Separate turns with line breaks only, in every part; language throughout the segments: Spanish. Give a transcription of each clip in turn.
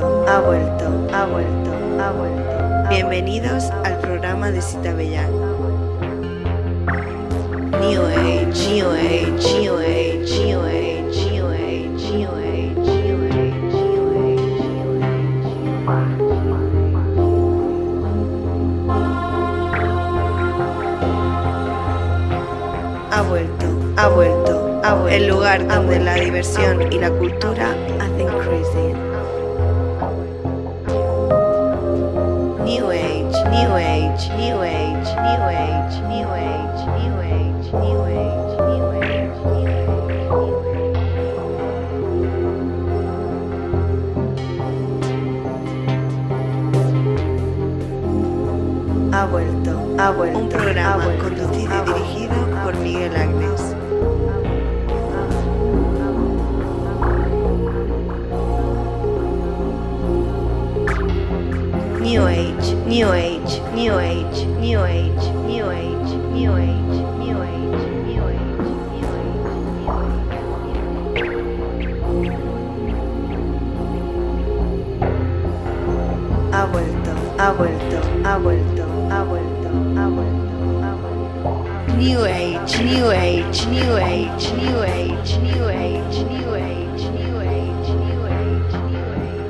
vuelto, ha vuelto, ha vuelto. Bienvenidos al programa de Cita Bellán. New Age, New Age, New Age, New Age, New Age, New Age, New Age, New Age, New Age. Ha vuelto, ha vuelto, ha vuelto. El lugar donde la diversión y la cultura hacen crazy. New Age, New Age, New Age, New Age, New Age, New Age, New Age, New Age, New Age, New Age. Ha vuelto, ha vuelto. Un programa conducido y dirigido por Miguel Agnes. New Age, New Age, New Age, New Age, New Age, New Age, New Age, New Age, New Age, New Age. Ha vuelto, ha vuelto, ha vuelto, ha vuelto, ha vuelto, ha vuelto. New Age, New Age, New Age, New Age, New Age, New Age, New Age, New Age, New Age, New Age.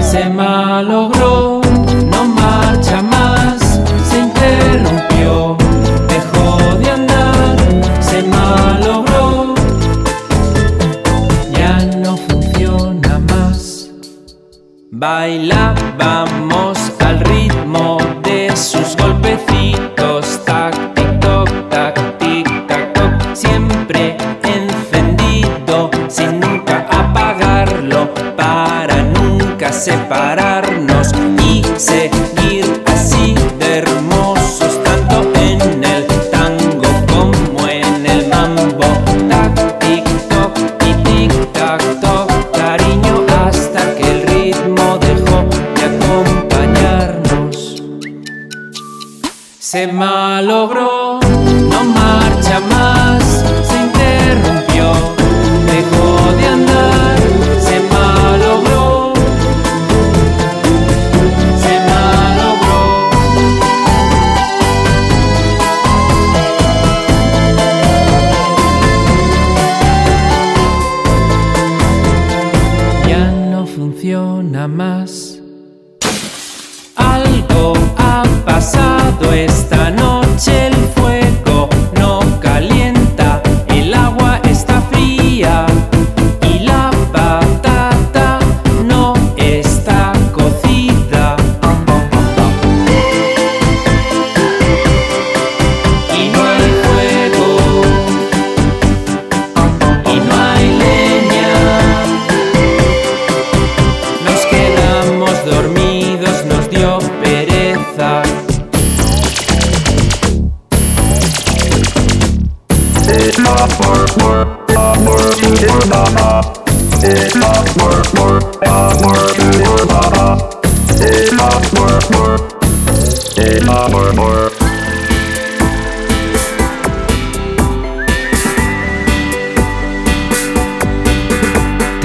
Se malogró, no marcha más, se interrumpió, dejó de andar, se malogró, ya no funciona más. Bailábamos al ritmo de sus golpecitos, tac, tic, toc, tac, tic, tac, toc, siempre encendido, sin nunca apagarlo, para nunca separarnos y seguir así de hermosos, tanto en el tango como en el mambo, tac, tic, toc, y tic, tac, toc, cariño, hasta que el ritmo dejó de acompañarnos. Se malogró, no marcha más, se interrumpió, dejó de andar, se malogró, se malogró. ya no funciona más. Algo ha pasado esta noche, el fuego no calienta, el agua está fría y la patata no está cocida. Y no hay fuego, y no hay leña. Nos quedamos dormidos, nos dio pereza.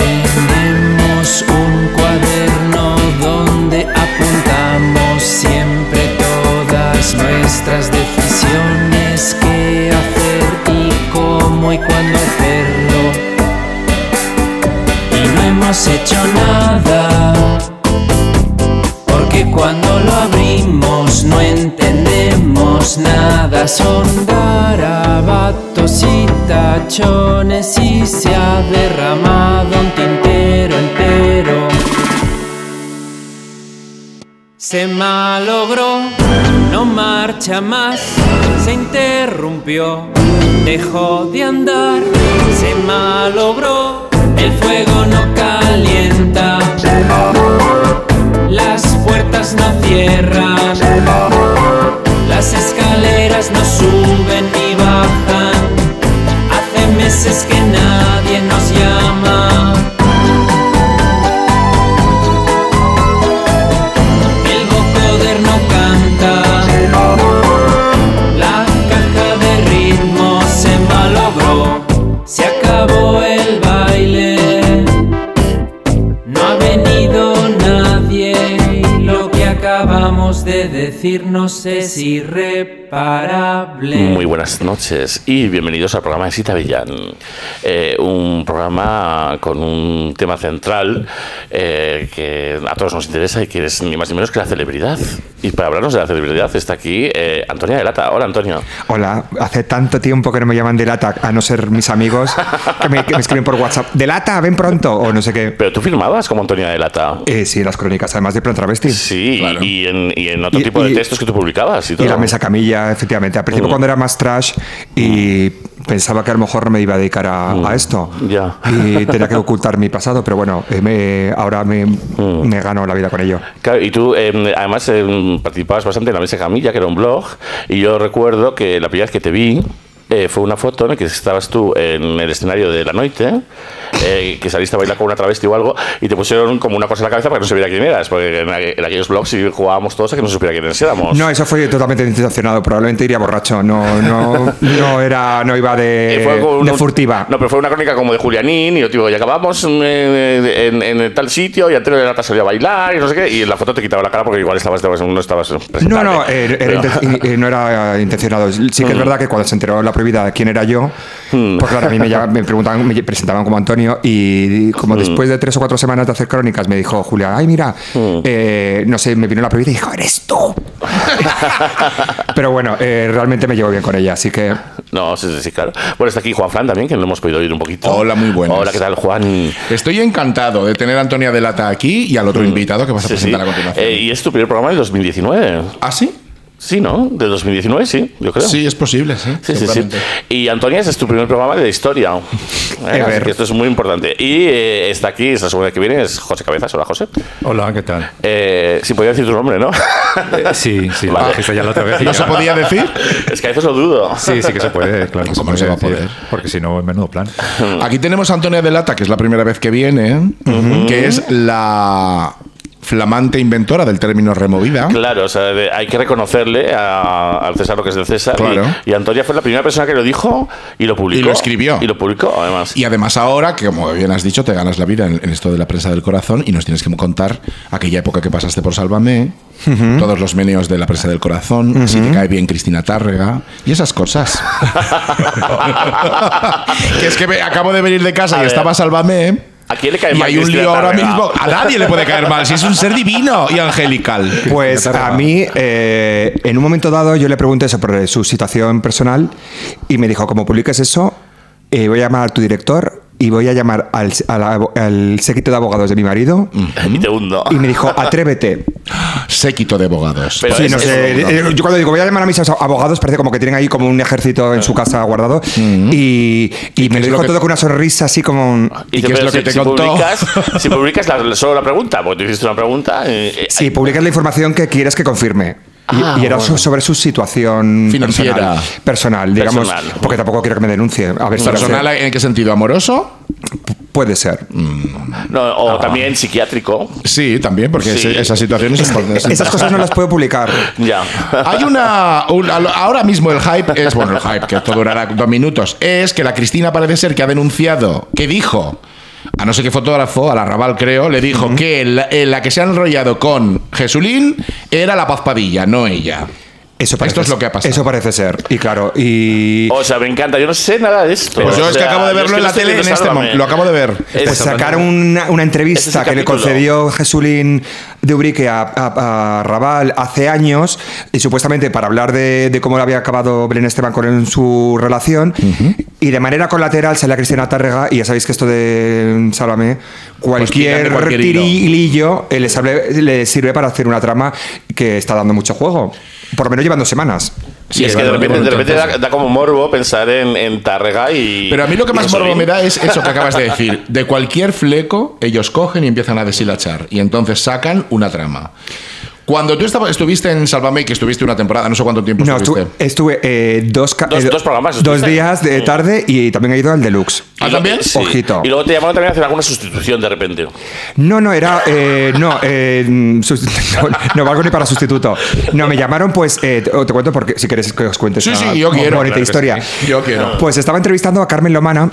Tenemos un cuaderno donde apuntamos siempre todas nuestras decisiones, qué hacer y cómo y cuándo hacerlo. Y no hemos hecho nada, porque cuando lo abrimos no entendemos nada. Son garabatos y tachones y se ha derramado un tintero entero. Se malogró, no marcha más, se interrumpió, dejó de andar, se malogró, el fuego no calienta, las puertas no cierran, las escaleras no suben ni bajan, hace meses que nadie nos llama. decirnos es irreparable.
Muy buenas noches y bienvenidos al programa de Sita Villán. Eh, un programa con un tema central eh, que a todos nos interesa y que es ni más ni menos que la celebridad. Y para hablarnos de la celebridad está aquí eh, Antonia de Lata. Hola, Antonio.
Hola, hace tanto tiempo que no me llaman de Lata, a no ser mis amigos que me, que me escriben por WhatsApp. De Lata, ven pronto, o no sé qué.
Pero tú firmabas como Antonia de Lata.
Eh, sí, las crónicas, además de Plan Travesti.
Sí,
Claro.
y, en, y en otro
Y-
tipo de
y-
textos que tú publicabas y todo.
Y la mesa camilla, efectivamente. Al principio,
Mm.
cuando era más trash y pensaba que a lo mejor no me iba a dedicar a, a esto.
Mm. Ya.
Y tenía que ocultar mi pasado, pero bueno, eh, me- ahora me,
Mm.
me gano la vida con ello.
Claro, y tú eh, además eh, participabas bastante en la mesa Camilla, que era un blog, y yo recuerdo que la primera vez que te vi eh, fue una foto en la que estabas tú en el escenario de la noche, eh, que saliste a bailar con una travesti o algo, y te pusieron como una cosa en la cabeza para que no supiera quién eras, porque en, aqu- en aquellos blogs sí jugábamos todos a que no supiera quiénes éramos.
No, eso fue totalmente intencionado. Probablemente iría borracho. No, no, no era, no iba
Eh,
de,
fue como
de
un-
furtiva.
No, pero fue una crónica como de Julianín y yo digo, y acabamos mm, eh, en, en tal sitio y Antonio de Lata salió a bailar y no sé qué, y en la foto te quitaba la cara porque igual estabas, estabas- no estabas
No,
presentable.
no, eh, era
Pues Pero-
inten- eh, no era intencionado. Sí que es verdad que cuando se enteró la prohibida de quién era yo, pues claro, a mí me, llamaban- me preguntaban, me presentaban como Antonio y como después de tres o cuatro semanas de hacer crónicas me dijo Julia, ay mira, eh, no sé, me vino la prohibida y dijo, eres tú. Pero bueno, eh, realmente me llevo bien con ella, así que
No, sí, sí, sí, claro. Bueno, está aquí Juan Fran también, que lo hemos podido oír un poquito.
Hola, muy buenas.
Hola, ¿qué tal, Juan?
Estoy encantado de tener a Antonia Delata aquí y al otro invitado que vas a
Mm. Sí, sí.
presentar a continuación.
Eh, y es tu primer programa del 2019.
¿Ah, sí?
Sí, ¿no? De 2019, sí, yo creo.
Sí, es posible, sí.
Sí, sí, sí.
seguramente.
Y Antonia, ese es tu primer programa de historia. Eh, así
ver.
que esto es muy importante. Y eh, está aquí, es la segunda vez que viene, es José Cabezas. Hola, José.
Hola, ¿qué tal?
Eh, si podía decir tu nombre, ¿no?
Eh, sí, sí,
Vale.
lo dijiste ya la otra vez. y
¿No
ya-
se podía decir?
es que a veces lo dudo.
Sí, sí que se puede, claro. que
¿Cómo no
puede
se va a
decir,
poder?
Porque si no, en menudo plan.
Aquí tenemos a Antonia Delata, que es la primera vez que viene, ¿eh? que es la flamante inventora del término removida.
Claro, o sea, de- hay que reconocerle a- al César lo que es del César. y-
Claro.
Y, Antonia fue la primera persona que lo dijo y lo publicó.
Y lo escribió.
Y lo publicó, además.
Y además ahora, que como bien has dicho, te ganas la vida en, en esto de la prensa del corazón y nos tienes que contar aquella época que pasaste por Sálvame, todos los meneos de la prensa del corazón, si te cae bien Cristina Tárrega y esas cosas. que es que me- acabo de venir de casa
A
y
ver.
estaba Sálvame
¿A quién le cae
y
mal
hay un
Cristina
lío ahora
Tárrega?
mismo. A nadie le puede caer mal, si es un ser divino y angelical.
Pues a mí, eh, en un momento dado, yo le pregunté sobre su situación personal y me dijo, como publiques eso, eh, voy a llamar a tu director y voy a llamar al, al abo- al séquito de abogados de mi marido.
Y te hundo.
Y me dijo, atrévete.
Séquito de abogados.
Pero
Sí,
es-
no
es-
sé, eh, yo cuando digo, voy a llamar a mis abogados, parece como que tienen ahí como un ejército en su casa guardado. Y, y me lo
es lo
dijo
que-
todo con una sonrisa así como... un-
Y
¿Y
te-
qué es
pero
lo que
si-
te
si
contó?
Publicas, si publicas la- solo la pregunta, porque tú hiciste una pregunta. eh, eh,
Sí, publicas la información que quieres que confirme. Y,
Ah,
y era
bueno.
so- sobre su situación
Financiera.
personal, personal, digamos,
Personal.
porque tampoco quiero que me denuncie. A ver, si
¿Personal en qué sentido? ¿Amoroso?
puede ser.
eh, no, o
Ah.
también psiquiátrico.
Sí, también, porque
Sí.
ese- esas situaciones son importantes.
Esas cosas no las puedo publicar.
Ya.
Hay una. un- al- ahora mismo el hype es. Bueno, el hype, que esto durará dos minutos. Es que la Cristina parece ser que ha denunciado, que dijo. A no sé qué fotógrafo, al arrabal creo, le dijo que la, eh, la que se ha enrollado con Jesulín era la Paz Padilla, no ella.
Eso parece,
Esto es lo que ha pasado.
Eso parece ser. Y claro, y
O sea, me encanta. Yo no sé nada de esto.
pues yo
O
es que
sea,
acabo de
yo
verlo
es que
en
no
la
estoy
tele en
viendo
este
Sálvame.
momento. Lo acabo de ver.
Es-
pues sacar una, una
Ese Este es el
entrevista que le
capítulo.
concedió Jesulín de Ubrique a, a- a Raval hace años, y supuestamente para hablar de, de cómo había acabado Belén Esteban con él en su relación, y de manera colateral sale a Cristina Tárrega, y ya sabéis que esto de mm, Sálvame,
Pues
tiran
cualquier,
de cualquier hilo.
tirilillo eh, le, sable- le sirve para hacer una trama que está dando mucho juego, por lo menos llevando semanas.
Sí, es que de repente, de repente da, da como morbo pensar en, en Tárrega y.
Pero a mí lo que
y
más
Mussolini.
morbo me da es eso que acabas de decir. De cualquier fleco, ellos cogen y empiezan a deshilachar. Y entonces sacan una trama. Cuando tú estaba- estuviste en Salvame, que estuviste una temporada, no sé cuánto tiempo
No, estuve,
estuviste.
estuve, eh, dos, ca-
Dos-
eh,
dos programas,
dos
estuviste.
días de tarde y también he ido al deluxe.
Y
¿Ah,
lo-
también?
sí.
Ojito.
Y luego te llamaron también a hacer alguna sustitución de repente.
No, no, era. eh, no, eh, mm, sust- no, no valgo ni para sustituto. No, me llamaron, pues. eh, te te cuento porque si queréis que os cuente
Sí,
esta
sí, yo quiero,
bonita
claro que
historia.
Yo quiero.
Pues estaba entrevistando a Carmen Lomana.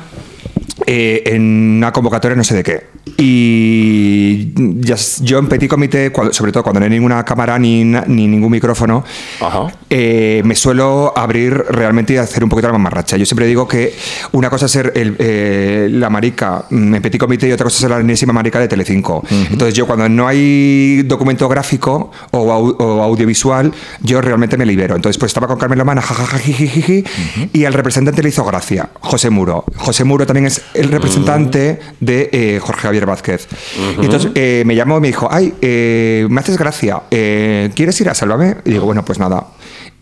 eh, en una convocatoria no sé de qué. Y ya s- yo en petit comité, cua- sobre todo cuando no hay ninguna cámara ni, na- ni ningún micrófono,
Ajá.
eh, me suelo abrir realmente y hacer un poquito la mamarracha. Yo siempre digo que una cosa es ser el- eh, la marica mm, en petit comité y otra cosa es ser la enésima marica de Telecinco. Entonces yo cuando no hay documento gráfico o, au- o audiovisual, yo realmente me libero. Entonces pues estaba con Carmen Lomana, jajaja, jijijiji, y al representante le hizo gracia, José Muro. José Muro también es el representante
Mm.
de eh, Jorge Javier Vázquez. Y entonces eh, me llamó y me dijo, ay, eh, me haces gracia, eh, ¿quieres ir a Sálvame? Y digo, bueno, pues nada.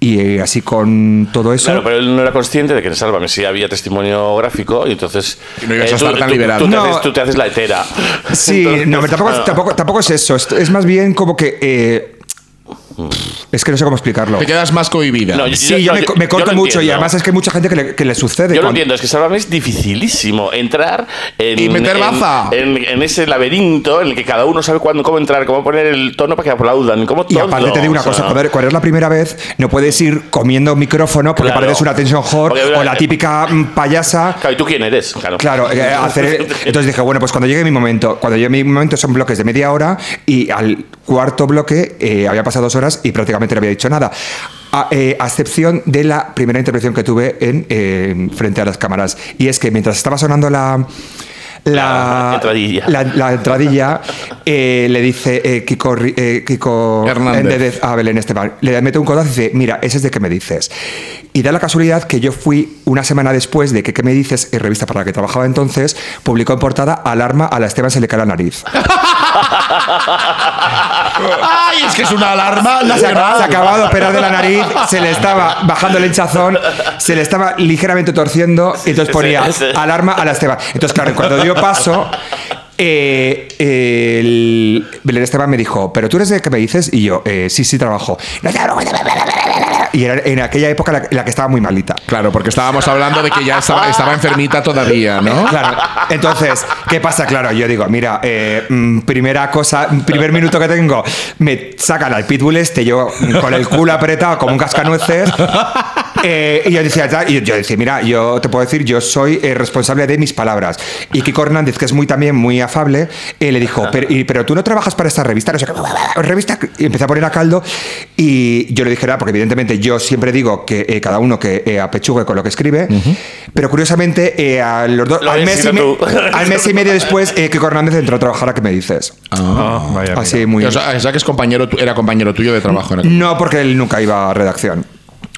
Y eh, así con todo eso...
Claro, pero él no era consciente de que en Sálvame sí había testimonio gráfico y entonces. eh,
Y no ibas a
tú-
estar tan
tú-
liberado.
Tú, te
No.
haces, tú te haces la etera.
Sí,
Entonces-
no, pero tampoco, es- tampoco, tampoco es eso. Es, es más bien como que. eh, es que no sé cómo explicarlo.
Te quedas más cohibida.
No, Mm. yo-
Sí, yo
no,
me, co- me
yo
corto
lo
mucho y
entiendo.
además es que hay mucha gente que le, que le sucede.
Yo lo
cuando-
entiendo, es que Sálvame es dificilísimo. Entrar en.
Y meter
en-
baza.
En, en ese laberinto en el que cada uno sabe cuándo, cómo entrar, cómo poner el tono para que aplaudan, cómo
Y
todo.
aparte te digo una
o sea,
cosa, joder, cuando es la primera vez, no puedes ir comiendo micrófono porque
Claro.
pareces una tension whore
Porque,
o la
eh,
típica mm, payasa
Claro, ¿y tú quién eres? Claro.
Claro, eh, hacer- entonces dije, bueno, pues cuando llegue mi momento, cuando llegue mi momento son bloques de media hora y al cuarto bloque eh, había pasado dos horas y prácticamente no había dicho nada. A, eh, a excepción de la primera intervención que tuve en, eh, frente a las cámaras. Y es que mientras estaba sonando la... La,
La entradilla.
la- la entradilla, eh, le dice eh, Kiko, Ri- eh, Kiko
Hernández.
Hernández a Belén Esteban. Le mete un codazo y dice, mira, ese es de que me dices. Y da la casualidad que yo fui una semana después de que ¿Qué me dices? En revista para la que trabajaba entonces, publicó en portada Alarma a la Esteban se le cae la nariz.
¡Ay! Es que es una alarma
Se,
nacional.
ac- se acababa de operar de la nariz, se le estaba bajando el hinchazón, se le estaba ligeramente torciendo, y entonces ponía
sí, sí.
alarma a la Esteban. Entonces, claro, cuando dio paso, eh, el- Belén Esteban me dijo, ¿pero tú eres de qué me dices? Y yo, "Eh, sí, sí, trabajo. Y era en aquella época la, la que estaba muy malita.
Claro, porque estábamos hablando de que ya estaba, estaba enfermita todavía, ¿no?
Claro, entonces, ¿qué pasa? Claro, yo digo, mira, eh, mm, primera cosa, primer minuto que tengo, me sacan al pitbull este, yo con el culo apretado como un cascanueces. eh, y yo decía, ya, y yo decía, mira, yo te puedo decir, yo soy eh, responsable de mis palabras. Y Kiko Hernández, que es muy también muy afable, eh, le dijo, pero, y- pero tú no trabajas para esta revista, no sé qué, revista, y empecé a poner a caldo. Y yo le dije, nada, porque evidentemente yo siempre digo que eh, cada uno que eh, apechugue con lo que escribe, pero curiosamente eh, a los dos
Lo
al,
habías
mes y
sido
me-
tú.
al mes y medio después, eh, Kiko Hernández entró a trabajar a que me dices.
Ah, vaya.
Así,
mira.
muy.
O sea, o sea, que es compañero, tu- era compañero tuyo de trabajo. en aquel-
No, porque él nunca iba a redacción.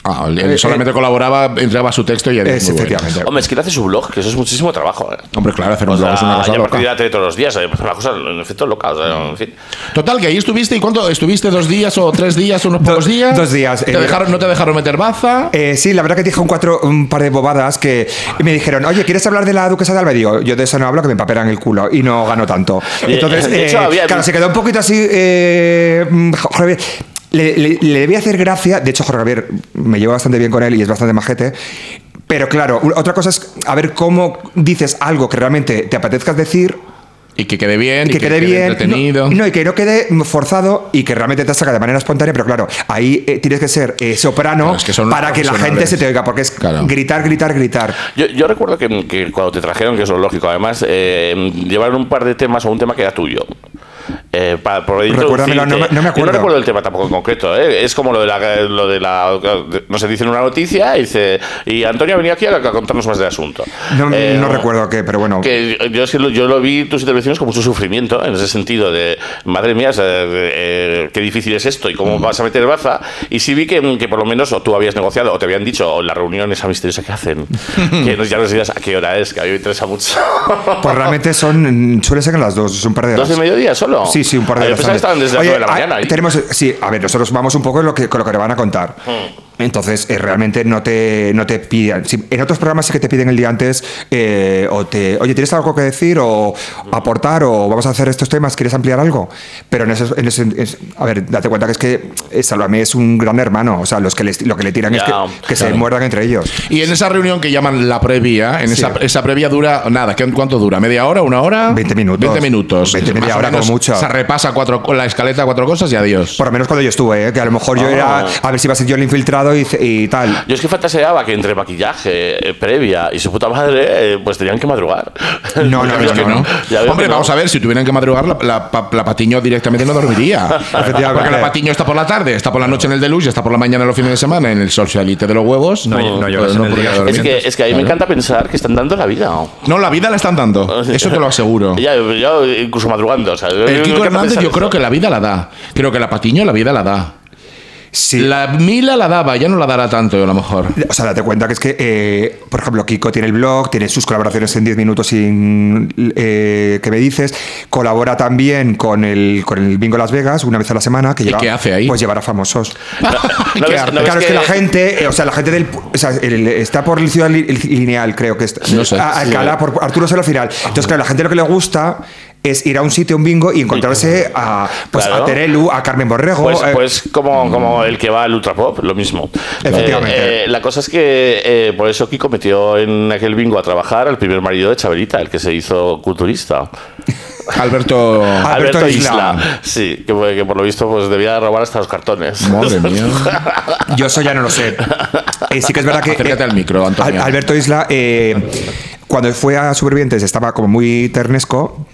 Ah, él solamente
eh,
colaboraba, entregaba su texto y ya
Es, efectivamente.
Hombre, es que le hace su blog, que eso es muchísimo trabajo. ¿eh?
Hombre, claro, hacer un
O
blog
sea,
es una cosa
y a partir de
loca.
la tele todos los días, eh, pues, una cosa en efecto loca. o sea, en fin.
Total, que ahí estuviste. ¿Y cuánto? ¿Estuviste dos días o tres días, unos pocos días?
dos días,
¿Te
eh,
dejaron, ¿No te dejaron meter baza?
Eh, sí, la verdad que dije un, cuatro, un par de bobadas que me dijeron, oye, ¿quieres hablar de la duquesa de Alba? Y digo, yo de eso no hablo, que me empaperan el culo y no gano tanto.
Eh,
Entonces,
de hecho,
eh,
había-
claro, se quedó un poquito así... eh, mm, jo- Javier. Le, le, le debía hacer gracia, de hecho Jorge Javier me llevo bastante bien con él y es bastante majete, pero claro, u- otra cosa es a ver cómo dices algo que realmente te apetezca decir,
Y que quede bien,
y que, quede bien,
entretenido.
No, no, y que no quede forzado y que realmente te saca de manera espontánea, pero claro, ahí eh, tienes que ser eh, soprano
Claro, es que son unos
para que la gente
profesionales.
se te oiga, porque es
Claro.
gritar, gritar, gritar.
Yo, yo recuerdo que, que cuando te trajeron, que eso es lógico, además, eh, llevaron un par de temas o un tema que era tuyo. Eh, para poder
Recuérdamelo,
introducirte.
no me- no me
Yo
acuerdo.
no recuerdo el tema tampoco en concreto. ¿eh? Es como lo de la. Lo de la no se dice en una noticia y dice. Y Antonio venía aquí a, a contarnos más del asunto.
No,
Eh,
no recuerdo qué, pero bueno.
Que yo, es que lo, yo lo vi tus intervenciones con mucho sufrimiento, en ese sentido de, madre mía, o sea, eh, qué difícil es esto y
Mm.
cómo vas a meter baza. Y sí vi que, que por lo menos o tú habías negociado o te habían dicho o en las reuniones esa misteriosa que hacen, que no- ya nos dirás a qué hora es, que a mí me interesa mucho.
Pues realmente son, mm, suele ser en las dos, son un par de
¿Dos de
horas.
mediodía solo?
Sí, sí, un par de
Ah, Yo
horas.
pensaba que estaban
antes.
desde las
Oye,
nueve de la
ah,
mañana. ahí.
Tenemos, sí, a ver, nosotros vamos un poco en lo que, con lo que le van a contar.
Hmm.
Entonces, eh, realmente no te, no te pidan. Sí, en otros programas sí que te piden el día antes, eh, o te, oye, ¿tienes algo que decir o aportar o vamos a hacer estos temas? ¿Quieres ampliar algo? Pero en eso, en ese- es- a ver, date cuenta que es que eh, Salomé es un gran hermano. O sea, los que les- lo que le tiran es que,
Ya,
que se muerdan entre ellos.
Y en esa reunión que llaman la previa, en esa, esa previa dura nada, ¿qué- ¿cuánto dura? ¿Media hora? ¿Una hora?
20 minutos.
20 minutos.
20, media
Más o
hora como
menos
mucho.
Se repasa cuatro, la escaleta cuatro cosas y adiós.
Ah.
Por lo menos cuando yo estuve, ¿eh? que a lo mejor yo era, a ver si iba a ser yo el infiltrado maquillado y, y tal.
Yo es que fantaseaba que entre maquillaje, eh, previa y su puta madre, eh, pues tenían que madrugar.
No, no,
Ya
no,
ves que
no, no.
Ya ves
Hombre,
que no.
vamos a ver, si tuvieran que madrugar, la, la, pa- la Patiño directamente no dormiría.
Efectivamente.
Porque la Patiño está por la tarde, está por la noche en el deluxe, está por la mañana en los fines de semana en el socialite de los huevos.
No, no lloras en el
podría
día.
dormir.
Es que, es que a mí me
Claro.
encanta pensar que están dando la vida.
No, la vida la están dando. Eso te lo aseguro.
Ya, yo incluso madrugando. o sea, me
El Kiko
encanta
Hernández
pensar
yo
eso.
creo que la vida la da. Creo que la Patiño la vida la da.
Sí.
La Mila la daba, ya no la dará tanto a lo mejor.
O sea, date cuenta que es que, eh, por ejemplo, Kiko tiene el blog, tiene sus colaboraciones en 10 minutos sin eh, que me dices, colabora también con el, con el Bingo Las Vegas una vez a la semana. Que lleva,
qué hace ahí? Ah,
Pues llevar a famosos.
Qué
ves-
arte.
no ves
claro, es que,
que-
la gente, eh, o sea, la gente del. O sea, el- está por el Ciudad Li- Lineal, creo que está.
No sé.
A- Alcalá, por Arturo Solo Final. Entonces, claro, la gente lo que le gusta es ir a un sitio, un bingo, y encontrarse a, pues,
Claro.
a Terelu, a Carmen Borrego.
Pues,
eh,
pues como, como el que va al Ultrapop, lo mismo.
Efectivamente.
Eh, eh, la cosa es que eh, por eso Kiko metió en aquel bingo a trabajar al primer marido de Chabelita, el que se hizo culturista.
Alberto.
Ah, Alberto Isla.
Sí, que, fue- que por lo visto pues debía robar hasta los cartones.
Madre mía.
Yo eso ya no lo sé. Eh, sí que es verdad que.
Acércate
eh,
al micro, Antonio.
Al- Alberto Isla, eh, cuando fue a Supervivientes, estaba como muy ternesco.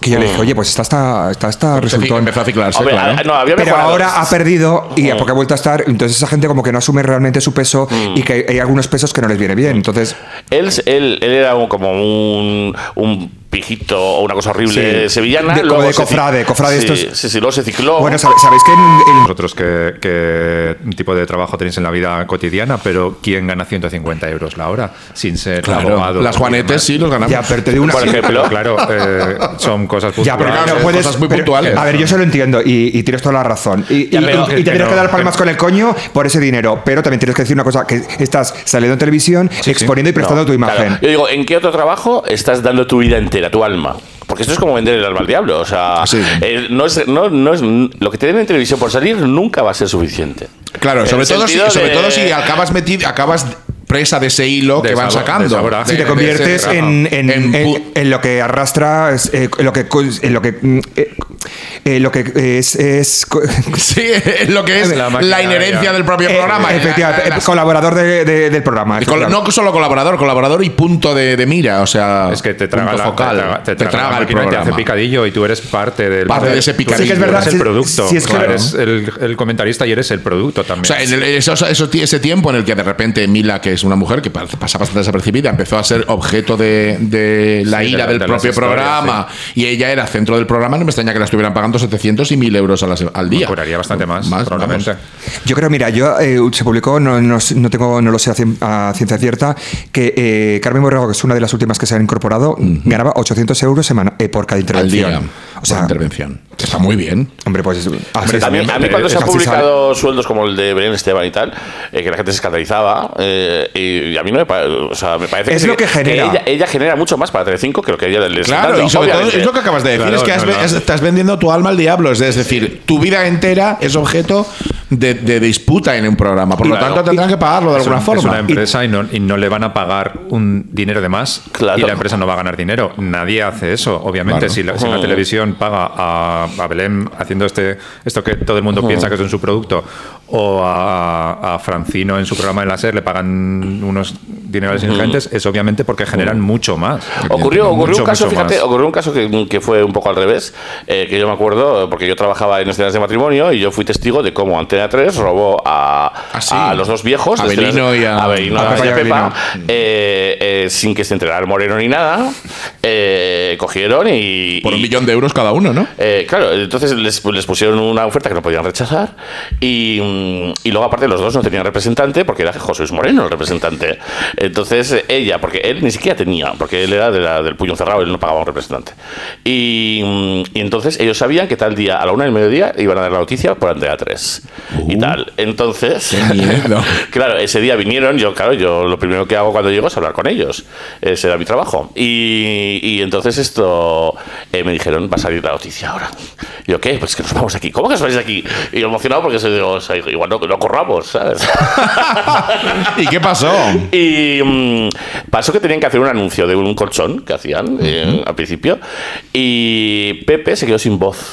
Que yo le dije, oye, pues está hasta, está hasta resultón.
Mm. Empezó a Mm. ciclarse,
Hombre,
claro.
a- no, había
Pero
mejorado.
ahora ha perdido y porque ha vuelto a estar. Entonces, esa gente como que no asume realmente su peso
Mm.
y que hay algunos pesos que no les viene bien. Entonces,
Él, él, él era un- como un, un pijito o una cosa horrible
Sí.
sevillana.
De- como de
se ci-
cofrade, cofrade
sí,
estos-
Sí, sí, luego se cicló.
bueno, sabe- sabéis que en, en-
Vosotros qué, qué tipo de trabajo tenéis en la vida cotidiana, pero ¿quién gana 150 euros la hora sin ser
Claro,
abogado?
las
y
Juanetes
demás?
sí los ganamos.
Ya, pero te digo una.
Por ejemplo.
Pero claro, eh, son cosas
Ya, pero
puntuales.
claro,
cosas
puedes.
muy
pero-
puntuales.
a ver, yo eso lo entiendo y, y tienes toda la razón. Y,
Ya,
y-
pero-
y- y te tienes
pero-
que dar palmas
pero-
con el coño por ese dinero. Pero también tienes que decir una cosa: que estás saliendo en televisión, exponiendo y prestando tu
Claro.
imagen.
Eh,
Yo digo, ¿en qué otro trabajo estás dando tu vida entera, tu alma? Porque esto es como vender el alma al diablo. O sea,
Sí.
eh, no es, no, no es, lo que te den en televisión por salir nunca va a ser suficiente.
Claro,
En
sobre
el
todo, si,
sentido
sobre
de-
todo si acabas metido, acabas presa de ese hilo
De
que van
sabor- de
sacando.
sabor a-
De-
Si te
de-
conviertes
de-
en, en,
eh, en pu-
en- en lo que arrastra, es, eh, lo que cons- en lo que mm, eh, eh, lo que es, es co-
Sí, es lo que es
La
la,
maquinaria.
inherencia del propio programa.
eh,
La-
efectivamente,
la-
eh, colaborador de- de- del programa.
la- col-
efectivamente.
no solo colaborador, colaborador y punto de, de mira, o sea,
Es que te traga,
punto
la, te
focal,
traga, te traga la
el
máquina y te hace
programa.
picadillo y tú eres parte del Pues
Parte de ese
tú eres-
picadillo. Sí que es verdad,
eres
sí-
el producto.
sí, es que-
Claro,
Claro.
eres el, el comentarista y eres el producto también.
O sea, en el- eso- eso- ese tiempo en el que de repente Mila, que es una mujer que pa- pasa bastante desapercibida, empezó a ser objeto de, de la
Sí, de
ira
la- de
del
las
propio
historias,
programa y ella era centro del programa, no me extraña que la estuvieran pagando 700 y 1000 euros a la se- al día.
Me curaría bastante más, probablemente.
vamos.
Yo creo, mira, yo eh, se publicó, no, no, s- no tengo, no lo sé a, cien- a ciencia cierta, que eh, Carmen Borrego, que es una de las últimas que se han incorporado, ganaba 800 euros semana, eh, por cada
al
intervención.
día.
O sea,
intervención. Está muy bien.
hombre, pues así
A mí,
es.
a mí cuando se
Así
han
sale.
publicado sueldos como el de Belén Esteban y tal, eh, que la gente se escandalizaba, eh, y, y a mí no me, pa- o sea, me parece
Es lo que genera.
ella, ella genera mucho más para Telecinco que lo que ella le está
Claro,
dando,
y sobre todo
obviamente.
es lo que acabas de decir,
Claro,
es que has
no,
ve-
no.
es- estás vendiendo tu alma al diablo, es, de- es decir, tu vida entera es objeto de, de disputa en un programa, por lo
Claro.
tanto tendrán que pagarlo de
Es un-
alguna
Es una
forma.
empresa y, no, y no le van a pagar un dinero de más
Claro.
y la empresa no va a ganar dinero. Nadie hace eso. Obviamente,
Claro.
si, la, si una
Mm.
televisión paga a, a Belén haciendo este esto que todo el mundo
Mm.
piensa que es en su producto o a, a Francino en su programa de la SER le pagan unos dineros ingentes, es obviamente porque
Mm.
generan mucho más.
Mm. Ocurrió, ocurrió
Mucho,
un caso,
mucho
fíjate,
más.
ocurrió un caso que, que fue un poco al revés, eh, que yo me acuerdo, porque yo trabajaba en escenas de matrimonio y yo fui testigo de cómo Antena 3 robó a,
Ah, sí.
a los dos viejos,
A
de Escenas-
Belino y a-
Belino
a
y a
Pepa y a
Pepa,
Belino.
eh, eh, sin que se enterara el Moreno ni nada, eh, cogieron y...
Por un
y-
millón de euros cada uno, ¿no?
eh, claro, entonces les, pues, les pusieron una oferta que no podían rechazar y, mm, y luego aparte los dos no tenían representante porque era José Luis Moreno el representante. Entonces eh, ella, porque él ni siquiera tenía, porque él era de la- del puño cerrado, él no pagaba un representante. Y, mm, y entonces ellos sabían que tal día, a la una del mediodía, iban a dar la noticia por Antena 3 y tal. Entonces...
Qué miedo.
Claro, ese día vinieron, yo, claro, yo lo primero que hago cuando llego es hablar con ellos. Ese era mi trabajo. Y, y entonces esto eh, me dijeron, va a salir la noticia ahora. Y yo, ¿qué? Pues que nos vamos de aquí. ¿Cómo que os vais de aquí? Y yo emocionado porque se digo, o sea, igual no, no corramos, ¿sabes?
¿Y qué pasó?
Y mm, pasó que tenían que hacer un anuncio de un colchón que hacían eh, al principio. Y Pepe se quedó sin voz.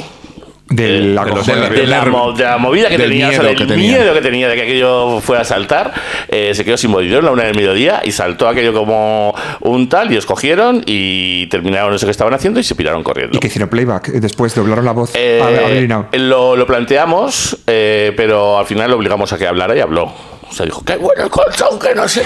de
el-
la
de los-
de,
cojona.
nervios.
de la, mo- de la movida que
Del
tenía, o sea,
miedo
del
que tenía.
miedo que tenía de que aquello fuera a saltar, eh, se quedó sin movimiento en la una del mediodía y saltó aquello como un tal y os cogieron y terminaron eso que estaban haciendo y se piraron corriendo.
Y que hicieron playback. eh, Después doblaron la voz
Eh,
a a Avril Lavigne.
lo, lo planteamos, eh, pero al final lo obligamos a que hablara y habló. O sea, dijo, qué bueno el colchón, que no sé.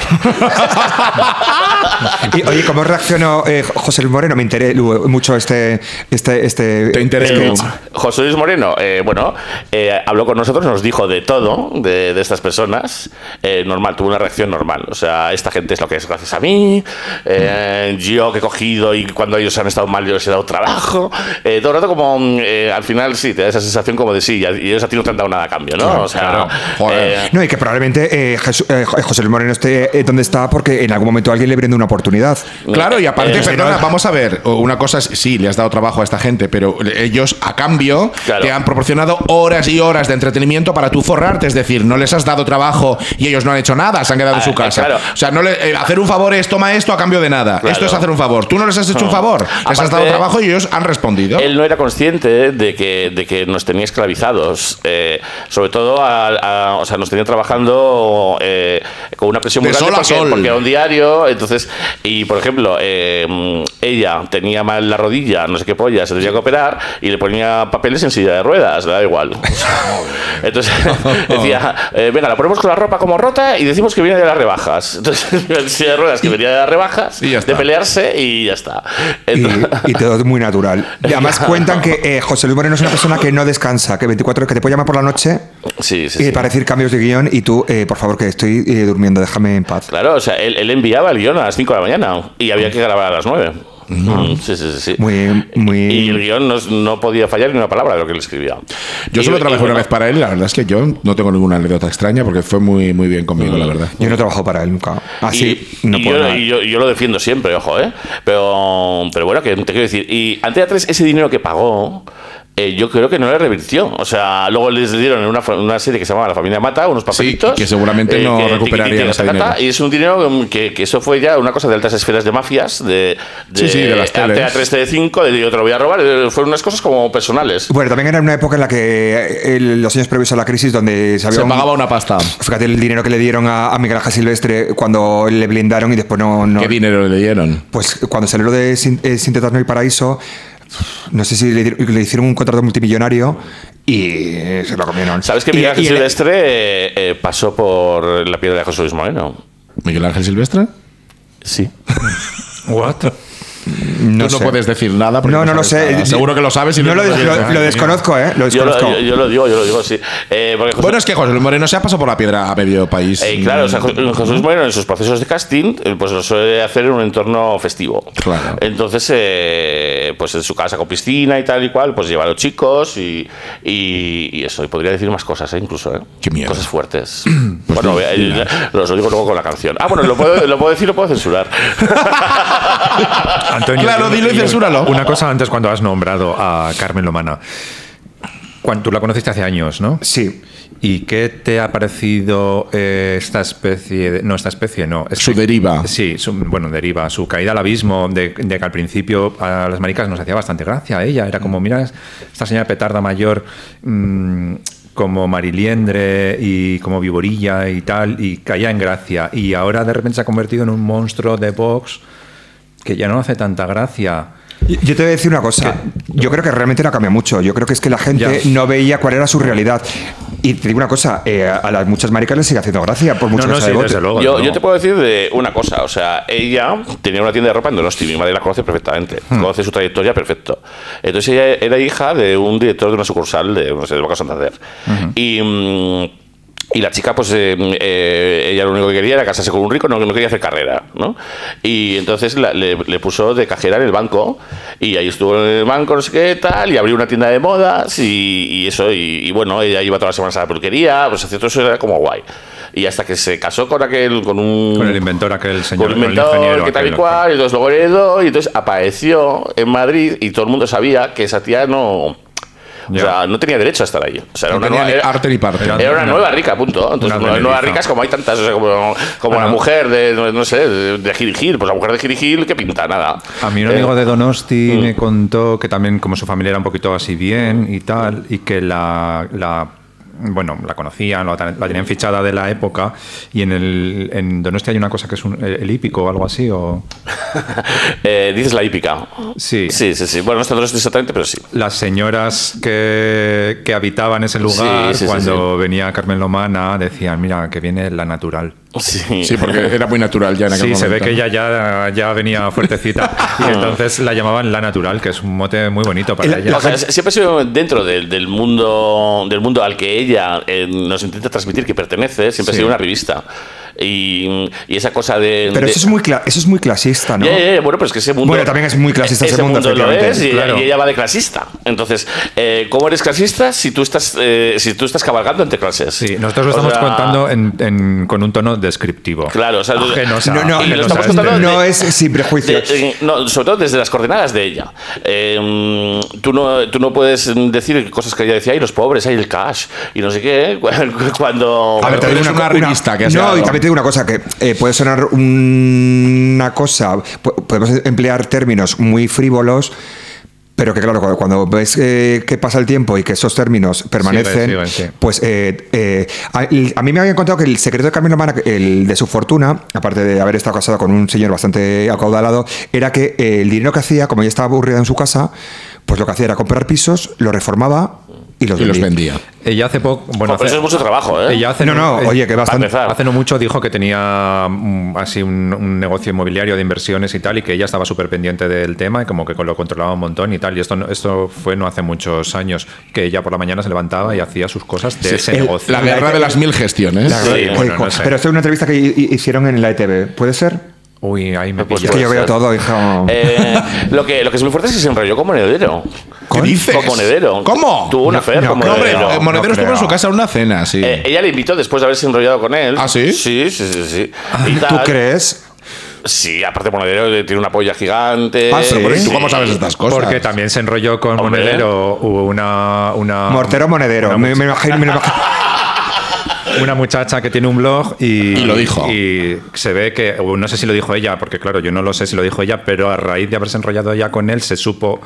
Y, oye, ¿cómo reaccionó eh, José Luis Moreno? Me interesa mucho este. este, este
Te interesa.
sketch.
José Luis Moreno, eh, bueno, eh, habló con nosotros, nos dijo de todo, de, de estas personas. Eh, normal, tuvo una reacción normal. O sea, esta gente es lo que es gracias a mí. eh, Yo que he cogido y cuando ellos han estado mal, yo les he dado trabajo. Eh, todo el rato, como mm, eh, al final, sí, te da esa sensación como de sí, ya- y ellos a ti no te han dado nada a cambio, ¿no? o sea,
claro. Joder.
eh,
No, y que probablemente eh, Jesu- eh, José Luis Moreno esté eh, donde está porque en algún momento alguien le brinde una oportunidad.
Claro, y aparte,
Eh,
perdona, vamos a ver, o una cosa es, sí, le has dado trabajo a esta gente, pero ellos a cambio
Claro.
te han proporcionado horas y horas de entretenimiento para tú forrarte, es decir, no les has dado trabajo y ellos no han hecho nada, se han quedado en
Ah,
su
eh,
casa.
claro.
O sea, no le- eh, hacer un favor es toma esto a cambio de nada.
Claro. Hmm.
Esto es hacer un favor. Tú no les has hecho un favor, les has
Aparte-
dado trabajo y ellos han respondido.
Él no era consciente de que, de que nos tenía esclavizados. eh, sobre todo, a, a- o sea, nos tenía trabajando eh, con una presión
De
muy grande
sol a
porque,
sol.
porque era un diario. Entonces, y por ejemplo, eh, mm, ella tenía mal la rodilla, no sé qué polla, se tenía que operar y le ponía papeles en silla de ruedas, le da igual. entonces, decía, eh, venga, la ponemos con la ropa como rota y decimos que viene de las rebajas. Entonces, en silla de ruedas, que venía de las rebajas,
Y
de
ya está.
pelearse y ya está.
Y,
Entonces-
y todo muy natural. Y además cuentan que eh, José Luis Moreno es una persona que no descansa, que 24 horas que te puede llamar por la noche
sí, sí,
eh,
sí.
para decir cambios de guión y tú, eh, por favor, que estoy eh, durmiendo, déjame en paz.
Claro, o sea, él, él enviaba el guión a las 5 de la mañana y había que grabar a las 9. Sí, sí, sí. sí.
Muy,
Y el
muy.
guión no, no podía fallar ni una palabra de lo que él escribía.
Yo
Y-
solo
y
trabajé una
bueno,
vez para él, y la verdad es que yo no tengo ninguna anécdota extraña porque fue muy, muy bien
Hmm.
conmigo, la verdad.
Yo no trabajo para él nunca.
Ah,
Así
y-
no
y
puedo.
yo,
nada.
y yo- y yo lo defiendo siempre, ojo, ¿eh? Pero, pero bueno, que te quiero decir. Y Antena 3, ese dinero que pagó, eh, yo creo que no le revirtió. O sea, luego les dieron en una, fa- una serie que se llamaba La Familia Mata unos papelitos. eh,
que seguramente no recuperarían
tiqui,
ese
tacata,
dinero.
Y es un dinero mm, que, que eso fue ya una cosa de altas esferas de mafias, de, de,
Sí, sí, de las teles.
Antena 3 T5, de yo te lo voy a robar. eh, Fueron unas cosas como personales.
Bueno, también era una época en la que eh, el- los años previos a la crisis, donde se había
Se
un-
pagaba una pasta.
Fíjate el dinero que le dieron a, a Miguel Ángel Silvestre cuando le blindaron y después no. no-
¿Qué dinero le dieron?
Pues cuando salió lo de Sin- eh, Sintetano y Paraíso, no sé si le, di- le hicieron un contrato multimillonario y eh, se lo comieron.
¿Sabes que
Y-
Miguel Ángel
y el-
Silvestre eh, eh, pasó por la piedra de José Luis Moreno?
¿Miguel Ángel Silvestre?
Sí.
What?
No,
Tú no
sé.
puedes decir nada. porque
No, no lo
sabes
sé.
nada. Seguro que lo sabes y
no
no
lo, des-
quieres
lo,
decir.
lo desconozco, ¿eh? Lo
Yo lo,
desconozco.
yo- yo lo digo, yo lo digo, sí. Eh, porque José-
Bueno, es que José Luis Moreno se ha pasado por la piedra a medio país.
Eh, claro, o sea, Jo- José Luis Moreno en sus procesos de casting eh, pues lo suele hacer en un entorno festivo.
Claro.
Entonces, eh, pues en su casa con piscina y tal y cual, pues lleva a los chicos y, y- y eso. Y podría decir más cosas, eh, incluso. eh.
Qué mierda.
Cosas fuertes. bueno,
sí,
eh,
sí,
eh, los digo luego con la canción. Ah, bueno, lo puedo, lo puedo decir, lo puedo censurar.
Antonio,
Claro,
yo-
dilo y
yo-
censúralo.
Una cosa antes cuando has nombrado a Carmen Lomana. Cuando tú la conociste hace años, ¿no?
Sí.
¿Y qué te ha parecido eh, esta especie? de- no, esta especie no. Este-
Su deriva.
Sí, su- bueno, deriva. Su caída al abismo, de, de que al principio a las maricas nos hacía bastante gracia ella. Era como, mira, esta señora petarda mayor, mm, como mariliendre y como viborilla y tal, y caía en gracia. Y ahora de repente se ha convertido en un monstruo de box que ya no hace tanta gracia.
Yo yo te voy a decir una cosa. Yo creo que realmente no cambia mucho. Yo creo que es que la gente
Ya.
no veía cuál era su realidad. Y te digo una cosa, eh, a las muchas maricas les sigue haciendo gracia, por mucho
no,
que
no,
sea
sí,
de bote.
desde luego.
yo,
desde
yo
luego.
te puedo decir de una cosa, o sea, ella tenía una tienda de ropa en Donosti, mi madre la conoce perfectamente,
Hmm.
conoce su trayectoria perfecto. Entonces ella era hija de un director de una sucursal de, no sé, de Boca Santander. Y... mm, y la chica, pues, eh, eh, ella lo único que quería era casarse con un rico, no, no quería hacer carrera, ¿no? Y entonces la- le, le puso de cajera en el banco, y ahí estuvo en el banco, no sé qué tal, y abrió una tienda de modas, y, y eso, y, y bueno, ella iba todas las semanas a la peluquería, pues, hacía todo eso, era como guay. Y hasta que se casó con aquel, con un...
Con el inventor aquel señor,
Con el
con el
inventor,
ingeniero
que tal y
aquel.
cual, y entonces luego heredó, y entonces apareció en Madrid, y todo el mundo sabía que esa tía no... O sea, no tenía derecho a estar ahí. O sea, era
No
una
tenía
nueva,
ni
era-
arte ni parte.
era una nueva rica, punto. Entonces,
Una
nueva, nueva
nodriza.
rica es como hay tantas, o sea, como, como
Ah,
la
no.
mujer de, no no sé, de de Gil Gil. Pues la mujer de Gil Gil que pinta nada.
A mí un
Eh,
amigo de Donosti me contó que también como su familia era un poquito así bien y tal, y que la, la- bueno, la conocían, la, la tenían fichada de la época, y en el en Donosti hay una cosa que es un, eh, el hípico o algo así, o
eh, dices la hípica.
sí.
Sí, sí, sí. Bueno, no está todo esto exactamente, pero sí.
Las señoras que, que habitaban ese lugar
Sí, sí, sí,
cuando venía Carmen Lomana decían, mira, que viene la natural.
Sí,
Sí, porque era muy natural ya en
Sí,
aquel
se ve
momento.
que ella ya, ya venía fuertecita. y entonces la llamaban La Natural, que es un mote muy bonito para
El-
ella.
O sea, s- siempre ha sido dentro del, del mundo del mundo al que ella eh, nos intenta transmitir que pertenece, siempre
Sí.
ha sido una revista. Y, y esa cosa de.
Pero
de-
eso es muy, cla- eso es muy clasista, ¿no?
Ya, ya, ya, bueno, pero es que ese mundo. e-,
Bueno, también es muy clasista ese
ese,
mundo,
mundo. lo
efectivamente,
es y,
claro.
y ella va de clasista. Entonces, eh, ¿cómo eres clasista si tú estás, eh, si tú estás cabalgando entre clases?
Sí, nosotros lo
O
estamos
sea,
contando en- en- con un tono descriptivo.
Claro, o sea,
Ajenos a-
No, no,
y lo
ajenos
estamos
a este.
contando
no
de-
es sin prejuicios.
de- eh, no, sobre todo desde las coordenadas de ella. Eh, mm, tú, no, tú no puedes decir cosas que ella decía, ay, los pobres, hay el cash, y no sé qué, cu- cuando...
A ver, te
Pero
digo
es
una, una revista que has
No,
sacado.
y también te digo una cosa, que eh, puede sonar un- una cosa, po- podemos emplear términos muy frívolos, pero que claro, cuando- cuando ves eh, que pasa el tiempo y que esos términos permanecen,
siguen, sí.
pues eh, eh, a, el- a mí me habían contado que el secreto de Carmen Lomana, el de su fortuna, aparte de haber estado casada con un señor bastante acaudalado, era que eh, el dinero que hacía, como ella estaba aburrida en su casa, pues lo que hacía era comprar pisos, los reformaba y los,
Y los
vendía.
vendía.
Ella hace poco. Bueno,
Jo,
hace-
pero eso es mucho trabajo, ¿eh?
ella hace
No, no,
eh,
oye, que
Para
bastante,
empezar.
Hace no mucho dijo que tenía mm, así un, un negocio inmobiliario de inversiones y tal, y que ella estaba súper pendiente del tema y como que lo controlaba un montón y tal. Y esto, no- esto fue no hace muchos años, que ella por la mañana se levantaba y hacía sus cosas de ese
el-
negocio.
La guerra de las mil gestiones.
La verdad
Sí,
que-
bueno, no sé.
Pero esto es una entrevista que hi- hi- hicieron en la ETV. ¿Puede ser?
Uy, ahí me
Pues
pillas.
Es que
puede
yo veo
ser.
todo, hijo.
Eh, lo, que, lo que es muy fuerte es que se enrolló como monedero.
¿Qué dices?
Con monedero.
¿Cómo?
Tuvo una fe
no,
con
No, hombre,
monedero.
Monedero,
no
estuvo en
creo.
su casa a una cena, sí.
Eh, ella le invitó después de haberse enrollado con él.
¿Ah, sí? Ah,
Sí, sí, sí. sí. Y
¿Tú
tal.
crees?
Sí, aparte Monedero eh, tiene una polla gigante.
Ah, sí.
Pero, ¿y ¿Tú
Sí.
cómo sabes estas cosas?
Porque también se enrolló con
Hombre.
Monedero hubo una,
Ah,
una
Mortero monedero.
una
pues,
Me, me imagino, me lo imagino.
una muchacha que tiene un blog y,
Y lo dijo.
Y se ve que, o no sé si lo dijo ella, porque claro, yo no lo sé si lo dijo ella, pero a raíz de haberse enrollado ella con él, se supo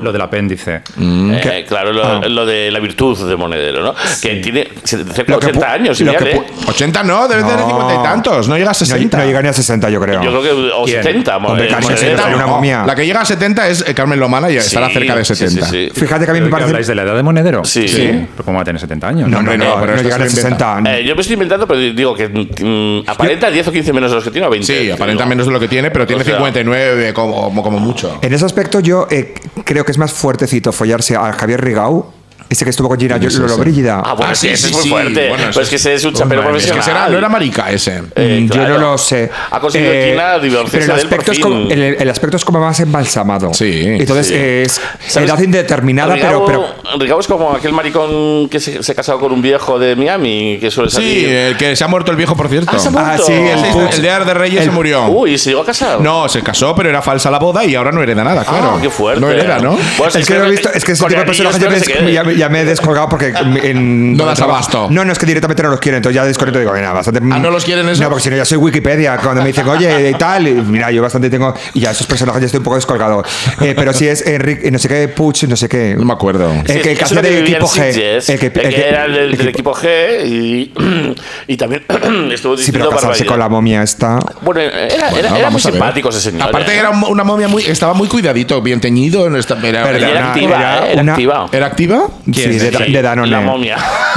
lo del apéndice.
Eh, claro, lo,
Ah.
lo de la virtud de Monedero, ¿no? Que tiene cerca de
Lo que
80
pu-
años. y
lo
ya,
que
¿eh?
pu-
80 no, debe tener
No.
50 y tantos, no llega a 60.
No, no llega ni a 60, yo creo.
Yo creo que o
¿Quién?
70,
Hombre,
Monedero.
casi
Ni a 70,
Hay una
Eh, no.
momia.
La que llega a 70 es eh, Carmen Lomana y estará
Sí,
cerca de
sí, sí,
70.
sí.
Fíjate que a mí
¿Pero
me
qué ¿Habláis
parece.
de la edad de Monedero?
Sí.
¿Pero cómo va a tener 70 años?
No, hombre,
No,
no,
pero
no
esto
llega
se
a
lo inventa.
60.
Eh, yo me estoy inventando, pero digo que mm, aparenta 10 o 15 menos de los que tiene o 20.
Sí,
¿no?
aparenta menos de lo que tiene, pero tiene
O sea-
59 como, como mucho.
En ese aspecto, yo eh, creo que es más fuertecito follarse a Javier Rigau, ese que estuvo con Gina
es
Lolo
ese?
Brígida.
Ah, bueno,
Ah,
sí,
sí,
ese
sí,
es muy
sí.
fuerte.
Bueno,
pero
eso
Pues
es que
es-
ese es un chapero
Hombre, es
es que
profesional.
será, no era marica ese.
Eh,
Mm,
claro.
Yo no lo sé.
Ha conseguido
Eh,
China divorciarse
pero el
de él por
aspecto, es
fin.
como, el, el aspecto es como más embalsamado.
Sí,
Entonces
sí.
es
¿Sabes?
edad indeterminada,
Rigau-
pero, pero
Rigau es como aquel maricón que se, se ha casado con un viejo de Miami que suele salir.
Mm. Sí,
eh,
el que se ha muerto el viejo, por cierto.
Ah, se ha muerto.
Ah, sí, el
Ese-
Puig.
el de Arde Reyes se murió.
Uy, ¿se llegó a casar?
No, se casó, pero era falsa la boda y ahora no hereda nada, claro.
Ah, qué fuerte.
No hereda, ¿no?
Pues
es que no lo he visto, es que ese
con
tipo de
anillos
personajes ya
espero
me,
que se quede.
ya, me- ya me he descolgado porque en,
No das
trabajo-
abasto.
No, no, es que directamente no los quiero, entonces ya desconecto y digo, mira, bastante. mm,
Ah, ¿no los quieren esos?
No, porque si no, ya soy Wikipedia. Cuando me dicen, oye, y tal, y mira, yo bastante tengo. Y ya esos personajes ya estoy un poco descolgado. Eh, pero sí es Enrique, no sé qué, Puch, no sé qué.
No me acuerdo.
el
Sí,
que- el que
es uno
hacía del
vivía en
equipo G,
Sitges,
el que-
el que
el que-
era el del,
el
del equipo G y, y también estuvo
Sí,
diciendo
pero casarse
barbaridades.
con la momia esta.
Bueno, era, era,
Bueno,
era muy
vamos a ver.
simpático ese señor.
Aparte
¿eh?
era un- una momia muy, estaba muy cuidadito, bien teñido. no esta- Era,
Y
Perdona,
era,
era-
activa,
era
¿eh? era
una-
activa.
¿era activa.
Sí, de,
Sí,
de Danone.
La momia.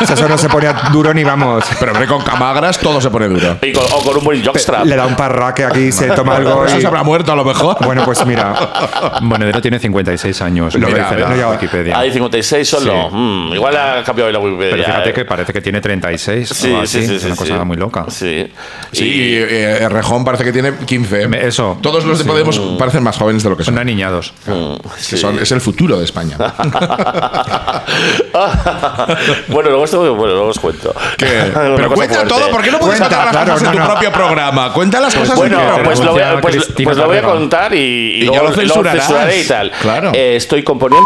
O sea, eso no se ponía duro ni vamos.
Pero hombre, con camagras todo se pone duro.
Y con- o con un buen jockstrap.
Le da un parraque aquí, se toma algo.
Por eso
y-
se habrá muerto a lo mejor.
Bueno, pues mira.
Monedero tiene 56 años, lo
Mira,
dice
no
la
llega-
Wikipedia.
Ah, de 56 solo.
Sí.
Mm, igual ha cambiado la Wikipedia.
Pero fíjate
¿eh?
que parece que tiene 36
Sí,
o así,
sí, sí,
es
sí,
una
sí.
cosa muy loca.
Sí.
Sí,
Y-
y, eh, Rejón parece que tiene 15.
Me- eso.
Todos los de Podemos parecen más jóvenes de lo que son.
Son aniñados.
Oh.
Que son- es el futuro de España.
bueno, luego, esto, bueno, luego os cuento.
Que-
Una
pero
cosa
cuenta
fuerte.
todo, ¿por qué no puedes
Cuenta,
contar las
claro,
cosas en
no,
tu
no.
propio programa? Cuenta las cosas en tu
Bueno,
programa.
pues lo voy a,
renunciaba
pues-
Cristina
pues lo voy a
Tárrega.
contar y,
Y ya lo censurarás.
censuraré y tal.
Claro.
Eh, estoy componiendo.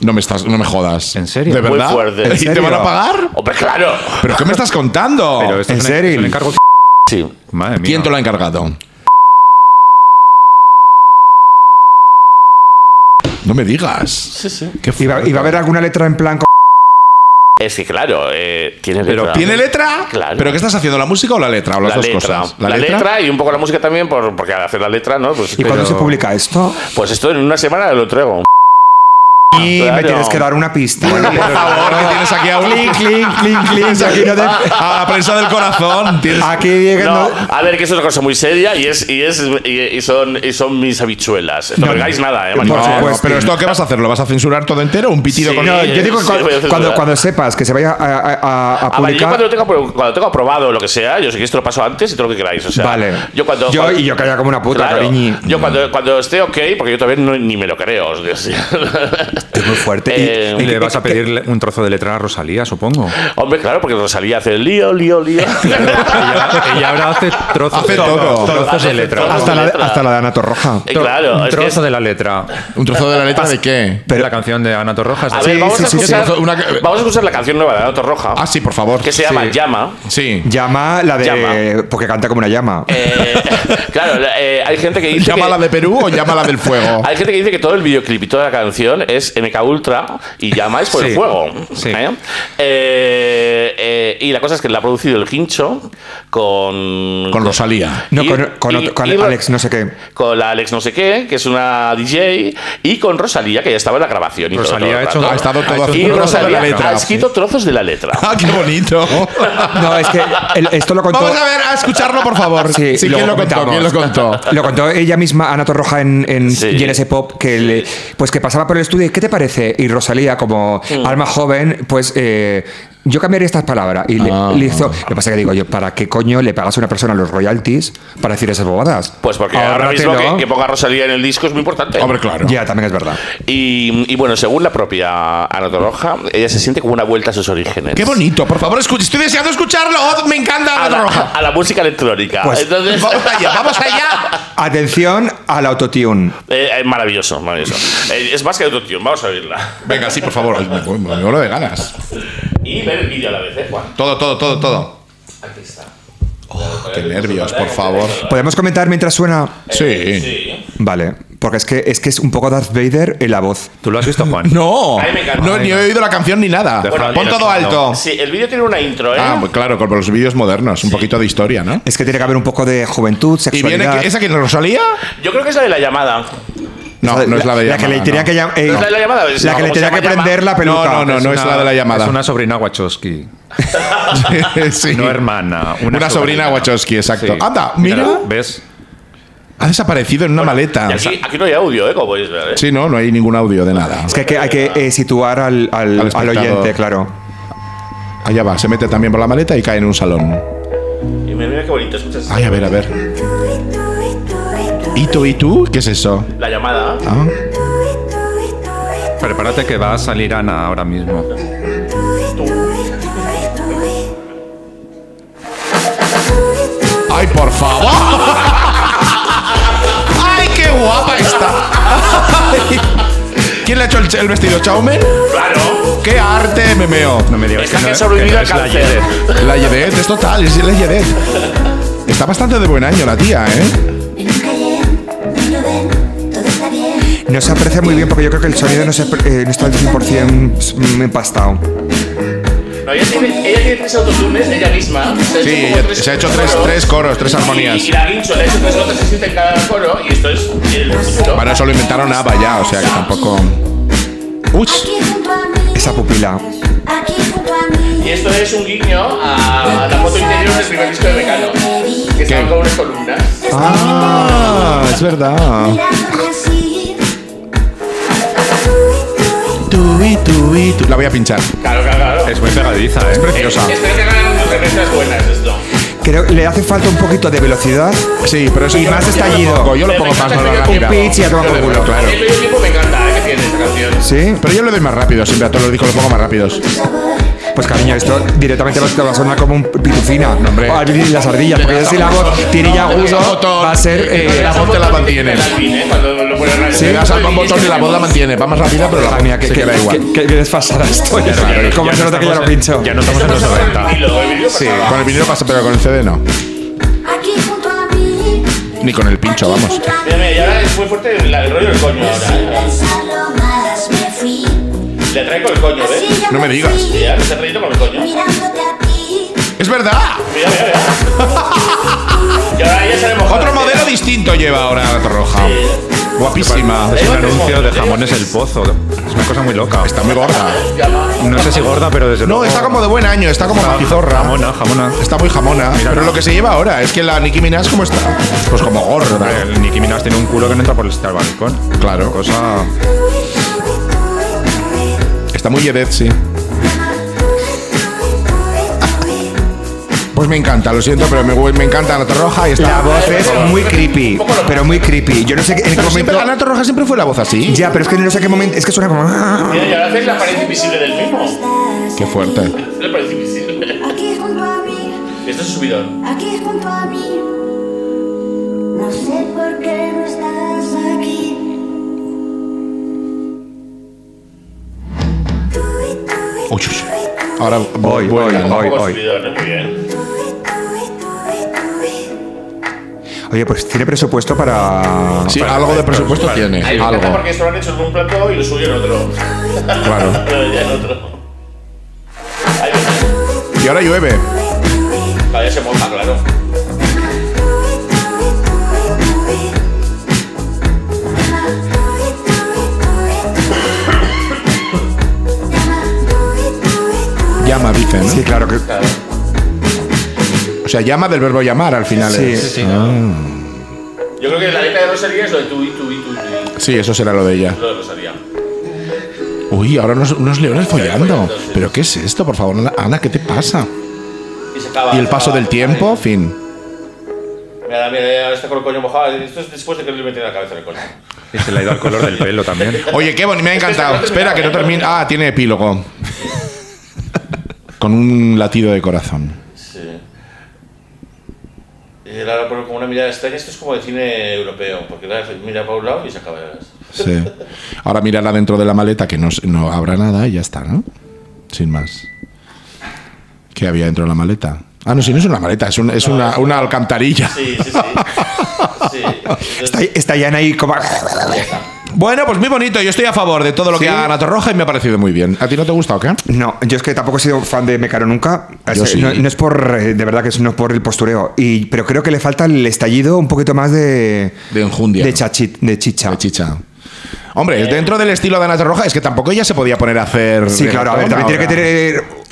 No me, estás, no me jodas.
¿En serio?
¿De
Muy
verdad?
fuerte. ¿En
¿Y te
serio?
van a pagar?
¡Hombre, Oh, claro!
¿Pero qué me estás contando?
Pero esto
¿en
es un- es
serio?
un encargo.
Sí.
Madre mía.
¿Quién te lo ha encargado? No me digas.
Sí, sí.
Qué
¿Y va, y va a haber alguna letra en plan... co-
Es que claro, eh, tiene
Pero
letra.
¿Tiene letra?
Claro.
¿Pero qué estás haciendo? ¿La música o la letra? O las
la
dos
letra.
cosas.
La, letra? y un poco la música también, por, porque al hacer la letra, ¿no? Pues,
¿Y cuándo
pero-
se publica esto?
pues esto en una semana lo traigo.
Y me
Claro. pues,
tienes que dar una pista.
Por favor, que tienes aquí a un
Clink, clink, clink, clink. Aquí, no te-
A la prensa del corazón. Tienes-
aquí llegan
No,
los-
a ver, que es una cosa muy seria y es y es y, y son y son mis habichuelas. No
No,
pegáis nada, eh,
por
No,
macho.
no,
supuesto.
pero esto qué vas a hacer? ¿Lo vas a censurar todo entero? ¿Un pitido
Sí.
con
No, yo digo que
Sí, pues,
cuando,
voy a censurar.
cuando- cuando sepas que se vaya a, a- a- a
Ah, vale, yo
publicar...
cuando lo, tengo, apro- cuando tengo aprobado lo que sea, yo sé que esto lo paso antes y todo lo que queráis. O sea,
Vale.
Yo cuando.
Yo- y yo calla como una puta,
Claro.
cariñi.
Yo cuando, cuando esté ok, porque yo todavía no- ni me lo creo. os digo así.
Es muy fuerte. Y-
Eh,
Y le vas a pedirle un trozo de letra a Rosalía, supongo.
Hombre, claro, porque Rosalía hace lío, lío, lío.
Ella, ella ahora hace trozos,
Hace todo.
trozos
Hace
de letra.
todo.
hasta, la,
letra.
hasta la de Ana Torroja.
Eh, claro,
un
es que
trozo de la letra.
¿Un trozo de la letra de qué?
Pero, la canción de Anato Rojas.
A
de-
ver, vamos,
sí,
a
sí, sí.
escuchar,
Una-
vamos a escuchar la canción nueva de Anato Roja,
Ah, sí, por favor.
que se llama
Sí.
Llama.
Sí.
Llama la de...
Llama.
Porque canta como una llama.
Eh, claro, eh, hay gente que dice.
¿Llama
que-
la de Perú o llama la del fuego?
Hay gente que dice que todo el videoclip y toda la canción es MK Ultra y llamáis por el
Sí,
fuego.
sí.
¿eh? Eh, eh, y la cosa es que la ha producido el Quincho con.
Con Rosalía.
No,
y-
con, con
y-
otro- con
y-
Alex no sé qué.
Con la Alex no sé qué, que es una DJ, y con Rosalía, que ya estaba en la grabación. Y todo,
Rosalía
todo el
ha hecho-
rato.
Ha estado todo
Ha hecho
Y
haciendo trozos de
Rosalía
la letra.
ha escrito trozos de la letra.
Ah, qué bonito.
No, es que el- esto lo contó...
Vamos a ver, a escucharlo, por favor.
Sí,
Sí, ¿quién
luego
lo contó?
comentamos.
¿Quién lo contó?
Lo contó ella misma, Ana Torroja, en, en
Sí.
GNS Pop, que le- pues que pasaba por el estudio y ¿qué te parece? Y Rosalía, como
Mm.
alma joven, pues eh, yo cambiaría estas palabras. Y le,
Ah.
le hizo. Lo que pasa es que digo yo, ¿para qué coño le pagas a una persona los royalties para decir esas bobadas?
Pues porque ahora mismo
Ahórratelo.
que, que ponga a Rosalía en el disco es muy importante.
Hombre, claro.
Ya, también es verdad.
Y, y bueno, según la propia Anato Roja, ella se siente como una vuelta a sus orígenes.
Qué bonito, por favor, escucha. Estoy deseando escucharlo. Oh, me encanta
a
Ana
la,
Roja.
a la música electrónica.
Pues-
Entonces,
Vamos allá, vamos allá.
Atención al autotune.
eh, eh, maravilloso, maravilloso. Eh, es más que otro tío, vamos a oírla.
Venga, sí, por favor. Ay, Me me- me muero de ganas.
Y ver el vídeo a la vez, ¿eh, Juan?
Todo, todo, todo, todo. Oh,
Aquí está.
Qué nervios, por favor.
¿Podemos comentar mientras suena?
Sí.
Sí.
Vale, porque es que es, que es un poco Darth Vader en la voz.
¿Tú lo has visto, Juan?
No,
Ay, me encanta.
no, ni he oído la canción ni nada.
Bueno,
Pon
mira,
todo alto.
Sí, el vídeo tiene una intro, ¿eh?
Oh. Ah, pues claro, con los vídeos modernos, un poquito de historia, ¿no?
Es que tiene que haber un poco de juventud,
¿Y viene
sexualidad.
que- esa que nos salía?
Yo creo que es la de la llamada.
Ah, No, no es la de
La que le
llamada,
tenía
no.
que llam- eh,
¿No es la de la llamada?
la
Es
que
no,
le
¿cómo
tenía
se
que
llama?
prender la
No,
peluca.
no, no, no es la de la llamada.
Es una sobrina Wachowski.
Sí.
No hermana. Una,
Una sobrina Wachowski, exacto. Anda, mira.
¿Ves?
Ha desaparecido en una maleta.
Y
O sea,
aquí, aquí no hay audio, ¿eh? Como podéis ver. ¿eh?
Sí, no, no hay ningún audio de nada.
Es que hay que, hay que, eh, situar al, al-
Al
al
espectador.
oyente, claro.
Allá va, se mete también por la maleta y cae en un salón.
Y mira, mira qué bonito, escuchas
Ay, a ver, a ver. ¿Y tú y tú? ¿Qué es eso?
la llamada.
Ah,
Prepárate que va a salir Ana ahora mismo.
¡Ay, por favor! ¡Ay, qué guapa está! ¿Quién le ha hecho el, el vestido? ¿Chaume?
Claro.
¡Qué arte, memeo! No me
Esta que ha sobrevivido al cáncer.
La Yedet es total, es la Yedet. Está bastante de buen año la tía, ¿eh?
No se aprecia muy bien porque yo creo que el sonido no, se, apre- eh, no está al 100% empastado.
No, ella, tiene, ella tiene tres autotunes, ella misma. Se ha
Sí,
hecho como
ella- se ha hecho tres, tres coros, tres armonías.
Y, y la guincho le ha hecho tres notas se siente en cada coro y esto es el futuro.
Bueno, eso lo inventaron ABBA ya, o sea que tampoco... ¡Uy!
Esa pupila.
Y esto es un guiño a la foto interior del primer disco de Mecano, que estaban con unas columnas.
¡Ah! Es verdad. Tú y tú y tú. La voy a pinchar. ¿eh?
Claro, claro, claro.
Es muy pegadiza, ¿eh?
Preciosa.
Espero que hagan remezclas buenas esto.
Creo le hace falta un poquito de velocidad.
Sí, pero eso
Y
yo
más
lo-
estallido.
Yo lo pongo, yo lo
Me
pongo más
encanta que
rápido.
haya un
pitch y a tomar por culo,
Claro.
El medio tiempo me encanta, ¿eh? Que tiene esta canción.
¿Sí?
Pero yo lo doy más rápido, siempre a todos los discos lo pongo más rápidos.
Pues cariño, esto directamente va a sonar como un pitufina.
hombre.
O al Billy y las ardillas, porque si la voz tiene ya agudo, va a ser. eh,
la voz te la mantiene.
eh,
Sí, vas al botón y la voz la mantiene. Va más rápida, pero la
Ay,
voz
mira, que,
se
que,
queda igual.
que- que- que desfasada estoy. Como se nota que ya
estamos
lo
en-
pincho.
Ya no estamos en los 90.
Sí, Eh, con el vinilo pasa, pero con el CD no.
Aquí junto a mí.
Ni con el pincho,
aquí
vamos.
junto a
Mira,
mí,
mira, y ahora es muy fuerte el, el rollo del
Sin
coño ahora. eh.
pensarlo más me fui.
Le trae con el coño,
Así
¿ves?
yo
No me digas.
fui,
Sí, ahora se ha reído con el coño.
Mirándote a ti.
¡Es verdad!
Mira, mira, mira. Y ahora ya sabemos.
Otro modelo distinto lleva ahora la Gata Roja. Guapísima.
Es un
Igual que
anuncio de
Smoke, ¿eh?
jamones el pozo. Es una cosa muy loca.
Está muy gorda.
No sé si gorda, pero desde
No,
luego.
está como de buen año, está como macizorra.
Jamona, jamona.
Está muy jamona. Pero lo que se lleva ahora es que la Nicki Minaj, ¿cómo está? Pues como gorda.
El Nicki Minaj tiene un culo que no entra por el está al balcón.
Claro.
Ah.
Cosa.
Está muy Yedet, sí. Pues me encanta, lo siento, pero me, me encanta la Gata Roja y está.
La voz es muy creepy, pero muy creepy. Yo no sé qué- en qué
Pero siempre,
momento.
la Gata Roja siempre fue la voz así.
Ya, pero es que no sé qué momento. Es que suena como.
Mira, y ahora haces la pared invisible del mismo.
Qué fuerte.
La pared invisible.
Aquí junto a mí.
Esto es subidón.
Aquí junto a mí. No sé por qué no estás aquí. Tú y tú y
Uy, uy, uy. Ahora voy,
voy, voy,
Como
voy.
subidón, ¿eh? Muy bien.
tú y tú y tú y tú y
Oye, pues tiene presupuesto para.
Sí, algo de presupuesto tiene.
Ahí me encanta
Algo.
porque esto lo han hecho en un plato y lo suyo en otro.
Claro.
Pero ya en otro. Ahí viene.
Y ahora llueve.
Claro, ya se moja, claro.
Llama, dice, ¿no?
Sí, claro que.
O sea, llama del verbo llamar al final.
Sí.
es.
Yo creo que la letra de Rosalía es lo de tú y tú y tú y tú.
Sí, eso será lo de ella.
y- Lo de Rosalía.
Uy, ahora unos, unos leones follando.
follando, sí.
¿Pero qué es esto? Por favor, Ana- Ana, ¿qué te pasa?
Y se acaba.
Y el paso
se acaba.
del tiempo, fin.
Mira, mira, mira, ahora eh, está con el coño mojado. Esto es después de que le meten la cabeza en el coño.
Y se le ha ido al color del pelo también.
Oye, qué bonito, me ha encantado.
Este
Espera, que no termina. Ah, tiene epílogo. Con un latido de corazón.
Sí. Y ahora pone como una mirada extraña. Esto es como de cine europeo. Porque ahora mira para un lado y se acaba.
Sí. Ahora mirará dentro de la maleta que no, s- no habrá nada y ya está, ¿no? Sin más. ¿Qué había dentro de la maleta? Ah, no, si no es una maleta, es, un- es una, una alcantarilla.
Sí, sí, sí. sí. Entonces,
Está, está Yana ahí como.
Bueno, pues muy bonito. Yo estoy a favor de todo lo que
¿Sí?
haga Nato Roja y me ha parecido muy bien. ¿A ti no te gusta o qué?
No, yo es que tampoco he sido fan de Mecaro nunca.
Yo
Es-
sí.
no, no es por. eh, De verdad que es- no es por el postureo. Y, pero creo que le falta el estallido un poquito más de.
De enjundia.
De, chachi- de chicha.
La chicha. Hombre,
Eh.
dentro del estilo de Nato Roja es que tampoco ella se podía poner a hacer.
Sí, claro, a ver,
reggaetón
también tiene que
ahora.
tener.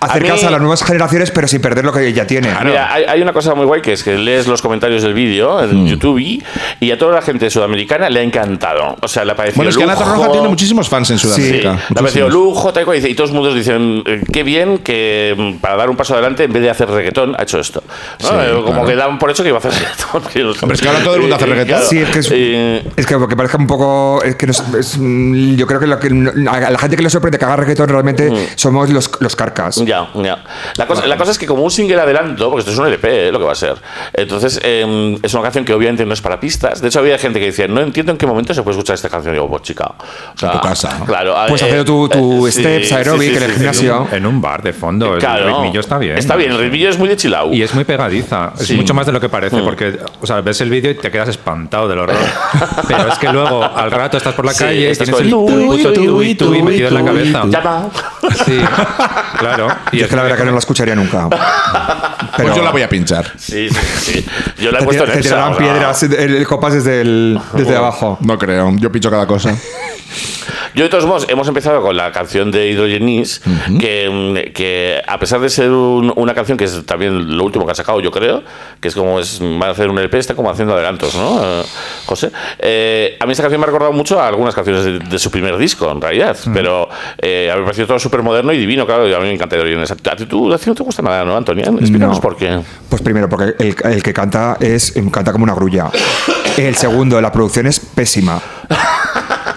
Acercarse a,
mí-
las nuevas generaciones, pero sin perder lo que ella tiene.
Ah,
Mira, hay, hay una cosa muy guay que es que lees los comentarios del vídeo en
Mm.
YouTube y, y a toda la gente sudamericana le ha encantado. O sea, le ha parecido
Bueno, es que Nato
lujo.
Roja tiene muchísimos fans en
Sí, le
Sudáfrica.
ha parecido lujo, tal cual, dice, y todos los mundos dicen, eh, qué bien que mm, para dar un paso adelante, en vez de hacer reggaetón, ha hecho esto. ¿No?
Sí,
Eh, Como
claro.
que daban por hecho que iba a hacer reggaetón.
Hombre, es que ahora todo el mundo hace
Eh,
reggaetón.
claro.
Sí, es que es,
Eh,
es que aunque parezca un poco. Es que nos- es, mm, yo creo que, lo que no- a la gente que le sorprende que haga reggaetón realmente somos los, los carcas.
Ya, ya. La cosa, la cosa es que como un single adelanto, porque esto es un LP, eh, lo que va a ser. Entonces, eh, es una canción que obviamente no es para pistas. De hecho, había gente que decía, no entiendo en qué momento se puede escuchar esta canción. Digo, pues chica. O sea,
En tu casa, ¿no?
Claro. a
Puedes
ver, eh,
hacer tu- tu
sí,
steps
sí,
aeróbic
sí,
en el
sí,
gimnasio.
sí.
En un bar de fondo.
Claro.
El ritmillo está bien.
Está bien, el ritmillo es muy de chilau.
Y es muy pegadiza, es
Sí. Mm.
mucho más de lo que parece, porque o sea, ves el vídeo y te quedas espantado del horror. Pero es que luego, al rato, estás por la
Sí,
calle y
estás
tienes el
con el
tubi,
tui,
tubi, tubi,
tui, tui,
metido en la
tui,
cabeza.
Llama.
Sí, claro.
Y es que la verdad que no la escucharía nunca.
Pues yo la voy a pinchar.
Sí, sí, sí. Yo la he
Te,
puesto
tira-
en
te
Exa,
tirarán
o sea,
piedras, el, el copas desde, el, desde abajo.
No creo, yo pincho cada cosa.
Yo, de todos modos, hemos empezado con la canción de Hidrogenis, que, mm, que a pesar de ser un- una canción que es también lo último que ha sacado, yo creo, que es como es, va a hacer un LP, está como haciendo adelantos, ¿no, eh, José? Eh, a mí esta canción me ha recordado mucho a algunas canciones de, de su primer disco, en realidad, pero eh, a mí me pareció todo súper moderno y divino, claro, y a mí me encanta Hidrogenis. A ti tú, a ti no te gusta nada, ¿no, Antonia? Explícanos
No.
por qué.
Pues primero, porque el, el que canta es canta como una grulla. El segundo, la producción es pésima.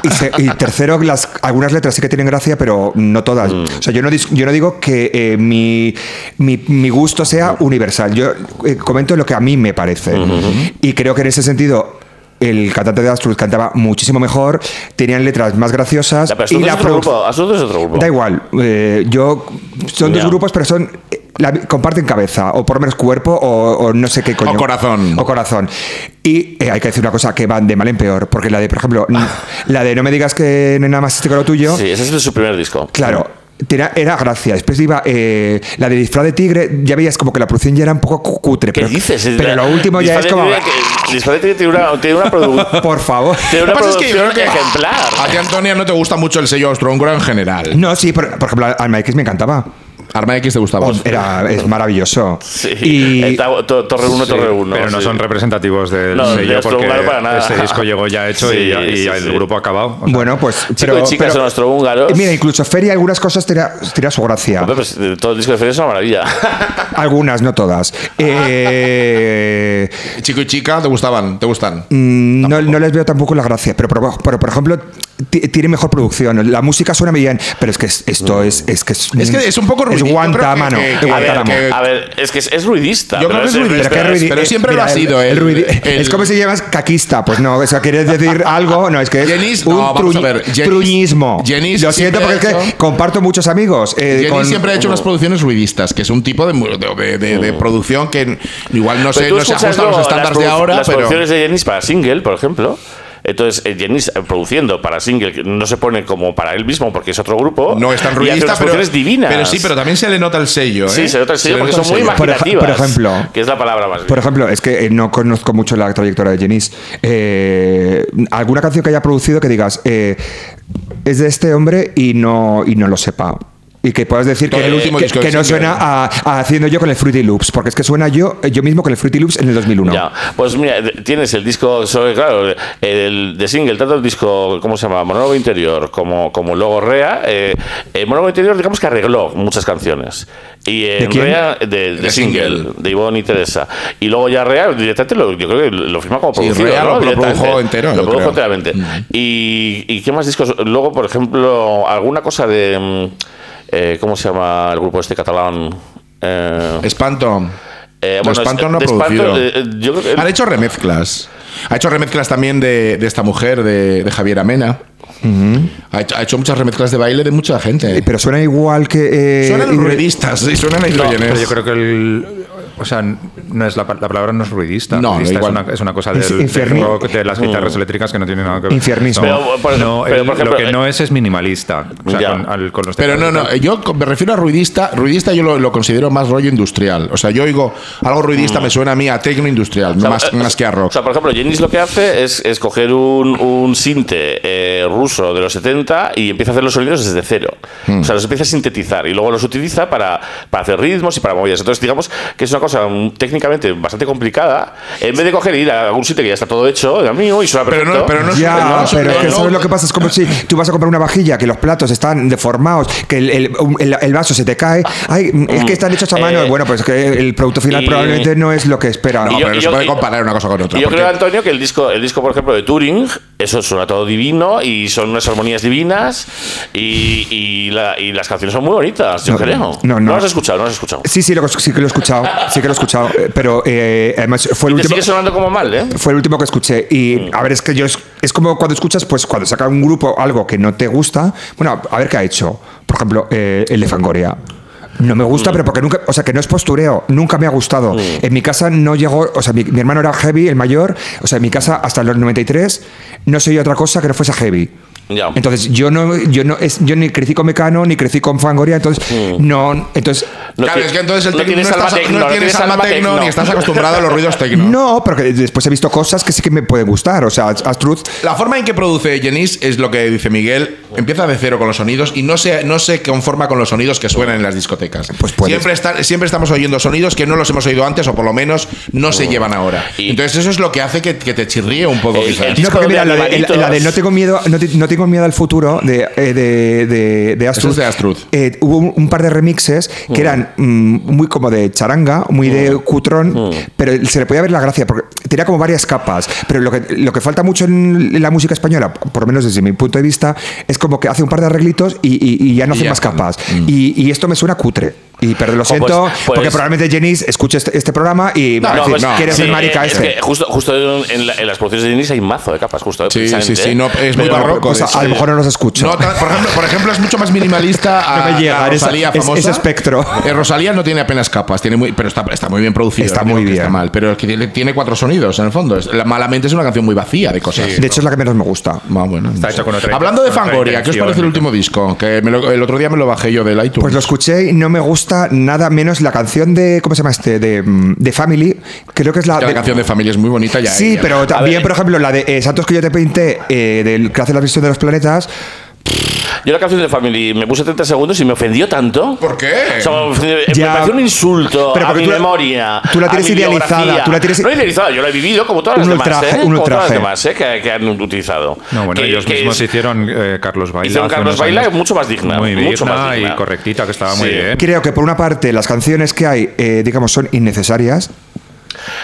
Y, se- y tercero, las, algunas letras sí que tienen gracia, pero no todas.
Mm.
O sea, yo no, dis- yo no digo que eh, mi, mi- mi gusto sea universal. Yo eh, comento lo que a mí me parece. Y creo que en ese sentido. El cantante de Astruz cantaba muchísimo mejor, tenían letras más graciosas.
Ya, pero
y
Asuntos es otro
produ-
grupo. Asuntos es otro grupo.
Da igual. eh, yo son dos
Ya.
grupos, pero son eh, la- comparten cabeza o por lo menos cuerpo o, o no sé qué coño.
O corazón.
O corazón. Y eh, hay que decir una cosa que van de mal en peor, porque la de, por ejemplo, n- la de no me digas que nada más este con lo tuyo.
Sí, ese es su primer disco.
Claro. Era, era gracia. Después iba eh, la de disfraz de tigre. Ya veías como que la producción ya era un poco cu- cutre.
¿Qué
pero,
dices? Es
Pero
la-
lo último ya es
Disparate
como.
tiene que- Disparate tiene una, tiene una, produ-
Por favor.
tiene una
Lo que pasa es que yo
producción
creo que-
ejemplar.
A ti, Antonia, no te gusta mucho el sello Austro-Húngaro en general.
No, sí, por, por ejemplo, al Mike me encantaba.
Arma X te gustaba.
Era, eh. es maravilloso.
Sí.
Y-
Eh, ta- to- torre 1, Torre 1.
pero no son representativos del
No, de
sello
nuestro
porque
lugar para nada.
ese disco llegó ya hecho
Sí,
y, y
sí,
el
sí.
grupo ha acabado. O sea,
Bueno, pues.
Chicos y chicas son austrohúngaros.
Eh, Mira, incluso Feria, algunas cosas tenía su gracia.
Hombre, pues, eh, todo el disco de Feria es una maravilla.
Algunas, no todas. Eh,
Chico y chica, ¿te gustaban? ¿Te gustan?
mm, no, no les veo tampoco la gracia, pero, por- pero, por ejemplo, ti- tiene mejor producción. La música suena bien, pero es que es-
Mm.
esto es. Es que es,
Es que es un poco
Es
ruidito, creo que-
Guantánamo.
que- que-
es
A ver,
Guantánamo.
Eh,
a ver, es que es, es ruidista.
Yo creo que es ruidista,
Pero qué
es-
ruidi-
pero siempre lo ha sido, el-
ruidi-
el-
Es como si llamas caquista. Pues no, o sea, quieres decir algo. No, es que es
Jenis-
un
no, vamos a
truñ-
ver, Jenis-
truñismo.
Jenis
lo siento porque
siempre
es
ha
que
hecho-
comparto muchos amigos. eh,
Jenny
con-
siempre ha hecho
Mm.
unas producciones ruidistas, que es un tipo de, mu- de- de- de- de producción que igual no,
Pero
se,
tú
no se
escuchas
ajusta a los
luego
estándares de
produ-
ahora,
Las
pero.
producciones de Janis para single, por ejemplo. Entonces, eh, Janis eh, produciendo para single que no se pone como para él mismo porque es otro grupo.
No es tan
Oh. y hace
ruidista,
unas
pero.
producciones divinas.
Pero sí, pero también se le nota el sello.
Sí,
¿eh?
se nota el sello
le
porque
nota
son muy
el sello.
Por ej-
imaginativas.
por ejemplo.
Que es la palabra más.
Por ejemplo, es que eh, no conozco mucho la trayectoria de Jenis. Eh, ¿Alguna canción que haya producido que digas eh, es de este hombre y no, y no lo sepa? Y que puedas decir
Todo
que,
el último
que-
disco de
que no
Singer.
suena a, a haciendo yo con el Fruity Loops, porque es que suena yo, yo mismo con el Fruity Loops en el 2001.
Ya. Pues mira, de- tienes el disco, sobre- claro, el de single, tanto el disco, ¿cómo se llama? Monólogo Interior, como, como luego Rea. Eh, eh, Monólogo Interior, digamos que arregló muchas canciones. Y en
quién?
Rea, de, de
De
single,
Single.
de Ivonne y Teresa. Y luego ya Rea, directamente, lo, yo creo que lo firma como
Sí,
producido.
Rea
¿no?
lo- lo
Directamente.
produjo entero,
Lo
yo
produjo
creo.
enteramente. Y, ¿Y qué más discos? Luego, por ejemplo, alguna cosa de. mm, eh, ¿Cómo se llama el grupo este catalán? Eh,
Espanto.
eh,
Los
bueno,
Espanto
es-
no ha
de Espanto,
producido. Ah,
eh, eh, yo creo que-
Han hecho remezclas. Ha hecho remezclas también de, de esta mujer, de, de Javier Amena. ha, hecho, ha hecho muchas remezclas de baile de mucha gente.
Eh, Pero suena igual que. eh,
suenan
Indre-
ruidistas, sí, suenan a
No, pero
hidrogenes.
yo creo que el. O sea, no es la, pa- la palabra no es ruidista.
No,
ruidista
igual.
Es, una, es una cosa
Es
del, del
infierni-
rock, de las guitarras eléctricas que no tiene nada que ver.
Infiernismo.
No,
Pero, por ejemplo-
no,
pero,
el-
por ejemplo, eh,
lo que no es es minimalista. O sea,
Ya.
con, al- con los
Pero no,
teclados y
no,
tal.
yo con- me refiero a ruidista. Ruidista yo lo, lo considero más rollo industrial. O sea, yo oigo algo ruidista, me suena a mí a tecno industrial,
Mm. O sea,
más,
eh,
más que a
O
rock.
sea, por ejemplo, Jenis lo que hace es, es coger un, un sinte eh, ruso de los 70 y empieza a hacer los sonidos desde cero.
Hmm.
O sea, los empieza a sintetizar y luego los utiliza para, para hacer ritmos y para movidas. Entonces, digamos que es una cosa mm, técnicamente bastante complicada. En vez de coger y ir a algún sitio que ya está todo hecho, amigo, y suena
Pero
perfecto.
no, pero no es-
Ya,
no,
pero es que
no,
¿sabes
no.
lo que pasa? Es como si tú vas a comprar una vajilla, que los platos están deformados, que el, el- um, el- el vaso se te cae. Ay, mm, es que están hechos a mano.
Eh,
bueno, pues es que el producto final
y-
probablemente no es lo que espera.
No,
Y yo-
pero no
y
se
yo-
puede
y-
comparar una cosa con otra.
Y yo
porque-
creo, Antonio, que el disco, el disco, por ejemplo, de Turing, eso suena todo divino y son unas armonías divinas y, y, la- y las canciones son muy bonitas, yo
No,
creo.
no, no.
No las has escuchado, no las has escuchado.
Sí, sí, lo, sí que lo he escuchado. Sí que lo he escuchado. eh, Pero eh, además fue el
Que
último.
sigue sonando como mal, ¿eh?
Fue el último que escuché. Y a ver, es que yo es, es como cuando escuchas, pues cuando saca un grupo algo que no te gusta. Bueno, a ver qué ha hecho. Por ejemplo, eh, el de Fangoria. No me gusta, pero porque nunca, o sea, que no es postureo, nunca me ha gustado. En mi casa no llegó, o sea, mi, mi hermano era heavy, el mayor, o sea, en mi casa hasta los 93 no se oía otra cosa que no fuese heavy.
Ya.
Entonces, yo no, yo no, es, yo ni crecí con Mecano, ni crecí con Fangoria, entonces, no, entonces,
No
claro,
ti-
es que entonces el
no
tecno no,
tienes
estás,
alma tecno,
no tienes alma tecno, ni estás acostumbrado a los ruidos tecno.
no, pero que después he visto cosas que sí que me pueden gustar, o sea, Astruz
La forma en que produce Jenis es lo que dice Miguel. Empieza de cero con los sonidos y no se, no se conforma con los sonidos que suenan en las discotecas.
Pues puedes.
siempre, está- siempre estamos oyendo sonidos que no los hemos oído antes o por lo menos no se llevan ahora.
Y-
Entonces eso es lo que hace que, que te chirríe un poco.
El-
quizás.
el
No,
disco
porque
de
mira, la de,
animalitos.
la de no tengo miedo, no, te- no tengo Vivo Miedo al Futuro de, eh, de, de, de Astruz.
Eso es de Astruz.
Eh, hubo un, un par de remixes que eran mm, muy como de charanga, muy de cutrón, pero se le podía ver la gracia porque tenía como varias capas. Pero lo que, lo que falta mucho en la música española, por lo menos desde mi punto de vista, es como que hace un par de arreglitos y, y- y ya no hace
ya.
más capas. Y, y esto me suena cutre. Y perdón, lo
Jo,
siento,
pues- pues-
porque probablemente Jenis escuche este, este programa y va a decir,
pues,
¿quieres
sí,
el marica
eh, es
este?
que justo, justo en, la- en las producciones de Denis hay mazo de capas, justo. eh,
Sí,
precisamente,
sí, sí,
eh.
no, es muy
Pero-
barroco.
Pues
de
a,
hecho.
a lo mejor no los escucho.
No, tan- por, ejemplo, por ejemplo, es mucho más minimalista a
No me llega,
la
esa-
Rosalía
es-
famosa.
ese espectro.
Eh, Rosalía no tiene apenas capas, tiene muy, pero está, está muy bien producido.
Está
no digo
muy
que
bien.
Está mal, pero es que tiene, tiene cuatro sonidos en el fondo. Es- la- malamente es una canción muy vacía de cosas.
de hecho, es la que menos me gusta.
Ah, bueno, no
Está
sé.
hecho con otra-
Hablando de
con otra
Fangoria, ¿qué os
intención.
parece el último disco? Que me lo- el otro día me lo bajé yo del iTunes.
Pues lo escuché y no me gusta nada menos la canción de. ¿Cómo se llama este? De, mm, de Family. Creo que es la.
Que la canción de familia es muy bonita ya.
sí,
ya-
pero también, por ejemplo, la de eh, Santos que yo te pinté, eh, del que hace la visión de los planetas.
Yo la canción de Family me puse 30 segundos y me ofendió tanto.
¿Por qué?
O sea, me ofendió- eh, me
Ya.
pareció un insulto
Pero
a
porque
mi
tú la-
memoria.
tú la
a
tienes
mi
idealizada,
biografía.
tú la tienes-
No idealizada, yo la he vivido como todas las
Un
demás,
ultraje,
¿eh?
un
Como todas las
ultraje.
demás, ¿eh? Que, que han utilizado.
No, bueno,
Que-
ellos
que
mismos
es-
hicieron eh, Carlos Baila.
Hicieron
hace
Carlos
unos
Baila
años.
mucho más digna,
Muy
mucho
digna
más digna.
y correctita, que estaba muy
Sí.
bien.
Creo que por una parte las canciones que hay, eh, digamos, son innecesarias.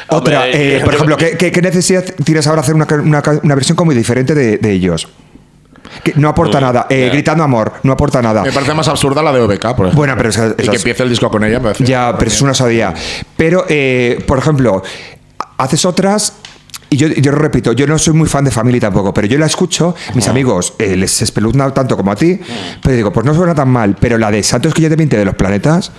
Otra,
Hombre,
eh,
yo-
por ejemplo, ¿qué, qué, qué necesidad tienes ahora de hacer una, ca- una ca- una versión como diferente de, de ellos? Que no aporta nada. Eh,
ya.
Gritando amor, no aporta nada.
Me parece más absurda la de OBK, por ejemplo.
Bueno, pero esa-
Y
esas-
que empiece el disco con ella. me parece-
Ya, pero es una osadía. Pero, eh, por ejemplo, haces otras. Y yo, yo lo repito, yo no soy muy fan de Family tampoco, pero yo la escucho, mis
Ah.
amigos eh, les espeluzna tanto como a ti, pero digo, pues no suena tan mal, pero la de Santos que yo te pinte de los planetas,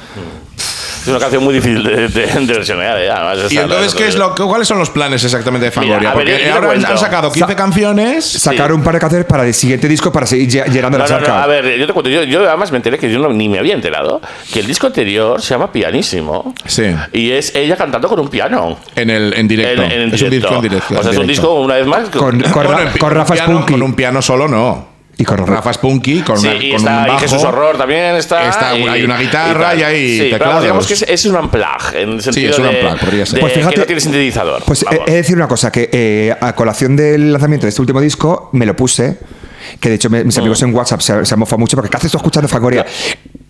Es una canción muy difícil de, de, de versionar, ¿eh? Además,
¿Y
esa-
entonces ¿qué es lo, que- cuáles son los planes exactamente de Fangoria?
Mira, a ver,
Porque
yo- yo te
ahora han-
cuento.
han sacado 15 canciones.
sacar un par de canciones para el siguiente disco para seguir lle- llenando
No,
la
no, no,
charca.
a ver, yo te cuento, yo, yo además me enteré que yo no- ni me había enterado que el disco anterior se llama Pianísimo
Sí.
y es ella cantando con un piano.
En, el, en directo.
En- en
es un disco en directo.
O sea,
en
es un
directo.
disco, una vez más,
con, con
Bueno,
Ra-
en pi-
con Rafa
un piano-
Spunky.
Con un piano solo no.
Y con Rafa.
Rafa Spunky, con,
Sí,
una-
y
con
está
un
y
bajo.
Jesús Horror también está.
Está-
y-
hay una guitarra
tal.
y hay
Sí, pero
teclados.
digamos que es, es un unplug. En el sentido
es un
de-
unplug, podría ser.
de
Pues fíjate-
que no tiene sintetizador.
Pues he,
vamos.
he de decir una cosa, que eh, a colación del lanzamiento de este último disco, me lo puse, que de hecho me- mis
Mm.
amigos en WhatsApp se, se han mofado mucho porque ¿qué haces tú escuchando Fangoria?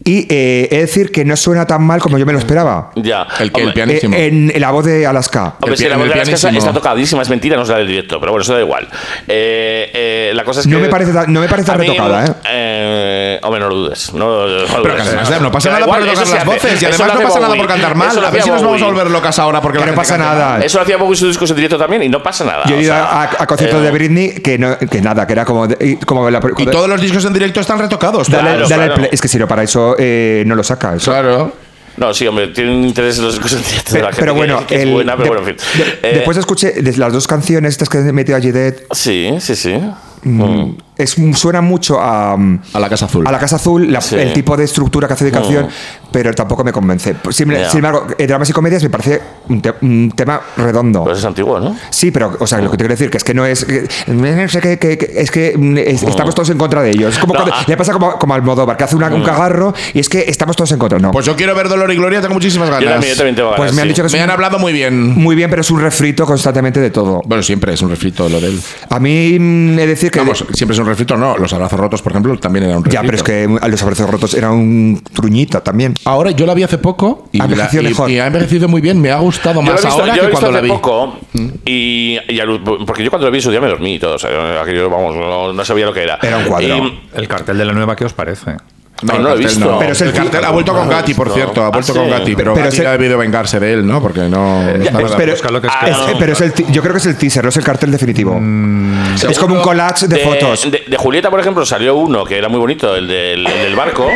Y eh, he de decir que no suena tan mal como yo me lo esperaba.
ya.
El que el
Hombre,
piano-
Eh,
Buenísimo.
en, en la voz de Alaska.
Hombre,
el
sí, la
piano-
voz de
el
Alaska está,
pianísimo.
está tocadísima, es mentira, no es la del directo, pero bueno, eso da igual. Eh, eh, la cosa es que.
No me parece tan- no me parece
a mí,
retocada, ¿eh?
eh, Hombre, no lo dudes. No, no lo
Pero que
dudes.
además, no pasa
Da
nada por
igual,
tocar
eso
las
se hace,
voces.
eso
Y
lo
además no
hace
pasa nada
Bowie,
por cantar mal.
eso lo
A ver
hacía
si nos vamos a
Bowie.
volver locas ahora porque
Que
la
no
gente
pasa
canta
nada.
mal.
Eso lo hacía Bowie sus discos en directo también y no pasa nada.
Yo he
o
ido
sea,
a, a conciertos
eh,
de Britney que no, que nada, que era como, de- y- como la,
Y todos los discos en directo están retocados.
dale-
Claro,
dale
claro.
play. Es que si no para eso eh, no lo saca. Eso.
Claro.
No, sí, hombre, tienen interés en los discos en directo de
Pero,
la gente.
pero
que-
bueno,
que es
el-
buena, pero
de-
bueno, en fin.
de-
Eh,
después escuché de las dos canciones estas que he metido allí de
Sí, sí, sí.
Mm.
Mm.
es, suena mucho a, mm,
A la Casa Azul.
a la Casa Azul, la-
Sí.
el tipo de estructura que hace de canción, pero tampoco me convence. Sin,
Ya.
sin embargo, eh, dramas y comedias me parece un, te- un tema redondo.
Pues es antiguo, ¿no?
Sí, pero, o sea, lo que te quiero decir que es que no es. que- no sé qué- qué- qué- es que mm, es- estamos todos en contra de ellos. Es como
No,
cuando-
ah.
le pasa como, como al Modóvar, que hace una- un cagarro y es que estamos todos en contra. No.
Pues yo quiero ver Dolor y Gloria, tengo muchísimas
Yo
ganas.
también, yo también tengo
Pues
ganas,
me han
sí.
dicho que es
Me han
un-
hablado muy bien.
muy bien, pero es un refrito constantemente de todo.
Bueno, siempre es un refrito lo de él.
A mí mm, he de decir que.
Vamos, siempre es un refrito, no. Los abrazos rotos, por ejemplo, también era un
ya,
refrito.
pero es que mm, a los abrazos rotos era un truñita también.
Ahora yo la vi hace poco y,
Ha envejecido
la- y-
mejor.
y ha envejecido muy bien. Me ha gustado
Yo lo he
más
visto, yo
ahora
lo
que
he visto
cuando la
hace
vi.
poco y, y alu- porque yo cuando lo vi en su día me dormí y todo, o sea, aquello, vamos, no, no sabía lo que era.
Era un cuadro.
Y-
El cartel de la nueva, ¿qué os parece?
No, no lo he
el cartel
visto.
Pero es el
el cartel ha vuelto con
No,
Gatti, por
no.
cierto. Ha
Ah,
vuelto
sí.
con Gatti, pero,
Pero
Gatti
es el-
ha debido vengarse de él, ¿no? Porque no. no está nada.
pero,
busca lo que
Ah,
es-
escriba.
eh, pero es el ti- yo creo que es el teaser, no es el cartel definitivo. es
Mm. Seguro-
como un collage de, fotos.
De, de Julieta, por ejemplo, salió uno que era muy bonito, el del, el del barco.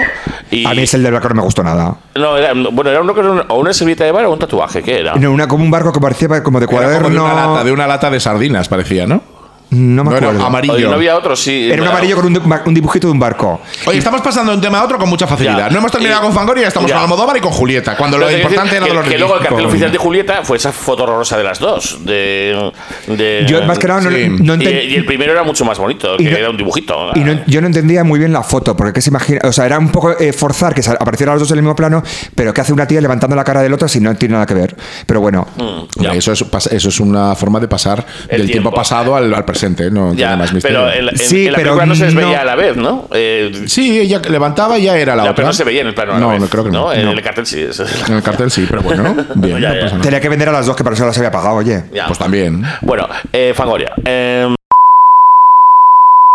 Y,
a mí es el del barco no me gustó nada.
no, era, bueno, era uno que era un- o una servilleta de bar o un tatuaje, ¿qué era?
No, una, como un barco que parecía como de
Ah. Era
cuaderno.
como de una lata, de una lata de sardinas, parecía, ¿no?
No me
No, era
acuerdo.
amarillo.
Oye, no había otro, sí.
Era un amarillo con un, di- un dibujito de un barco.
Oye, estamos pasando de un tema a otro con mucha facilidad.
Ya.
No hemos terminado
Y-
con Fangoria, estamos
Ya.
con Almodóvar y con Julieta. Cuando
Pero
lo
te quiero
importante
decir
era
que,
lo
que luego el cartel oficial de Julieta fue esa foto horrorosa de las dos. De, de-
Yo, más que nada, no,
Eh, sí.
y,
no enten-
y el primero era mucho más bonito,
y
que
no-
era un
ah.
dibujito.
y no- yo no entendía muy bien la foto, porque qué se imagina. O sea, era un poco eh, forzar que sal- aparecieran los dos en el mismo plano, pero que hace una tía levantando la cara del otro si no tiene
Mm.
nada que ver. Pero bueno,
Ah, mm, Ya.
Eso es, pas- eso es una forma de pasar
El
del tiempo,
tiempo.
pasado al, al adolescente, no
Ya,
tiene más misterio.
pero en, la- en-
Sí,
en la
pero
película no se les
no-
veía a la vez, ¿no? Eh,
Sí, ella levantaba y ya era la
ya,
otra.
pero no se veía en el plano a la
No,
vez,
no creo que no.
En
No.
el cartel sí.
Pues
eso.
En el cartel sí, pero bueno, bien,
Ya,
no
ya.
pasa nada.
Tenía que vender a las dos, que para eso las había pagado, oye.
Ya.
Pues también.
Bueno, eh, Fangoria. em,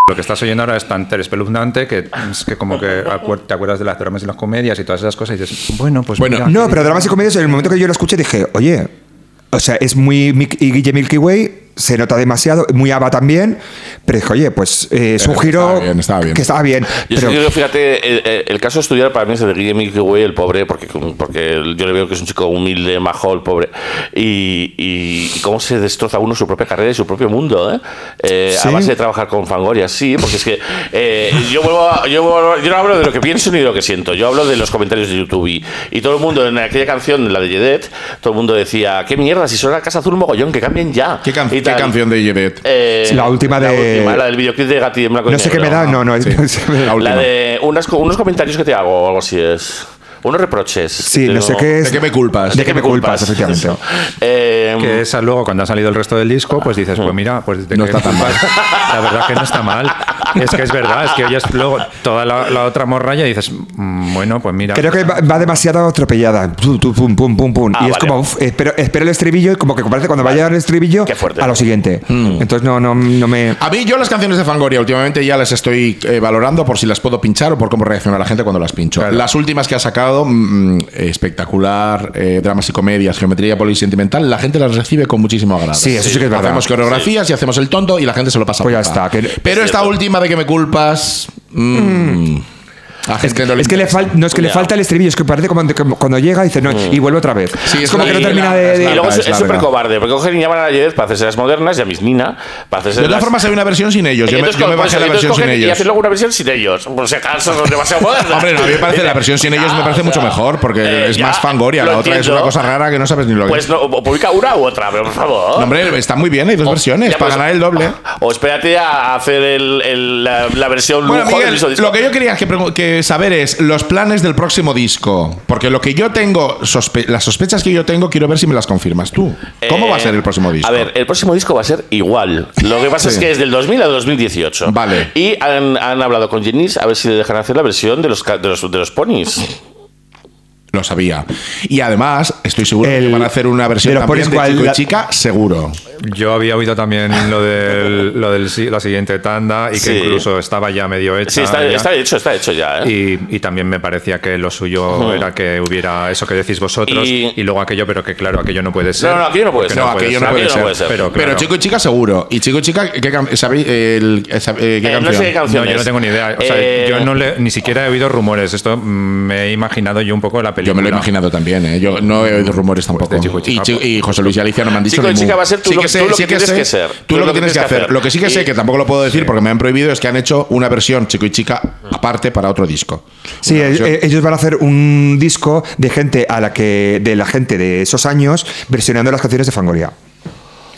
Lo que estás oyendo ahora es tan espeluznante que es que como que acuer- te acuerdas de las dramas y las comedias y todas esas cosas y dices, bueno, pues
Bueno,
mira,
No, pero dramas y comedias, en el momento que yo lo escuché dije, oye, o sea, es muy Mick y Guille Milky Way, se nota demasiado, muy ABBA también, pero dije, oye, pues eh, es un
Pero
giro
estaba bien, estaba bien.
que estaba bien.
Yo
pero
sí creo, fíjate, el, el- el caso estudiar para mí es el de Guillermo Güey, el pobre, porque, porque yo le veo que es un chico humilde, majo, el pobre. Y, y- y cómo se destroza uno su propia carrera y su propio mundo, ¿eh? Eh,
Sí.
A base de trabajar con Fangoria, sí, porque es que eh, yo, vuelvo a- yo, vuelvo a- yo no hablo de lo que pienso ni de lo que siento, yo hablo de los comentarios de YouTube. Y, y todo el mundo en aquella canción, la de Yedet, todo el mundo decía, qué mierda, si suena Casa Azul Mogollón, que cambien ya.
¿Qué, can-
Y
qué
tal.
canción de Yedet?
Eh,
La última
La
de-
última, la del videoclip de Gatti en blanco y
no sé qué me
negro.
da, no, no, es-
Sí.
no sé qué me da.
La última.
La de unas, co- unos comentarios que te hago o algo así es. Unos reproches.
Sí,
Te
no sé
digo,
qué es.
¿De qué me culpas?
¿De qué me culpas, efectivamente?
Eso. Eh,
que esa luego cuando ha salido el resto del disco, pues dices, pues mira, pues de
No
que-
está tan mal.
La verdad que no está mal. Es que es verdad, es que oyes luego toda la, la otra morralla y dices, mm, bueno, pues mira.
Creo que va, va demasiado atropellada. Pum, tu, pum, pum, pum, pum.
Ah,
y es
vale.
como, uf, espero, espero el estribillo y como que parece cuando vaya el estribillo
Qué fuerte.
a lo siguiente. Entonces no, no, no me...
A mí, yo las canciones de Fangoria últimamente ya las estoy eh, valorando por si las puedo pinchar o por cómo reacciona la gente cuando las pincho.
Claro.
Las últimas que ha sacado, mm, espectacular, eh, dramas y comedias, geometría polisentimental, la gente las recibe con muchísimo agrado.
Sí, eso sí, que es verdad.
Hacemos coreografías y hacemos el tonto y la gente se lo pasa.
Pues ya
pipa.
está, que-
Pero esta
cierto.
última de que me culpas. mm, a gente no
Es que le
interesa.
fal- no es que le
Ya. Mm.
falta el estribillo, es que parece como como cuando llega y dice no, y vuelve otra vez.
Sí,
es
es
como
la-
que no
y
termina
la-
de.
es la-
y luego
verdad,
es
es la
súper
verdad.
cobarde, porque cogen y llaman a la Yedet para hacerse las modernas y a mis Nina para hacerse
De todas
las...
formas, hay una versión sin ellos. Yo me,
Entonces,
yo me
por
bajé
eso,
la
entonces
versión sin
cogen Y
ellos.
hacen luego una versión sin ellos. Por si acaso son demasiado modernas.
Hombre, no, a mí me parece la versión sin ellos me parece mucho mejor porque
Eh,
es
ya,
más fangoria.
lo
La otra es
entiendo.
una cosa rara que no sabes ni lo que es.
Pues no, o publica una u otra, pero por favor.
No, hombre, está muy bien, hay dos versiones,
Oh. Ya,
para
pues,
ganar el doble.
O espérate a hacer el, el- la, la versión
Bueno,
lujo del
Miguel,
mismo disco.
lo que yo quería que, pregu- que saber es los planes del próximo disco. Porque lo que yo tengo, sospe- las sospechas que yo tengo, quiero ver si me las confirmas tú. ¿Cómo
Eh,
va a ser el próximo disco?
A ver, el próximo disco va a ser igual. Lo que pasa
Sí.
es que es del 2000 al 2018.
Vale.
Y han, han hablado con Jenis a ver si le dejan hacer la versión de los, ca- de los, de los ponis.
Lo sabía. Y además, estoy seguro
El-
que van a hacer una versión
de los
también
ponis
de
cual-
chico y
la-
chica, seguro.
Yo había oído también lo de lo del, si- la siguiente tanda y que
Sí.
incluso estaba ya medio hecha.
Ah,
Sí, está,
ya.
está hecho, está hecho ya. ¿eh?
Y, y también me parecía que lo suyo era que hubiera eso que decís vosotros
Y-
y, luego aquello, pero que claro, aquello no puede ser.
no, no, aquello no puede
Porque
ser.
no, aquello no
Aquello
puede ser.
Pero,
Pero
claro.
chico y chica, seguro. Y chico y chica, ¿qué, cam- sabéis, eh, el- eh, sab- eh, ¿qué
Eh,
canción?
No sé qué canción
No, yo no
es.
tengo ni idea. O sea,
Eh,
yo no le- ni siquiera he oído rumores. Esto mm, me he imaginado yo un poco la película.
Yo me lo he imaginado también, ¿eh? Yo no he oído rumores tampoco.
de chico y
y,
chica,
chi-
pues.
y José Luis y Alicia no me han dicho
Chico y
ni mu.
chica va a ser tú lo- tú lo que tienes
sé-
que ser.
Tú, lo que tienes que hacer. Lo que sí que sé,
Y-
que tampoco lo puedo decir porque me han prohibido, es que han hecho una versión chico y chica aparte para otro disco.
Sí,
Una
eh,
versión-
eh, ellos van a hacer un disco de gente a la que de la gente de esos años versionando las canciones de Fangoria.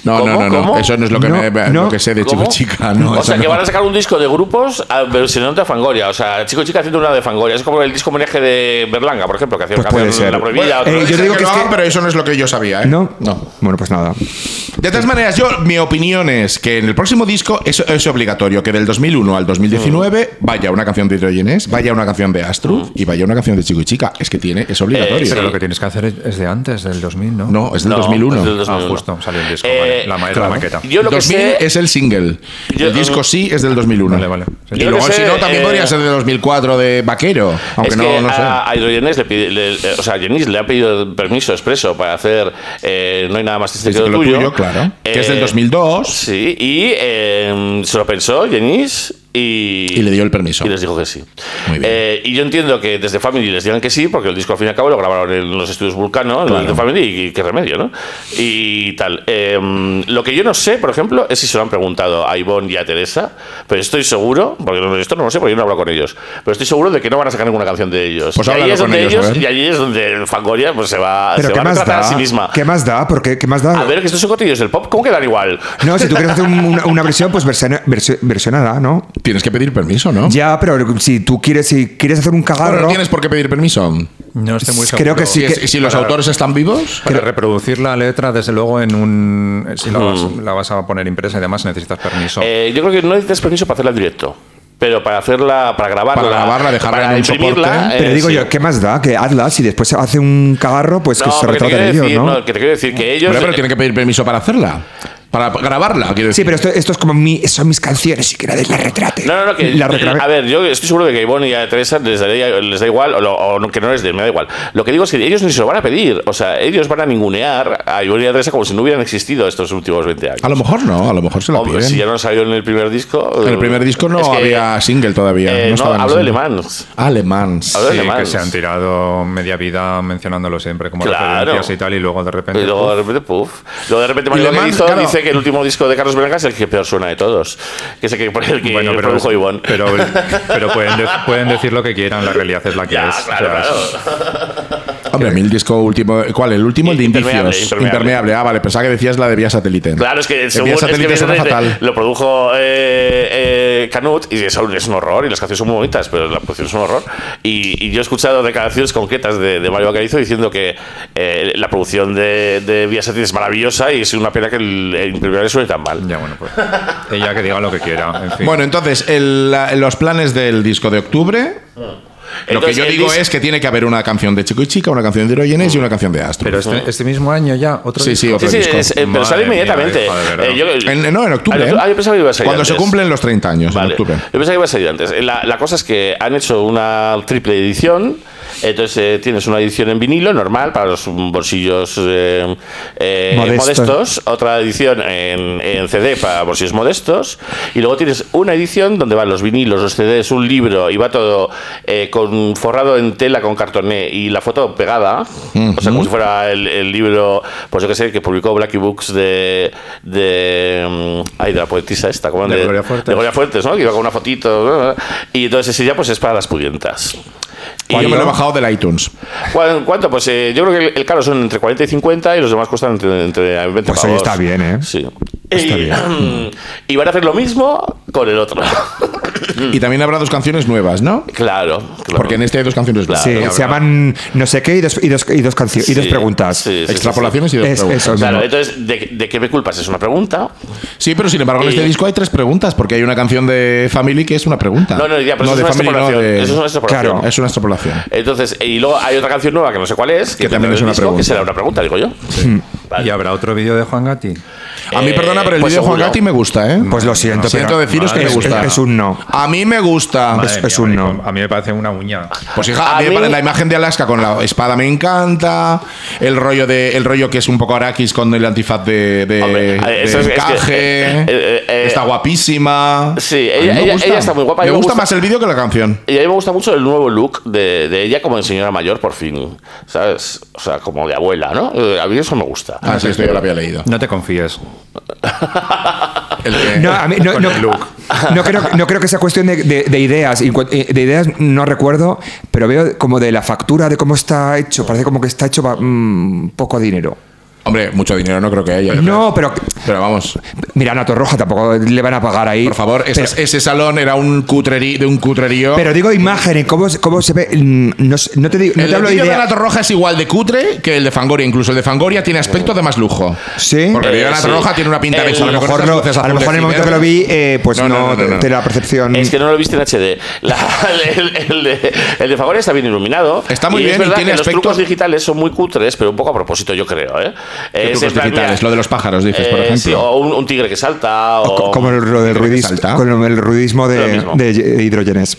no,
¿cómo?
no, no, no.
¿cómo?
Eso no es lo que,
No,
me- lo
no.
que sé de chico
¿Cómo?
y chica. No,
o
eso
sea, que
no.
van a sacar un disco de grupos ah, versionando a Fangoria. O sea, chico y chica haciendo una de Fangoria. Es como el disco homenaje de Berlanga, por ejemplo, que hacía
Pues
una
puede
canción de
ser.
La Prohibida.
Bueno,
otro-
eh,
puede
yo
ser
digo que
lo
es
hagan,
que-
pero eso no es lo que yo sabía, ¿eh?
¿No?
No.
Bueno, pues nada.
Ah,
De todas maneras, yo, mi opinión es que en el próximo disco eso es obligatorio que del 2001 al 2019
Mm.
vaya una canción de Hidrogenes, vaya una canción de Astro y vaya una canción de Chico y Chica. Es que tiene, es obligatorio.
Eh, sí.
Pero lo que tienes que hacer es- es de antes, del 2000, ¿no?
No, es del
No,
2001.
es del
Ah,
2001.
justo, salió el disco.
Eh,
vale. La, ma-
claro.
la maqueta.
Yo lo que
2000
sé-
es el single.
Yo-
el disco sí es del 2001.
Vale, vale. Sí.
Y
Yo lo
luego,
que
si
sé,
no, también
eh,
podría ser de 2004 de Vaquero. Aunque
es
no,
que
no sé.
a, a Hidrogenes le pide, le- le- o sea, a Jenis le ha pedido permiso expreso para hacer eh, No hay nada más triste
Es
que lo
lo
tuyo.
tuyo, claro. Que es del
Eh,
2002.
Sí, y eh, se lo pensó Jenis y,
Y le dio el permiso.
Y les dijo que sí.
Muy bien.
Eh, y yo entiendo que desde Family les digan que sí, porque el disco al fin y al cabo lo grabaron en los estudios Vulcano, en los de Family, y, y qué remedio, ¿no? Y tal. Eh, lo que yo no sé, por ejemplo, es si se lo han preguntado a Ivonne y a Teresa, pero estoy seguro, porque no- esto no lo sé, porque yo no hablo con ellos, pero estoy seguro de que no van a sacar ninguna canción de ellos.
Pues
y ahí
háblalo
es
con
donde
ellos, a ver.
y ahí es donde Fangoria pues, se va,
Pero
se
¿qué
va a
más
tratar
da?
a sí misma.
¿Qué más da? Porque qué más da?
A ver, que estos son cotillos del pop, ¿cómo quedan igual?
No, si tú quieres hacer un- una, una versión, pues versiona- versio- versionada, ¿no?
Tienes que pedir permiso, ¿no?
Ya, pero si tú quieres, si quieres hacer un
Bueno,
cagarro.
no tienes por qué pedir permiso.
No estoy muy seguro.
Creo que sí
Si,
que-
es- si los
Claro.
autores están vivos.
Para reproducir la letra, desde luego, en un. Si la vas, la vas a poner impresa y demás, necesitas permiso.
Mm. Eh, yo creo que no necesitas permiso para hacerla en directo. Pero para hacerla, para grabarla,
Para grabarla, dejarla
para
en un soporte.
Pero
eh,
digo
sí.
yo, ¿qué más da? Que hazla, si después se hace un cagarro, pues que
No,
se
porque te quiero
retraten ellos,
decir,
¿no?
no, que te quiero decir que ellos.
Pero, pero tienen que pedir permiso para hacerla. Para grabarla, quiero
Sí,
decir.
pero esto, esto es como mi, son mis canciones, si queréis las retrate.
No, no, no, que,
La reclame.
a ver, yo estoy seguro de que a Ivonne y a Teresa les, daría- les da igual, o, lo- o no- que no les dé, me da igual. Lo que digo es que ellos ni se lo van a pedir, o sea, ellos van a ningunear a Ivonne y a Teresa como si no hubieran existido estos últimos 20 años.
A lo mejor no, a lo mejor se la
Hombre,
piden.
si ya no salió en el primer disco.
En el primer disco no
es que,
había single todavía.
eh,
no
no,
estaba en
hablo de
single.
Alemán.
Alemán.
Hablo de
Sí,
Alemán.
que se han tirado media vida mencionándolo siempre como
Claro.
referencias y tal, y luego de repente.
Y luego de repente, puff. Luego de repente Mario
Le Mans,
Benito
claro.
dice que el último disco de Carlos Venegas es el que peor suena de todos. Que es el que, el que
Bueno, pero,
produjo Ivonne.
pero, pero pueden, de- pueden decir lo que quieran, la realidad es la que
ya,
es.
claro,
O sea,
claro.
Hombre, a mí el disco último. ¿Cuál? El último, el de
Impermeable,
Indicios. Impermeable.
Impermeable.
Ah, vale, pensaba que decías la de Vía Satélite.
Claro, es que
El
según
Vía
es que
Satélite
viene
suena
desde-
fatal.
lo produjo eh, eh, Canut y es un, es un horror y las canciones son muy bonitas, pero la producción es un horror. Y, y yo he escuchado declaraciones concretas de, de Mario Bacarizo diciendo que eh, la producción de, de Vía Satélite es maravillosa y es una pena que el, el Impermeable suene tan mal.
Ya, bueno, pues. Ella que diga lo que quiera. En fin.
Bueno, entonces, el- la- los planes del disco de octubre. lo que
Entonces,
yo
el
digo
dis-
es que tiene que haber una canción de Chico y Chica, una canción de Hidrogenes y una canción de Astro.
pero este, este mismo año ya, otro.
Sí,
disco.
sí, otro
Sí, sí,
disco.
es- eh, pero
Madre
sale
mía,
inmediatamente.
hija de verdad.
Eh, yo-
En- no, en octubre. ¿eh?
Ah, en octu- ah, yo pensaba que iba a salir
Cuando se
antes.
cumplen los 30 años,
Vale.
en octubre.
Yo pensaba que iba a salir antes. La, la cosa es que han hecho una triple edición. Entonces eh, tienes una edición en vinilo normal para los mm, bolsillos eh, eh,
Modesto.
modestos, otra edición en, en CD para bolsillos modestos y luego tienes una edición donde van los vinilos, los CDs, un libro y va todo eh, con forrado en tela con cartoné y la foto pegada, o sea como si fuera el, el libro, pues yo que sé, que publicó Blackie Books de de, mm, ay, de la poetisa esta, ¿cómo
De Gloria Fuertes.
de Gloria Fuertes, ¿no? Que iba con una fotito. ¿no? Y entonces ese ya pues es para las pudientas. Y
Yo me lo he bajado del iTunes.
¿cuán- ¿Cuánto? Pues eh, yo creo que el, el caro son entre 40 y 50 y los demás cuestan entre, entre 20
Pues oye,
pavos.
está bien, ¿eh?
Sí. y, y van a hacer lo mismo con el otro.
Y también habrá dos canciones nuevas, ¿no?
claro, Mm. claro.
Porque en este hay dos canciones nuevas.
Sí,
Claro,
Eh, se llaman no sé qué y dos, y dos, y dos, cancio- y dos
Sí,
preguntas.
sí, sí,
Extrapolaciones y dos
Es-
preguntas.
eso.
Claro,
mismo.
entonces, ¿de, de qué me culpas? Es una pregunta.
Sí, pero sin embargo en
Y-
este disco hay tres preguntas, porque hay una canción de Family que es una pregunta.
No, no, ya, pero eso,
de
es una
Family, no,
extrapolación.
de-
eso es una extrapolación.
Claro, es una extrapolación.
Entonces, y luego hay otra canción nueva que no sé cuál es.
Que también
dentro
es
del
una
disco, Que
pregunta. Hmm.
será una pregunta, digo yo. Vale.
¿Y habrá otro vídeo de Juan Gatti?
A mí,
Eh,
perdona, pero el
pues
vídeo de Juan
seguro.
Gatti me gusta, ¿eh?
Pues lo siento,
siento
pero
deciros que
es,
me gusta.
es- es un no.
A mí me gusta.
Madre
es un
marico,
no.
A mí me parece una uña.
Pues hija, a
A
mí
mí-
la imagen de Alaska con la espada me encanta. El rollo de el rollo que es un poco Arakis con el antifaz de, de,
Hombre, a ver,
de
eso es- es que,
encaje.
eh, eh, eh,
está guapísima.
Sí,
A mí
ella-
me
ella-
gusta.
ella está muy guapa, a mí
Me
me
gusta
gusta-
más el vídeo que la canción.
Y a mí me gusta mucho el nuevo look de, de ella como de señora mayor, por fin. ¿Sabes? O sea, como de abuela, ¿no? Eh, A mí eso me gusta.
Ah, sí, esto ya lo había leído.
No te confíes.
El que-
No, a mí- no,
Con
no-
el look.
no creo, no creo que sea cuestión de, de- de ideas. Y cua- eh, De ideas no recuerdo, pero veo como de la factura, de cómo está hecho. Parece como que está hecho pa- mm, poco dinero.
Hombre, mucho dinero no creo que haya. yo
No,
creo.
pero
Pero vamos,
mira, Nato Roja tampoco le van a pagar ahí.
por favor, ese,
Pero-
ese salón era un cutrerí de un cutrerío.
Pero digo imagen y cómo, se- cómo se ve. mm, No, sé- no te digo, no
el
te hablo de
vídeo de
idea.
Nato Roja es igual de cutre que el de Fangoria. Incluso el de Fangoria tiene aspecto de más lujo.
Sí.
Porque el vídeo de
Eh,
Nato
sí.
Roja tiene una pinta de
Eh,
hecho,
A lo mejor,
esas
no-
luces
a lo
azules
mejor en el
y
momento que lo
verdes.
vi, eh, pues no,
No, no, no, no,
te-
no.
te la percepción.
Es que no lo viste en HD. La- el, el de, el de Fangoria está bien iluminado.
Está muy
y
bien y
Es verdad
tiene
que
aspectos-
los trucos digitales son muy cutres, pero un poco a propósito, yo creo. ¿eh? Es
trucos
en plan,
digitales?
mira, eh,
Lo de los pájaros, dices, por ejemplo.
sí, o un, un tigre que salta.
O co-
O,
como el- lo del
Creo que
ruidismo,
salta.
con el ruidismo
Lo
de,
mismo. Mm.
de hidrogenes.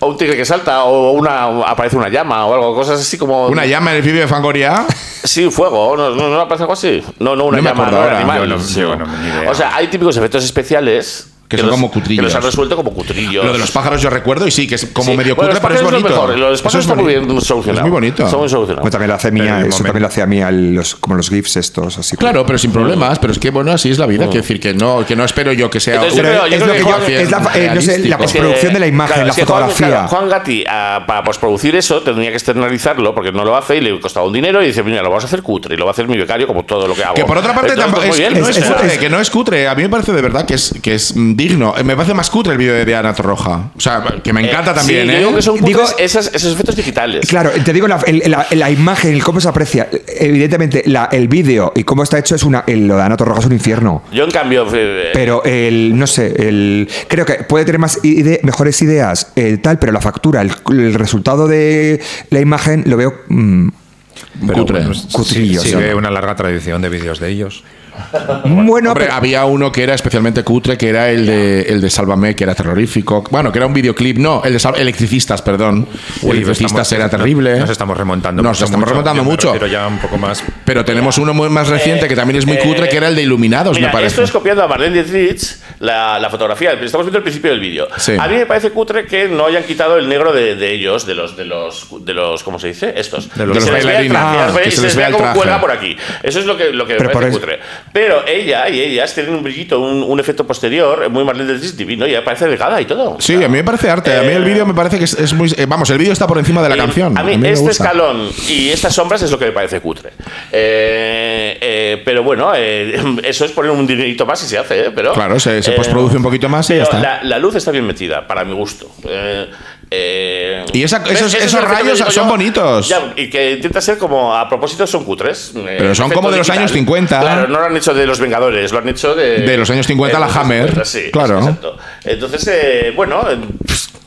o un tigre que salta. O una aparece una llama o algo. Cosas así como.
Una llama en el vídeo de Fangoria.
Sí, un fuego, ¿no, no, no aparece algo así? No, no, una
No me
llama,
acuerdo
no un
ahora.
animal.
Yo no-
sí.
yo no, ni idea.
O sea, hay típicos efectos especiales
Que son como
Que
cutrillos.
los han resuelto como cutrillos.
Lo de los pájaros yo recuerdo y sí, que es como
Sí.
medio
Bueno,
cutre,
los
pero es
pájaros
bonito.
Lo mejor. Lo de los
Eso
pájaros
es
está muy
bonito.
bien solucionado.
Es muy bonito.
Está muy
Pues
solucionado.
también lo hace
en
mía,
el
eso también
momento.
lo hacía mía, el- los, como los GIFs estos, así.
Claro, pero sin problemas. Pero es que, bueno, así es la vida. Quiero decir que no, que no espero yo que sea.
Mm. Entonces,
un-
yo creo- yo
es
creo
lo
que
que yo-
Juan-
es la, eh, no sé, la
Es
realístico.
que,
postproducción de la imagen,
claro,
la
es que
fotografía.
Juan, claro, Juan Gatti, ah, para postproducir eso, tendría que externalizarlo porque no lo hace y le costaba un dinero y dice: Mira, lo vamos a hacer cutre y lo va a hacer mi becario como todo lo que hago.
Que por otra parte
Entonces,
tampoco
pues,
es,
muy bien,
eh, no es,
o sea,
cutre, que no es cutre. A mí me parece de verdad que es, que es mm, indigno. Eh, Me parece más cutre el vídeo de Diana Torroja. O sea, que me encanta también,
Sí,
¿eh?
yo Digo que son
Digo-
cutres esas- esos efectos digitales.
Claro, te digo, la, el- la- la imagen, el cómo se aprecia. Evidentemente, la- el vídeo y cómo está hecho es una. el- lo de Ana Torroja es un infierno.
Yo, en cambio, eh,
Pero el, no sé, el, creo que puede tener más ide- mejores ideas, eh, tal, pero la factura, el, el resultado de la imagen lo veo. mm,
Pero
Cutre.
bueno, sí-
Cutrillo, sí,
sigue
¿no?
una larga tradición de vídeos de ellos.
bueno,
Hombre,
pero-
había uno que era especialmente cutre, que era el de, el de Sálvame, que era terrorífico. Bueno, que era un videoclip, no, el de Sál- Electricistas,
Uy,
perdón.
pues estamos-
electricistas era terrible. ¿eh?
Nos estamos remontando
Nos estamos remontando
Yo me
mucho.
refiero ya un poco más.
Pero tenemos uno muy- más reciente que también es muy
eh,
cutre, que era el de Iluminados,
Mira,
Pues me parece.
esto es copiando a Marlene Dietrich la, la fotografía. Estamos viendo el principio del vídeo.
Sí.
A mí me parece cutre que no hayan quitado el negro de, de ellos, de los, de los, de los, ¿cómo se dice? Estos.
los
Que se les vea el
bailarines.
traje,
Ah,
que
que se
se
les
les vea
vea el
cómo
traje.
cuelga por aquí. Eso es lo que, lo que me
Pero por
parece
eso-
cutre. Pero ella y ellas tienen un brillito, un, un efecto posterior muy Marlene Dietrich divino. Y ella parece delgada y todo.
Sí, a mí me parece arte. a mí el vídeo me parece que es, es muy. eh, vamos, el vídeo está por encima de la
Eh,
canción.
A mí,
me
este
gusta.
escalón y estas sombras es lo que me parece cutre. Eh, eh, pero bueno, eh, eso es poner un dinerito más y se hace, ¿eh? Pero,
Claro, se- se postproduce un poquito más y
pero
ya está.
La, la luz está bien metida, para mi gusto. Eh, eh,
Y esa-
¿ves?
esos-
Ese es
esos
el efecto
rayos
que digo
son bonitos.
Ya, y que intenta ser como a propósito son cutres. eh,
Pero son
efecto
como de los
digital.
años 50.
Claro, no lo han hecho de los Vengadores, lo han hecho de.
De los años 50
de
la
los
Hammer.
50, sí,
Claro.
exacto. Entonces, eh, bueno, eh,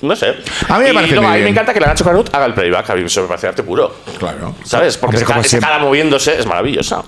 no sé.
A mí me
Y
parece
luego, a
muy
mí me
bien.
encanta que la Nacho Canut haga el playback, a mí eso me parece arte puro.
Claro.
¿Sabes? Porque
Hombre,
esa
como
esa
siempre.
cara moviéndose es maravillosa.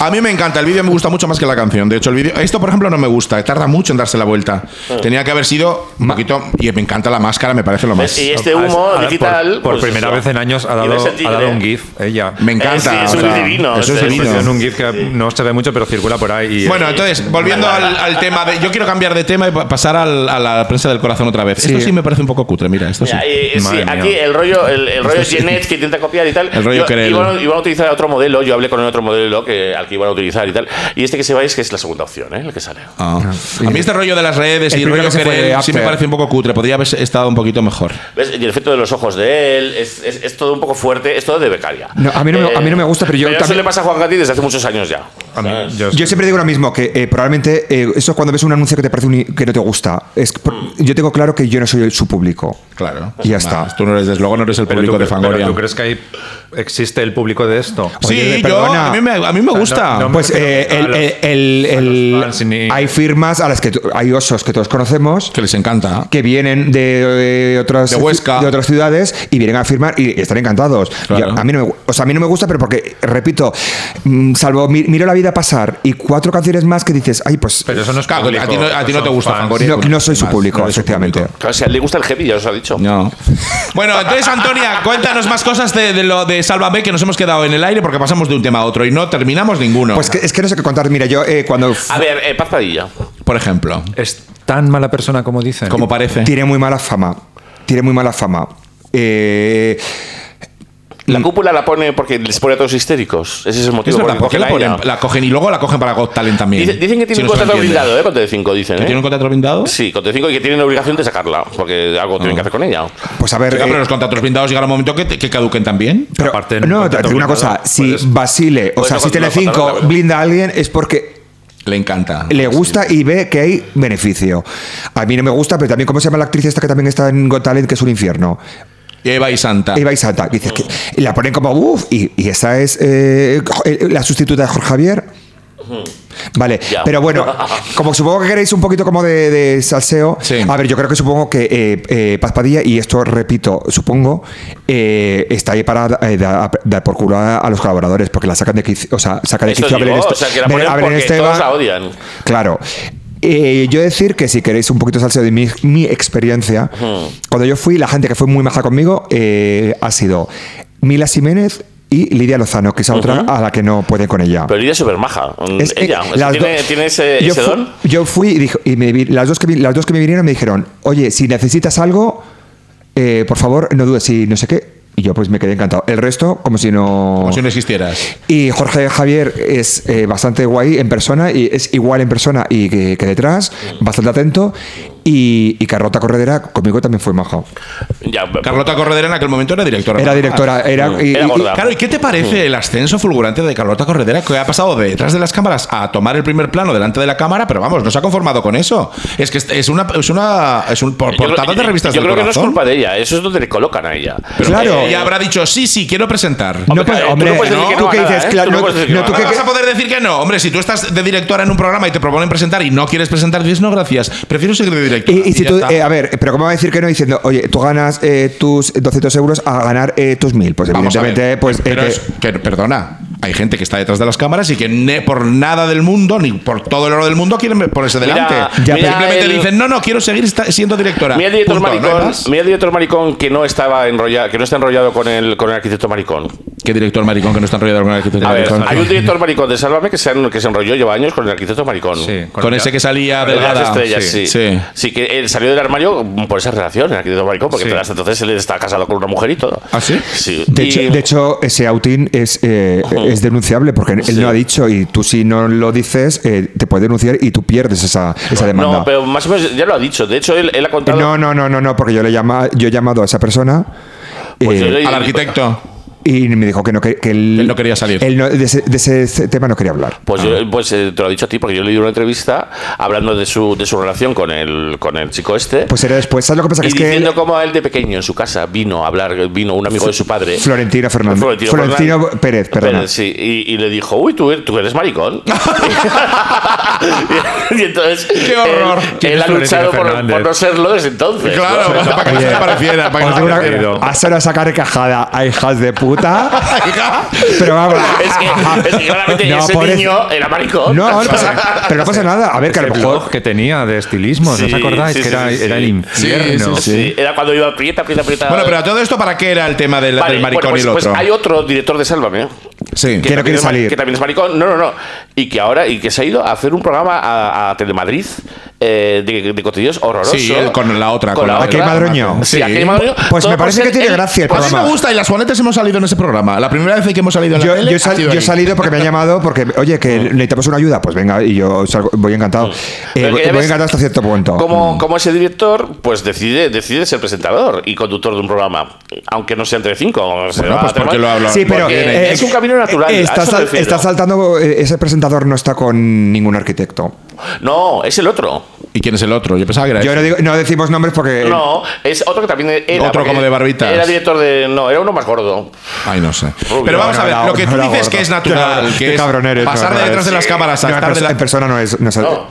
A mí me encanta, el vídeo me gusta mucho más que la canción. De hecho, el vídeo. Esto, por ejemplo, no me gusta, eh, tarda mucho en darse la vuelta.
Ah.
Tenía que haber sido un poquito. Y me encanta la máscara, me parece
Eh,
lo más.
Y este humo
Ahora, por-
digital.
Por,
pues,
primera
eso.
vez en años ha
Y
dado,
ves el
ha dado
tigre.
un GIF ella.
Me
Eh,
encanta.
sí, es
o
un
sea,
divino,
Eso es
este,
divino.
Es un GIF que no se ve mucho, pero circula por ahí. y-
Bueno, entonces, volviendo al, al tema de. Yo quiero cambiar de tema y pa- pasar al- a la prensa del corazón otra vez. Esto sí me parece un poco cutre, mira, esto sí.
Mira, eh, eh, sí,
Madre mía.
aquí el rollo, el, el rollo Genet que intenta copiar y tal.
El rollo
Yo-
Querel.
Iban, iban a utilizar otro modelo, yo hablé con otro modelo que, al que iban a utilizar y tal. Y este que se va es que es la segunda opción, ¿eh? el que sale.
Ah. A mí este rollo de las redes
El
y el
primero
rollo
que se fue
querer
de
sí me
After.
parece un poco cutre, podría haber estado un poquito mejor.
¿Ves? Y el efecto de los ojos de él es, es- es todo un poco fuerte, es todo de becaria. Eh,
No, a mí no me- a mí no me gusta, pero yo
Eso
también-
le pasa a Juan Gatti desde hace muchos años ya.
A mí,
¿Sabes?
yo-
Yo siempre digo lo mismo, que eh, probablemente eh, eso es cuando ves un anuncio que te parece un- que no te gusta. Es que
Mm.
por- yo tengo claro que yo no soy el- su público.
Claro.
Y ya está.
Tú no eres desde luego, no eres el
pero
público
tú,
de
cre- pero
Fangoria.
¿tú crees que ahí existe el público de esto?
Sí,
Oye,
yo,
perdona.
a mí me, a mí me gusta.
no- no-
Pues eh,
A
el-
los-
el-
a
el-
los
el-
fans ni-
hay firmas a las que tú- hay osos que todos conocemos
que les encanta.
que vienen de, de otras,
De Huesca.
de otras ciudades y vienen a firmar y están encantados.
Claro.
Yo- a, mí no me, gu- o sea, a mí no me gusta, pero porque, repito, mm, salvo mi- miro la vida pasar y cuatro canciones más que dices, ay, pues
Pero eso no es
Claro, a ti no- a ti no
son
te gusta
fans.
Fangoria.
no, no soy su
Más,
público,
no eres su
efectivamente.
público.
Claro, si a él le gusta el heavy, ya os lo he dicho.
No. Bueno, entonces, Antonia, cuéntanos más cosas de, de lo de Sálvame que nos hemos quedado en el aire porque pasamos de un tema a otro y no terminamos ninguno.
Pues que- es que no sé qué contar. Mira, yo eh, cuando f-
A ver, eh, Paz Padilla.
por ejemplo,
Es tan mala persona como dicen.
como parece.
tiene muy mala fama, tiene muy mala fama. Eh,
La cúpula la pone porque les pone a todos histéricos. Ese es el
Es
motivo por
verdad,
el que
porque la,
cogen la
ponen-
ira.
la cogen y luego la cogen para Got Talent también.
Dice- Dicen que tiene
Si
un
no se lo
contrato
entiende.
blindado, ¿eh? Con Telecinco, dicen.
¿Que
¿eh?
tiene un contrato blindado?
Sí, con Telecinco y que tienen la obligación de sacarla, porque algo tienen que hacer con ella.
pues a ver.
Chica,
eh,
pero los contratos blindados llegará un momento que, te- que caduquen también.
Pero,
Aparte, en un
no, te
contrato
digo una
blindado,
cosa, si
puedes-
Basile, o
puedes
sea, si
sacar una
Telecinco
foto,
blinda a alguien es porque
Le encanta.
le gusta y ve que hay beneficio. A mí no me gusta, pero también, ¿cómo se llama la actriz esta que también está en Got Talent, que es un infierno?
Eva y Santa.
Eva Isata. Dices que y la ponen como, uff, y, y esa es eh, la sustituta de Jorge Javier. Vale,
Ya.
pero bueno, como supongo que queréis un poquito como de, de salseo,
Sí.
a ver, yo creo que supongo que eh, eh, Paz Padilla, y esto repito, supongo, eh, está ahí para eh, da- dar, por culo a, a los colaboradores, porque la sacan de quicio, o sea, saca de
Esto
quicio a Belén
digo,
Este-
o sea, que la
Belén-
ponen
a este Belén
porque todos la
Esteban.
odian.
Claro. Eh, yo decir que si queréis un poquito salseo de mi, mi experiencia, cuando yo fui, la gente que fue muy maja conmigo eh, ha sido Mila Jiménez y Lidia Lozano, que es a otra a la que no puede con ella.
Pero Lidia es súper maja.
Es que
ella. o sea,
las
¿tiene,
dos-
tiene ese,
yo
ese
fu-
don?
Yo fui y, dijo- y me vi- las, dos que vi- las dos que me vinieron me dijeron, oye, si necesitas algo, eh, por favor, no dudes, y no sé qué. Y yo pues me quedé encantado. El resto, como si no...
Como si no existieras.
Y Jorge Javier es eh, bastante guay en persona y es igual en persona y que, que detrás, bastante atento. Y, y Carlota Corredera conmigo también fue maja.
Ya,
Carlota Corredera en aquel momento era directora.
Era directora, era. y-
Ah, Era
y-
gorda. Mm.
Claro, ¿y qué te parece el ascenso fulgurante de Carlota Corredera que ha pasado de detrás de las cámaras a tomar el primer plano delante de la cámara? Pero vamos, no se ha conformado con eso. Es que es- es una es una es un por-
Yo creo-
portada de revistas
Yo
del
creo que no es
corazón.
culpa de ella, eso es donde le colocan a ella.
Pero
Claro.
ella habrá dicho, "Sí, sí, quiero presentar."
No,
Hombre,
pues,
eh, tú
hombre,
no puedes decir
no,
que no
tú
a
qué
nada,
dices,
¿eh?
claro,
Tú no
no-
puedes decir que
no,
no
tú
a
qué
¿Cómo
nada,
vas a poder decir que no? Hombre, si tú estás de directora en un programa y te proponen presentar y no quieres presentar, dices, no, gracias, prefiero ser de directora.
Y, y si
ya
tú,
está.
eh, a ver, pero ¿cómo va a decir que no diciendo, oye, tú ganas eh, tus 200 euros a ganar eh, tus 1000? Pues
Vamos a ver.
evidentemente, pues. eh,
Pero
que-
es que, perdona, hay gente que está detrás de las cámaras y que ne- por nada del mundo, ni por todo el oro del mundo, quieren ponerse
Mira,
delante.
Ya,
pero-
Simplemente
el-
dicen, no, no, quiero seguir esta- siendo directora.
Mira el director
Punto, ¿no hay
maricón,
más?
mira el director maricón que no estaba enrollado, que no está enrollado con el, con el arquitecto maricón.
¿Qué director maricón que no está enrollado con el arquitecto
A ver,
maricón?
hay un director maricón de Sálvame que se, han- que se enrolló lleva años con el arquitecto maricón.
Sí,
Con ese que salía
De las
delgada.
estrellas, sí.
Sí,
Sí,
sí.
que él salió del armario por esa relación, el arquitecto maricón, porque
Sí.
hasta entonces él está casado con una mujer y todo.
¿Ah, sí?
Sí.
De,
Y-
hecho, de hecho, ese outing es, eh, es denunciable porque él
Sí.
no ha dicho y tú si no lo dices eh, te puede denunciar y tú pierdes esa, esa demanda. Eh,
no, pero más o menos ya lo ha dicho. De hecho, él, él ha contado.
no, no, no, no, no, porque yo le llama, yo he llamado a esa persona
Pues
eh,
yo le-
Al arquitecto.
y me dijo que no que, que él,
Él no quería salir.
él no- de, ese, de ese tema no quería hablar. Ah.
Pues, yo, pues eh, te lo he dicho a ti, porque yo le di una entrevista hablando de su, de su relación con el, con el chico este.
Pues era después. ¿Sabes lo que pasa? Que
y
es que él-
diciendo cómo él de pequeño en su casa vino a hablar, vino un amigo de su padre.
Florentino Fernández.
Florentino,
Florentino
Fernández.
Pérez, perdona.
sí, y, y le dijo, uy, tú, er-, tú eres maricón. y, entonces.
¡Qué horror!
Él,
¿Quién
él
es
ha
Florentino
luchado por,
Fernández?
por no serlo desde entonces.
Claro,
¿no?
para que no se pareciera. Para que
Os
no se
digo una- Ah,
pareciera.
parecido.
haceros esa carcajada a hijas de puta. pero vamos.
Es que, es que claramente
No,
ese
pobre-
niño era maricón.
No, no pasa- pero no pasa nada. A ver, que a
Ese
lo
blog
mejor.
que tenía de estilismo, ¿no
Sí,
os acordáis?
sí,
que
sí,
era,
sí,
era el
sí.
infierno.
Sí,
Sí, era cuando iba aprieta, aprieta, aprieta.
Bueno, pero a todo esto, ¿para qué era el tema del,
Vale,
del
bueno,
maricón
pues,
y el
pues
otro?
hay otro director de Sálvame.
sí.
Que no
también
quiere
es ma-
salir.
Que también es maricón. No, no, no. Y que ahora, y que se ha ido a hacer un programa a, a Telemadrid eh, de, de contenidos horrorosos.
Sí, él con la otra, con la
Aquí hay Madroño.
Sí,
Sí.
aquí hay Madroño.
Pues
Todo
me
por
parece que
ser
tiene
él.
gracia el
A mí me
programa.
gusta y las juanetes hemos salido en ese programa. La primera vez que hemos salido en la
Yo,
tele
yo,
ha
sal-
sido
yo he
ahí. Mm.
salido porque me han llamado porque, oye, que necesitamos una ayuda. Pues venga, y yo salgo- voy encantado. Eh,
Pero que
voy
ya ves
encantado hasta cierto punto.
Mm.
Como, como ese director, pues decide, decide ser presentador y conductor de un programa, aunque no sea entre cinco. o sea,
Bueno,
va
pues
a tener-
porque lo hablo.
Sí, pero
Porque
eh,
es un camino natural,
eh,
a
Está,
eso me
sal-
refiero.
está saltando. eh, Ese presentador no está con ningún arquitecto.
No, es el otro.
¿Y quién es el otro? Yo pensaba que era este.
Yo
ese.
no, digo- no decimos nombres porque. eh,
No, es otro que también era.
Eh, Otro
porque
como de barbitas.
Era director de. No, era uno más gordo.
Ay, no sé.
Rubio.
Pero vamos
No,
a ver,
no,
lo que
no
tú
era
dices
gordo.
que es natural,
Qué
que es
cabrón eres,
pasar
no,
de
no,
detrás de
sí.
las cámaras
No,
a
en
estar de
perso-
la-
en persona no es. no es-
No.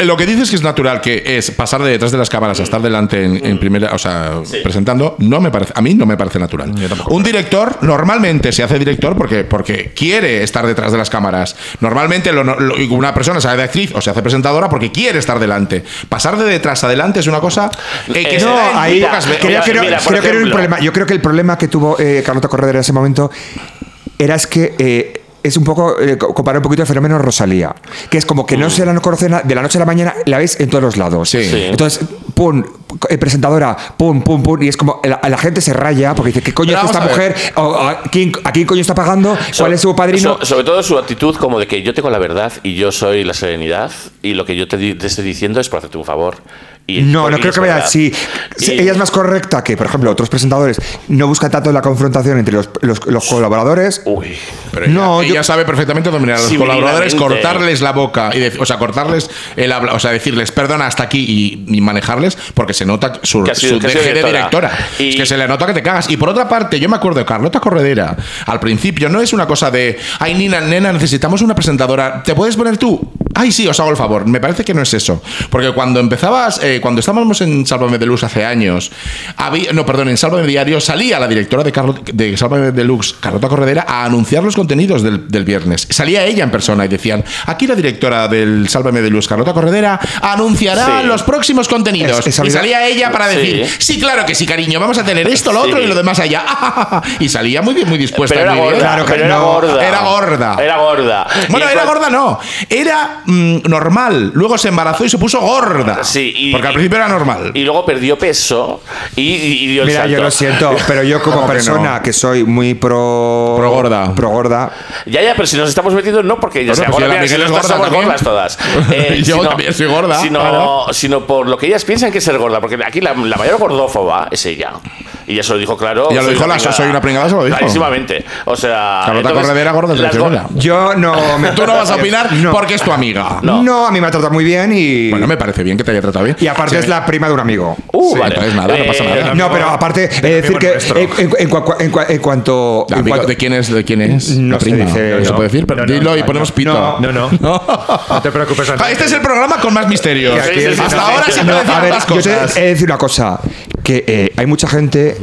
Lo que dices que es natural, que es pasar de detrás de las cámaras a estar delante en,
Mm.
en primera, o sea, presentando, no me parece, a mí no me parece natural. Un director normalmente se hace director porque, porque quiere estar detrás de las cámaras. Normalmente lo- lo- una persona se hace de actriz o se hace presentadora porque quiere estar delante. Pasar de detrás a adelante es una cosa eh, que
Eh,
se
no,
da en
Ahí,
Mira,
pocas veces.
creo,
mira,
que no-
mira, por
creo que no era un
ejemplo.
problema. Yo creo que el problema que tuvo eh, Carlota Corredera en ese momento era es que eh, es un poco eh, co- comparar un poquito el fenómeno Rosalía, que es como que
Mm.
no se la no conoce na- de la noche a la mañana, la ves en todos los lados.
Sí. Sí.
Entonces, pum, eh, presentadora, pum, pum, pum, y es como la, la gente se raya porque dice, ¿qué coño
Pero
es esta
vamos a ver.
mujer? O, o, ¿a, quién, a quién coño está pagando? ¿Cuál es su padrino?
So- sobre todo su actitud como de que yo tengo la verdad y yo soy la serenidad y lo que yo te, di- te estoy diciendo es para hacerte un favor. Y-
No,
porque
no creo
es
que vea
verdad.
así. Sí,
Y-
Ella es más correcta que, por ejemplo, otros presentadores. No busca tanto la confrontación entre los, los- los colaboradores.
Uy.
Pero ella,
No,
ella
yo-
sabe perfectamente dominar a los colaboradores,
Civilizadamente.
cortarles la boca, y dec- o sea, cortarles el habla, o sea, decirles perdona hasta aquí y, y manejarles, porque se nota su,
Que ha sido-
su
que ha sido
deje de
directora.
directora.
Y-
Es que se le nota que te cagas. Y por otra parte, yo me acuerdo de Carlota Corredera, al principio no es una cosa de, ay, Nina, nena, necesitamos una presentadora, ¿te puedes poner tú? Ay, sí, os hago el favor. Me parece que no es eso. Porque cuando empezabas, eh, cuando estábamos en Sálvame de Luz hace años, había, no, perdón, en Sálvame Diario salía la directora de, Carlo- de Sálvame Deluxe, Carlota Corredera, a anunciar los contenidos del, del viernes. Salía ella en persona y decían, aquí la directora del Sálvame Deluxe, Carlota Corredera, anunciará
Sí.
los próximos contenidos.
Es- esa
y
vida-
salía ella para
Sí.
decir, sí, claro que sí, cariño, vamos a tener esto, lo
Sí.
otro y lo demás allá. Y salía muy bien, muy dispuesta.
Pero era
muy bien.
gorda.
Claro que
pero era
no.
gorda.
Era gorda.
Era gorda.
Bueno,
Y
era
entonces-
gorda no. Era mm, normal. Luego se embarazó y se puso gorda.
Sí, y-
porque al principio era normal.
Y luego perdió peso y, y- y dio el
Mira,
salto.
yo lo siento, pero yo como
¿Cómo que
persona que,
no?
soy muy pro...
Pro gorda.
Pro gorda.
Ya, ya, pero si nos estamos metiendo, no porque ya
Bueno,
sea
pues
gorda,
si la
mira,
Miguel es
nosotras
gorda
somos
también.
gordas todas. Eh,
Yo también soy gorda,
Sino,
claro.
sino por lo que ellas piensan que es ser gorda, porque aquí la, la mayor gordófoba es ella. Y ya se lo dijo claro.
Ya lo
soy
dijo
una
la- soy una pringada, se lo dijo.
Clarísimamente. O sea.
Carlota
entonces,
Corredera, gorda,
las
se
go-
gorda.
Yo no... Me
Tú no vas a opinar porque es tu amiga.
No.
No.
a mí me ha tratado muy bien y...
Bueno, me parece bien que te haya tratado bien.
Y aparte
Sí,
es la prima de un amigo.
Uh,
Sí,
vale.
entonces nada, no pasa nada.
el
No,
amigo-
pero aparte, es
amigo
decir que eh,
nuestro.
en, en- en cua- en cua- en cuanto...
¿La
en
amiga-
cuanto-
¿De quién es? ¿De quién es?
No
La
se
prima.
dice.
No se puede decir, pero
No, no,
dilo y
no,
ponemos pito.
no.
No, no. No te preocupes.
Ah,
Andrés.
Este es el programa con más misterios.
Sí, sí, sí,
Hasta
sí,
ahora
sí.
siempre
No,
decían
a ver,
las
yo te
cosas.
he de decir una cosa, que eh, hay mucha gente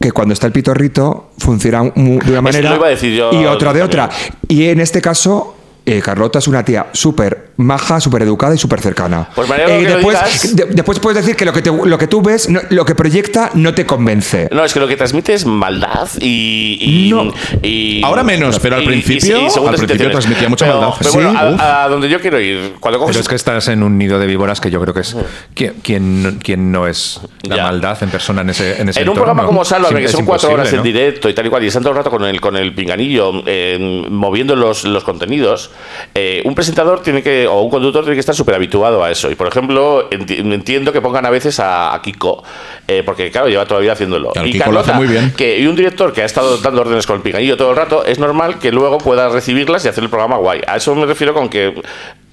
que cuando está el pitorrito funciona mu- de una manera
lo iba a decir yo
y otra de
también.
otra. Y en este caso... eh, Carlota es una tía súper maja, súper educada y súper cercana. Eh,
Pues me alegro que lo
después,
digas.
de- después puedes decir que lo que, te- lo que tú ves, no- lo que proyecta, no te convence.
No, es que lo que transmite es maldad y. y-
No.
y-
Ahora menos, pero al principio-
segundas
al principio
intenciones.
transmitía mucha
Pero-
maldad.
Pero
Sí,
bueno,
uf.
a, a donde yo quiero ir. Cuando coges
Pero es que estás en un nido de víboras que yo creo que es quien, quien, no- quien no es la
Ya.
maldad en persona en ese En, ese
En
entorno.
un programa como Sálvame,
Sí,
que
es
son cuatro
imposible,
horas en
¿no?
directo y tal y cual, y están todo el rato con el, con el pinganillo eh, moviendo los, los contenidos, eh, un presentador tiene que, o un conductor tiene que estar súper habituado a eso. Y por ejemplo, enti- entiendo que pongan a veces a, a Kiko, eh, porque claro, lleva toda la vida haciéndolo.
Claro,
y
Kiko lo hace muy bien.
que- y un director que ha estado dando órdenes con el pinganillo todo el rato, es normal que luego pueda recibirlas y hacer el programa guay. A eso me refiero con que.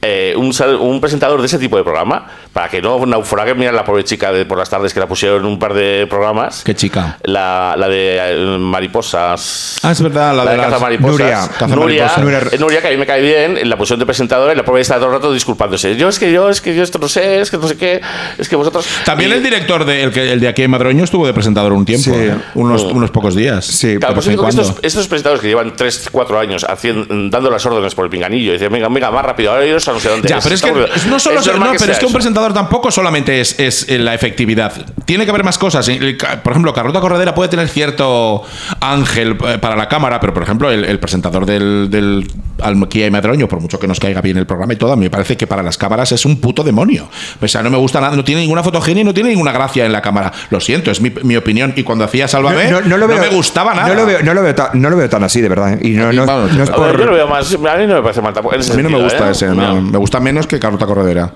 eh, un, sal- un presentador de ese tipo de programa, para que no naufrague, mira la pobre chica de por las tardes que la pusieron en un par de programas.
Qué chica.
La, la de eh, mariposas.
Ah, es verdad, la de las-
Nuria,
mariposas.
caza
Nuria,
mariposas.
Nuria-
eh, Nuria, que a mí me cae bien, la pusieron de presentadora y la pobre está todo el rato disculpándose. Yo es que yo, es que yo esto no sé, es que no sé qué, es que vosotros.
También
Y-
el director de, el, que- el de aquí en Madroño estuvo de presentador un tiempo,
Sí.
¿eh? unos, unos pocos días.
Sí,
Claro, pues
De vez en
digo que
cuando.
estos, estos presentadores que llevan 3, 4 años haciendo, dando las órdenes por el pinganillo, y dicen, venga, venga, más rápido, ahora ellos a no sé dónde.
Ya, pero es que
Está
no solo
es
ser-
normal
no, pero
sea
es que un
eso.
presentador tampoco solamente es, es, eh, la efectividad. Tiene que haber más cosas. El ca- Por ejemplo, Carlota Corredera puede tener cierto ángel eh, para la cámara, pero por ejemplo, el, el presentador del, del Almequía y Madroño, por mucho que nos caiga bien el programa y todo, a mí me parece que para las cámaras es un puto demonio. O sea, no me gusta nada, no tiene ninguna fotogenia y no tiene ninguna gracia en la cámara. Lo siento, es mi, mi opinión. Y cuando hacía Sálvame, no, me gustaba nada.
No lo veo, no lo veo tan, no lo veo tan así, de verdad. ¿eh? Y no, no-
Vamos,
no es
A ver,
por-
yo lo veo más. A mí no me parece mal tampoco. en ese
A mí no me
sentido,
gusta
¿eh? Mm.
ese, no.
No.
me gusta menos que Carlota Corredera.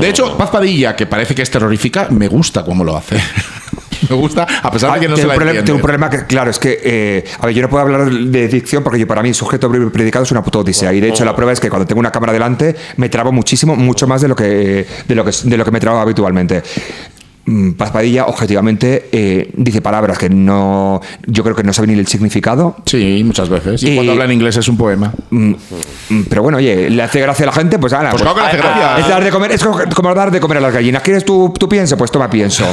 De hecho, Paz Padilla, que parece que es terrorífica, me gusta cómo lo hace. me gusta, a pesar
Ah,
de que no
tengo un
se la
problema-
entiende.
tengo un problema que, claro, es que, eh, a ver, yo no puedo hablar de dicción porque yo, para mí el sujeto verbo y predicado es una puta odisea. Y de hecho,
Oh.
la prueba es que cuando tengo una cámara delante me trabo muchísimo, mucho más de lo que, de lo que, de lo que me trabo habitualmente. Mm, Paz Padilla, objetivamente, eh, dice palabras que no. Yo creo que no sabe ni el significado.
Sí, muchas veces. Y,
Y-
cuando habla en inglés es un poema.
Mm, mm, Pero bueno, oye, le hace gracia a la gente, pues ala,
Pues
pues,
claro que le hace
ah,
gracia.
Es dar de comer, es co- como dar de comer a las gallinas. ¿Quieres tu, tu pienso? Pues toma pienso.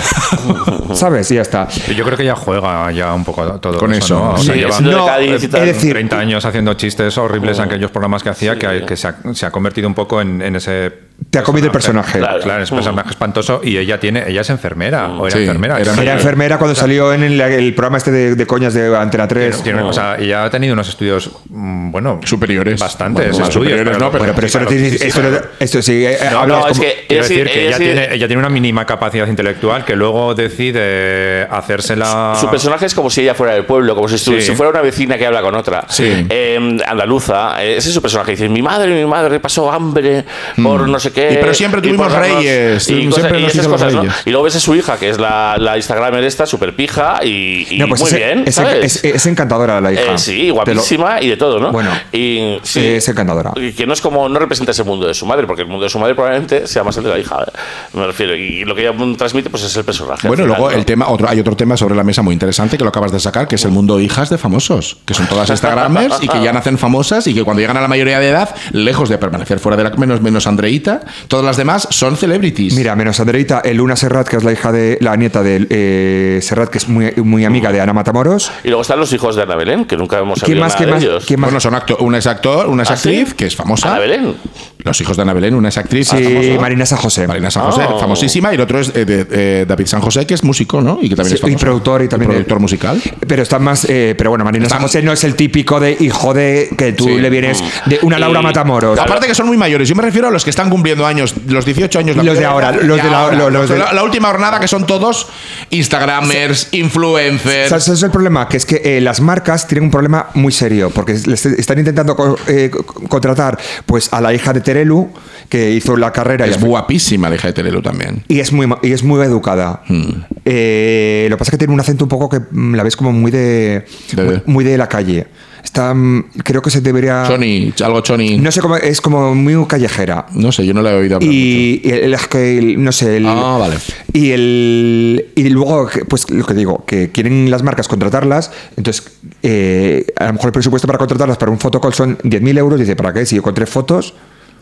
¿Sabes? Y ya está.
Yo creo que ya juega ya un poco todo
Con eso,
¿no? O
sí,
sea,
eh,
Sí,
lleva-
siendo de
No,
Cádiz y
es
tal.
decir-
30 años haciendo chistes horribles en aquellos programas que hacía, que, que se, ha, se ha convertido un poco en, en ese...
Te ha comido el personaje.
Claro, claro, es un personaje espantoso y ella tiene, ella es enfermera, o era
Sí,
enfermera.
era
Era enfermera cuando salió en el, el programa este de, de coñas de Antena 3.
Tiene- o sea, ella ha tenido unos estudios, mm, bueno,
Superiores.
Bastantes
Bueno,
estudios.
superiores no, pero-
Bueno, pero eso no tiene.
sí, sí,
esto,
claro.
no- esto sí, eh,
No,
hablas
no,
es
como-
que-
Quiero
Es
decir,
decir,
que
es
ella,
decir-
tiene, ella tiene una mínima capacidad intelectual que luego decide hacérsela.
Ah.
Su personaje es como si ella fuera del pueblo, como si, estu-
Sí.
si fuera una vecina que habla con otra.
Sí.
Eh, andaluza, eh, ese es su personaje. Dice, mi madre, mi madre pasó hambre por no sé qué.
Mm. Y pero siempre
y por
tuvimos
darnos-
reyes,
Y,
siempre
cosas- y
nos
esas
hizo los
cosas, ¿no?
reyes.
Y luego ves a su hija, que es la, la Instagramer esta, súper pija y, y
No, pues
muy
es,
bien,
es-
¿sabes?
es- es encantadora la hija.
Eh, sí,
Te lo-
guapísima y de todo, ¿no?
Bueno,
y, sí,
eh,
es encantadora.
Y que no es como, no representa ese mundo de su madre, porque el mundo de su madre probablemente sea más el de la hija, ¿eh? me refiero. Y lo que ella transmite, pues es el personaje. al
Bueno,
final,
luego
¿no?
el tema, otro, hay otro tema sobre la mesa muy interesante que lo acabas de sacar, que es el mundo hijas de famosos, que son todas Instagramers y que ya nacen famosas y que cuando llegan a la mayoría de edad, lejos de permanecer fuera de la menos menos Andreita, Todas las demás son celebrities.
Mira, menos Andreita, el Luna Serrat, que es la hija de la nieta de eh, Serrat, que es muy, muy amiga de Ana Matamoros.
Y luego están los hijos de Ana Belén, que nunca hemos sabido
¿Quién más,
nada
quién
de
más,
ellos.
quién más?
Bueno, son actor, una es actor, una es
¿Ah,
actriz,
sí?
que es famosa.
Ana Belén.
Los hijos de Ana Belén, una es actriz
Sí,
y
Marina Ah, San José.
Marina San José,
Oh.
famosísima, y el otro es eh, de- eh, David San José, que es músico, ¿no? Y que también
Sí,
es famoso.
y productor y también de-
productor musical.
Pero están más. eh, pero bueno, Marina
Están-
San José no es el típico de hijo de que tú
Sí.
le vienes de una Laura
Mm. Y-
Matamoros.
Aparte que son muy mayores, yo me refiero a los que están cumpliendo años, los 18 años.
Los de
mayoría-
ahora, los de la- los- los de-
la, la última jornada que son todos Instagramers, influencers.
¿Sabes ese es el problema? Que es que eh, las marcas tienen un problema muy serio, porque les están intentando co- eh, co- contratar pues a la hija de Terelu, que hizo la carrera y
es
al-
guapísima la hija de Terelu también.
y es muy ma- y es muy educada.
Mm.
Eh, lo que pasa es que tiene un acento un poco que mm, la ves como muy de
De-
muy, muy de la calle. Está, mm, creo que se debería
Choni, algo Choni. No,
no sé cómo es como muy callejera.
sé, yo no la he oído hablar.
Y, y el, es que el- no sé, el-
Ah, vale.
Y el y luego que- pues lo que digo, que quieren las marcas contratarlas, entonces eh, a lo mejor el presupuesto para contratarlas para un photocall son 10.000 euros, dice, ¿para qué? Si yo con tres fotos
mucho.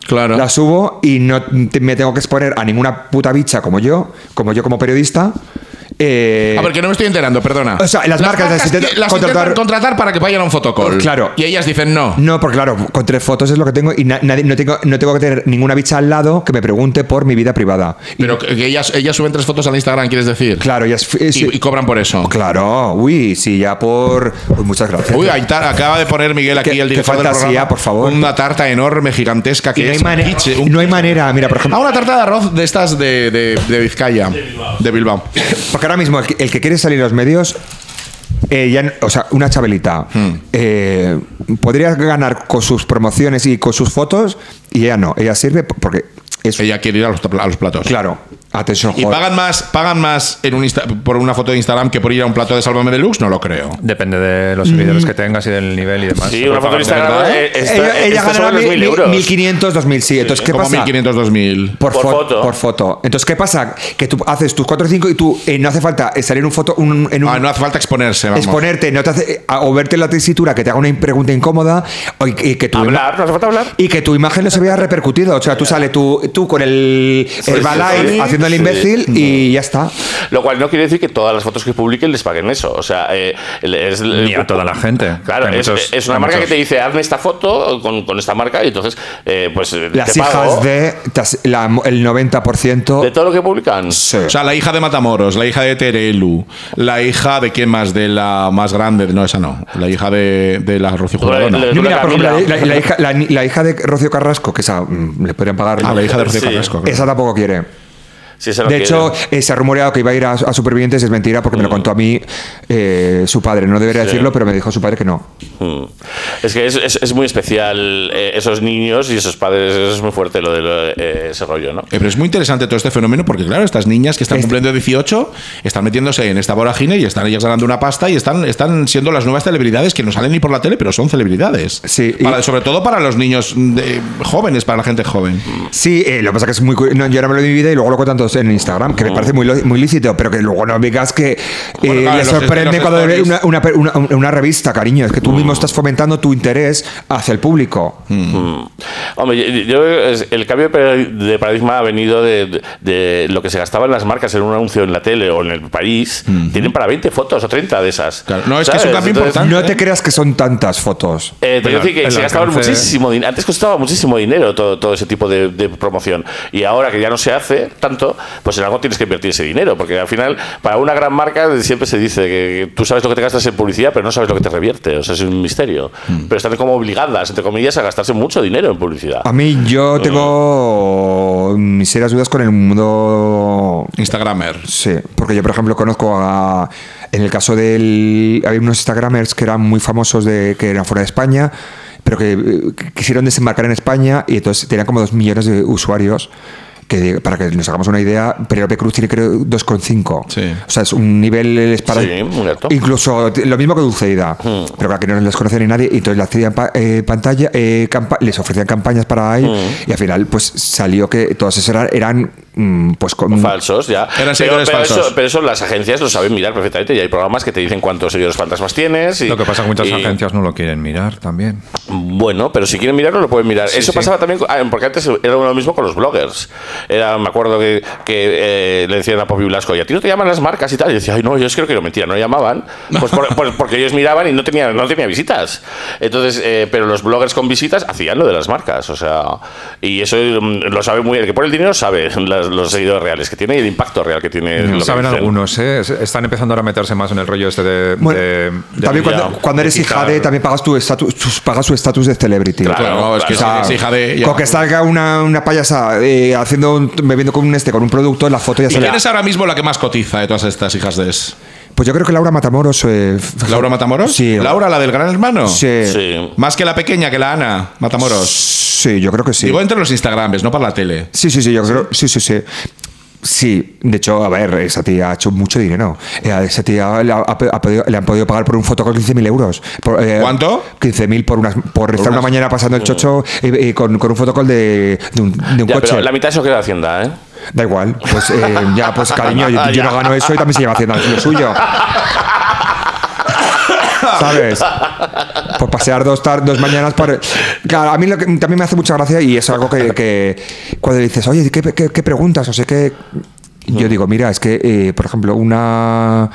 Claro.
la subo y no te- me tengo que exponer a ninguna puta bicha como yo, como yo como periodista. eh,
A ver, que Ah, no me estoy enterando, perdona.
O sea, las marcas las intentan
que- las
contratar-
intentan contratar para que vayan a un fotocall.
Claro.
Y ellas dicen no.
No, porque claro, con tres fotos es lo que tengo y na- nadie- no, tengo, no tengo que tener ninguna bicha al lado que me pregunte por mi vida privada. Y,
Pero que que ellas, ellas suben tres fotos al Instagram, ¿quieres decir?
claro, ya es, es-
Y, y cobran por eso.
Claro, uy, sí, ya por. Uy, muchas gracias.
Uy, Aitar, acaba de poner Miguel aquí
Qué-
el director
qué
del
fantasía,
programa,
por favor.
Una tarta enorme, gigantesca
Y
que
no hay,
es
manera,
quiche, un-
no hay manera, mira, por
Ah,
ejemplo.
una tarta de arroz de estas de, de- de Vizcaya. De Bilbao.
Porque ahora mismo el que, el que quiere salir a los medios, eh, ya, no- o sea, una chabelita, eh, podría ganar con sus promociones y con sus fotos, y ella no, ella sirve p- porque es.
Ella quiere ir a los, a los platos.
Claro, atención,
Y
joder.
pagan más, pagan más en un Insta- por una foto de Instagram que por ir a un plato de Sálvame Deluxe, no lo creo.
Depende de
Mm.
los seguidores que tengas y del nivel y demás.
Sí, una foto de Instagram.
¿verdad?
eh, está-
ella ella
está
ganará
sobre los
mil-
1.000
mil-
euros.
1.500, 2.000, sí. Entonces, ¿qué
Como
pasa?
1500, 2000.
Por,
Por
fo-
foto.
Por foto. Entonces, ¿qué pasa? Que tú haces tus 4 o 5 y tú eh, no hace falta eh, salir un foto un- en un,
Ah, no hace falta exponerse, vamos.
exponerte no te hace, eh, a- o verte en la tesitura que te haga una pregunta incómoda o y, y que tu
Hablar, no hace falta hablar.
y que tu imagen no se vea repercutido. O sea, tú sales tú, tú con el, el balay
sí.
haciendo el
Sí.
imbécil y ya está.
Lo cual no quiere decir que todas las fotos que publiquen les paguen eso. O sea, eh, el- es,
Ni a toda la gente.
Claro,
Hay
es,
muchos-
es una
hay
marca
muchos.
que te dice, hazme esta foto con, con esta marca y entonces, eh, pues. eh,
Las
te pago
hijas de tas- la- el 90%.
de todo lo que publican.
Sí.
O sea, la hija de Matamoros, la hija de Terelu, la hija de quién más, de la más grande, no, esa no, la hija de, de la Rocío Jurado, no.
Le- le-
No, mira, por ejemplo,
Camila.
la, la- la hija, la ni- la hija de Rocío Carrasco, que esa mm, le podrían pagar.
Ah, la hija de Rocío
Sí.
Carrasco. claro.
Esa tampoco quiere.
Sí, se lo
De
quiere. Mm.
hecho, eh, se ha rumoreado que iba a ir a, a Supervivientes, es mentira, porque me lo contó a mí eh, su padre. No debería decirlo, pero me dijo su padre que no.
Mm. Es que es, es- es muy especial eh, esos niños y esos padres, eso es muy fuerte lo de lo- eh, ese rollo, ¿no?
Eh, Pero es muy interesante todo este fenómeno porque, claro, estas niñas que están
Este-
cumpliendo 18 están metiéndose en esta vorágine y están ellas ganando una pasta y están, están siendo las nuevas celebridades que no salen ni por la tele, pero son celebridades.
Sí, y-
Para- sobre todo para los niños de- jóvenes, para la gente joven.
Sí, eh, lo que pasa que es muy curioso. yo ahora me lo he vivido y luego lo cuentan todos en Instagram, que me parece muy, lo- muy lícito, pero que luego no digas que eh,
Bueno, claro,
le
los-
sorprende
los
cuando ve
stories. Mm.
una, una per- una- una revista, cariño. Es que tú mismo estás fomentando tu interés hacia el público.
Mm. Hombre, yo, yo- es- el cambio de para- de paradigma ha venido de, de- de lo que se gastaban las marcas en un anuncio en la tele o en el país. Tienen para 20 fotos o 30 de esas.
Claro. No, es que es un cambio importante.
No te creas que son tantas fotos.
Eh,
Pero
te quiero decir que
el
se gastaban
alcance-
muchísimo dinero. Antes costaba muchísimo dinero todo, todo ese tipo de, de promoción. Y ahora que ya no se hace tanto, pues en algo tienes que invertir ese dinero. Porque al final, para una gran marca, siempre se dice que, que tú sabes lo que te gastas en publicidad, pero no sabes lo que te revierte. O sea, es un misterio.
Mm.
Pero están como obligadas, entre comillas, a gastarse mucho dinero en publicidad.
A mí yo tengo mis serias dudas con el mundo
Instagramer.
Sí, porque yo, por ejemplo, conozco a. En el caso del. Había unos Instagramers que eran muy famosos, de, que eran fuera de España, pero que, eh, que quisieron desembarcar en España y entonces tenían como 2 millones de usuarios. Que, para que nos hagamos una idea, Penélope Cruz tiene creo 2,5.
Sí.
O sea, es un nivel es para.
Sí, muy alto. Hmm.
Incluso t- lo mismo que Dulceida. Pero claro, que no les conoce ni nadie. Y entonces le hacían pa- eh,
Hmm.
pantalla, eh, campa- les ofrecían campañas para ahí. Y al final, pues salió que todas esas eran, eran mm, pues con...
Falsos, ya.
Eran seguidores falsos.
Eso, pero eso las agencias lo saben mirar perfectamente y hay programas que te dicen cuántos seguidores fantasmas tienes. Y,
Lo que pasa es que muchas
y-
agencias no lo quieren mirar también.
Bueno, pero si quieren mirarlo, lo pueden mirar. Eso
sí.
pasaba también, con- ah, porque antes era lo mismo con los bloggers. Era, me acuerdo que, que, eh, le decían a Poppy Blasco, y a ti no te llaman las marcas y tal. Y decía, ay, no, yo es creo que no, mentira, no llamaban. Pues por- por- porque ellos miraban y no tenía, no tenía visitas. Entonces, eh, pero los bloggers con visitas hacían lo de las marcas, o sea, y eso mm, lo sabe muy bien. El que pone el dinero sabe las- los seguidores reales que tiene y el impacto real que tiene. lo que
saben
dicen.
algunos, ¿eh? Se- Están empezando ahora a meterse más en el rollo este de.
Bueno,
de- de-
también
ya,
cuando, cuando
de
eres hija
quitar-
de, también pagas tu estatus, sus- pagas su estatus de celebrity.
Claro,
Claro, es que
claro.
si eres hija de. ya.
Con que salga una, una payasa eh, haciendo un- bebiendo con un este, con un producto, la foto ya
¿Y
se
quién
la...
es ahora mismo la que más cotiza de todas estas hijas de es?
Pues yo creo que Laura Matamoros... eh, f-
¿Laura Matamoros?
Sí.
¿Laura, la del gran hermano?
Sí, sí.
Sí.
Más que la pequeña, que la Ana Matamoros.
yo creo que sí.
Digo entre los Instagrames, no para la tele.
Sí, sí, sí, yo creo. Sí, sí, sí. Sí, de hecho, a ver, esa tía ha hecho mucho dinero. Eh, a Esa tía le, ha- ha pe- ha podido- le han podido pagar por un foto con 15.000 euros. Por, eh,
¿Cuánto?
15.000 por, unas, por estar una
unas-
mañana pasando el chocho eh, eh, con, con un fotocall de, de un, de un
Ya,
coche.
pero la mitad eso queda Hacienda, ¿eh?
Da igual, pues eh, ya, pues cariño, yo, yo no gano eso y también se lleva haciendo lo suyo. ¿Sabes? Por pasear dos, tar- dos mañanas por... Claro, a mí lo que también me hace mucha gracia y es algo que, que cuando dices, oye, ¿qué, qué- qué preguntas? O sea, que... Yo digo, mira, es que, eh, por ejemplo, una...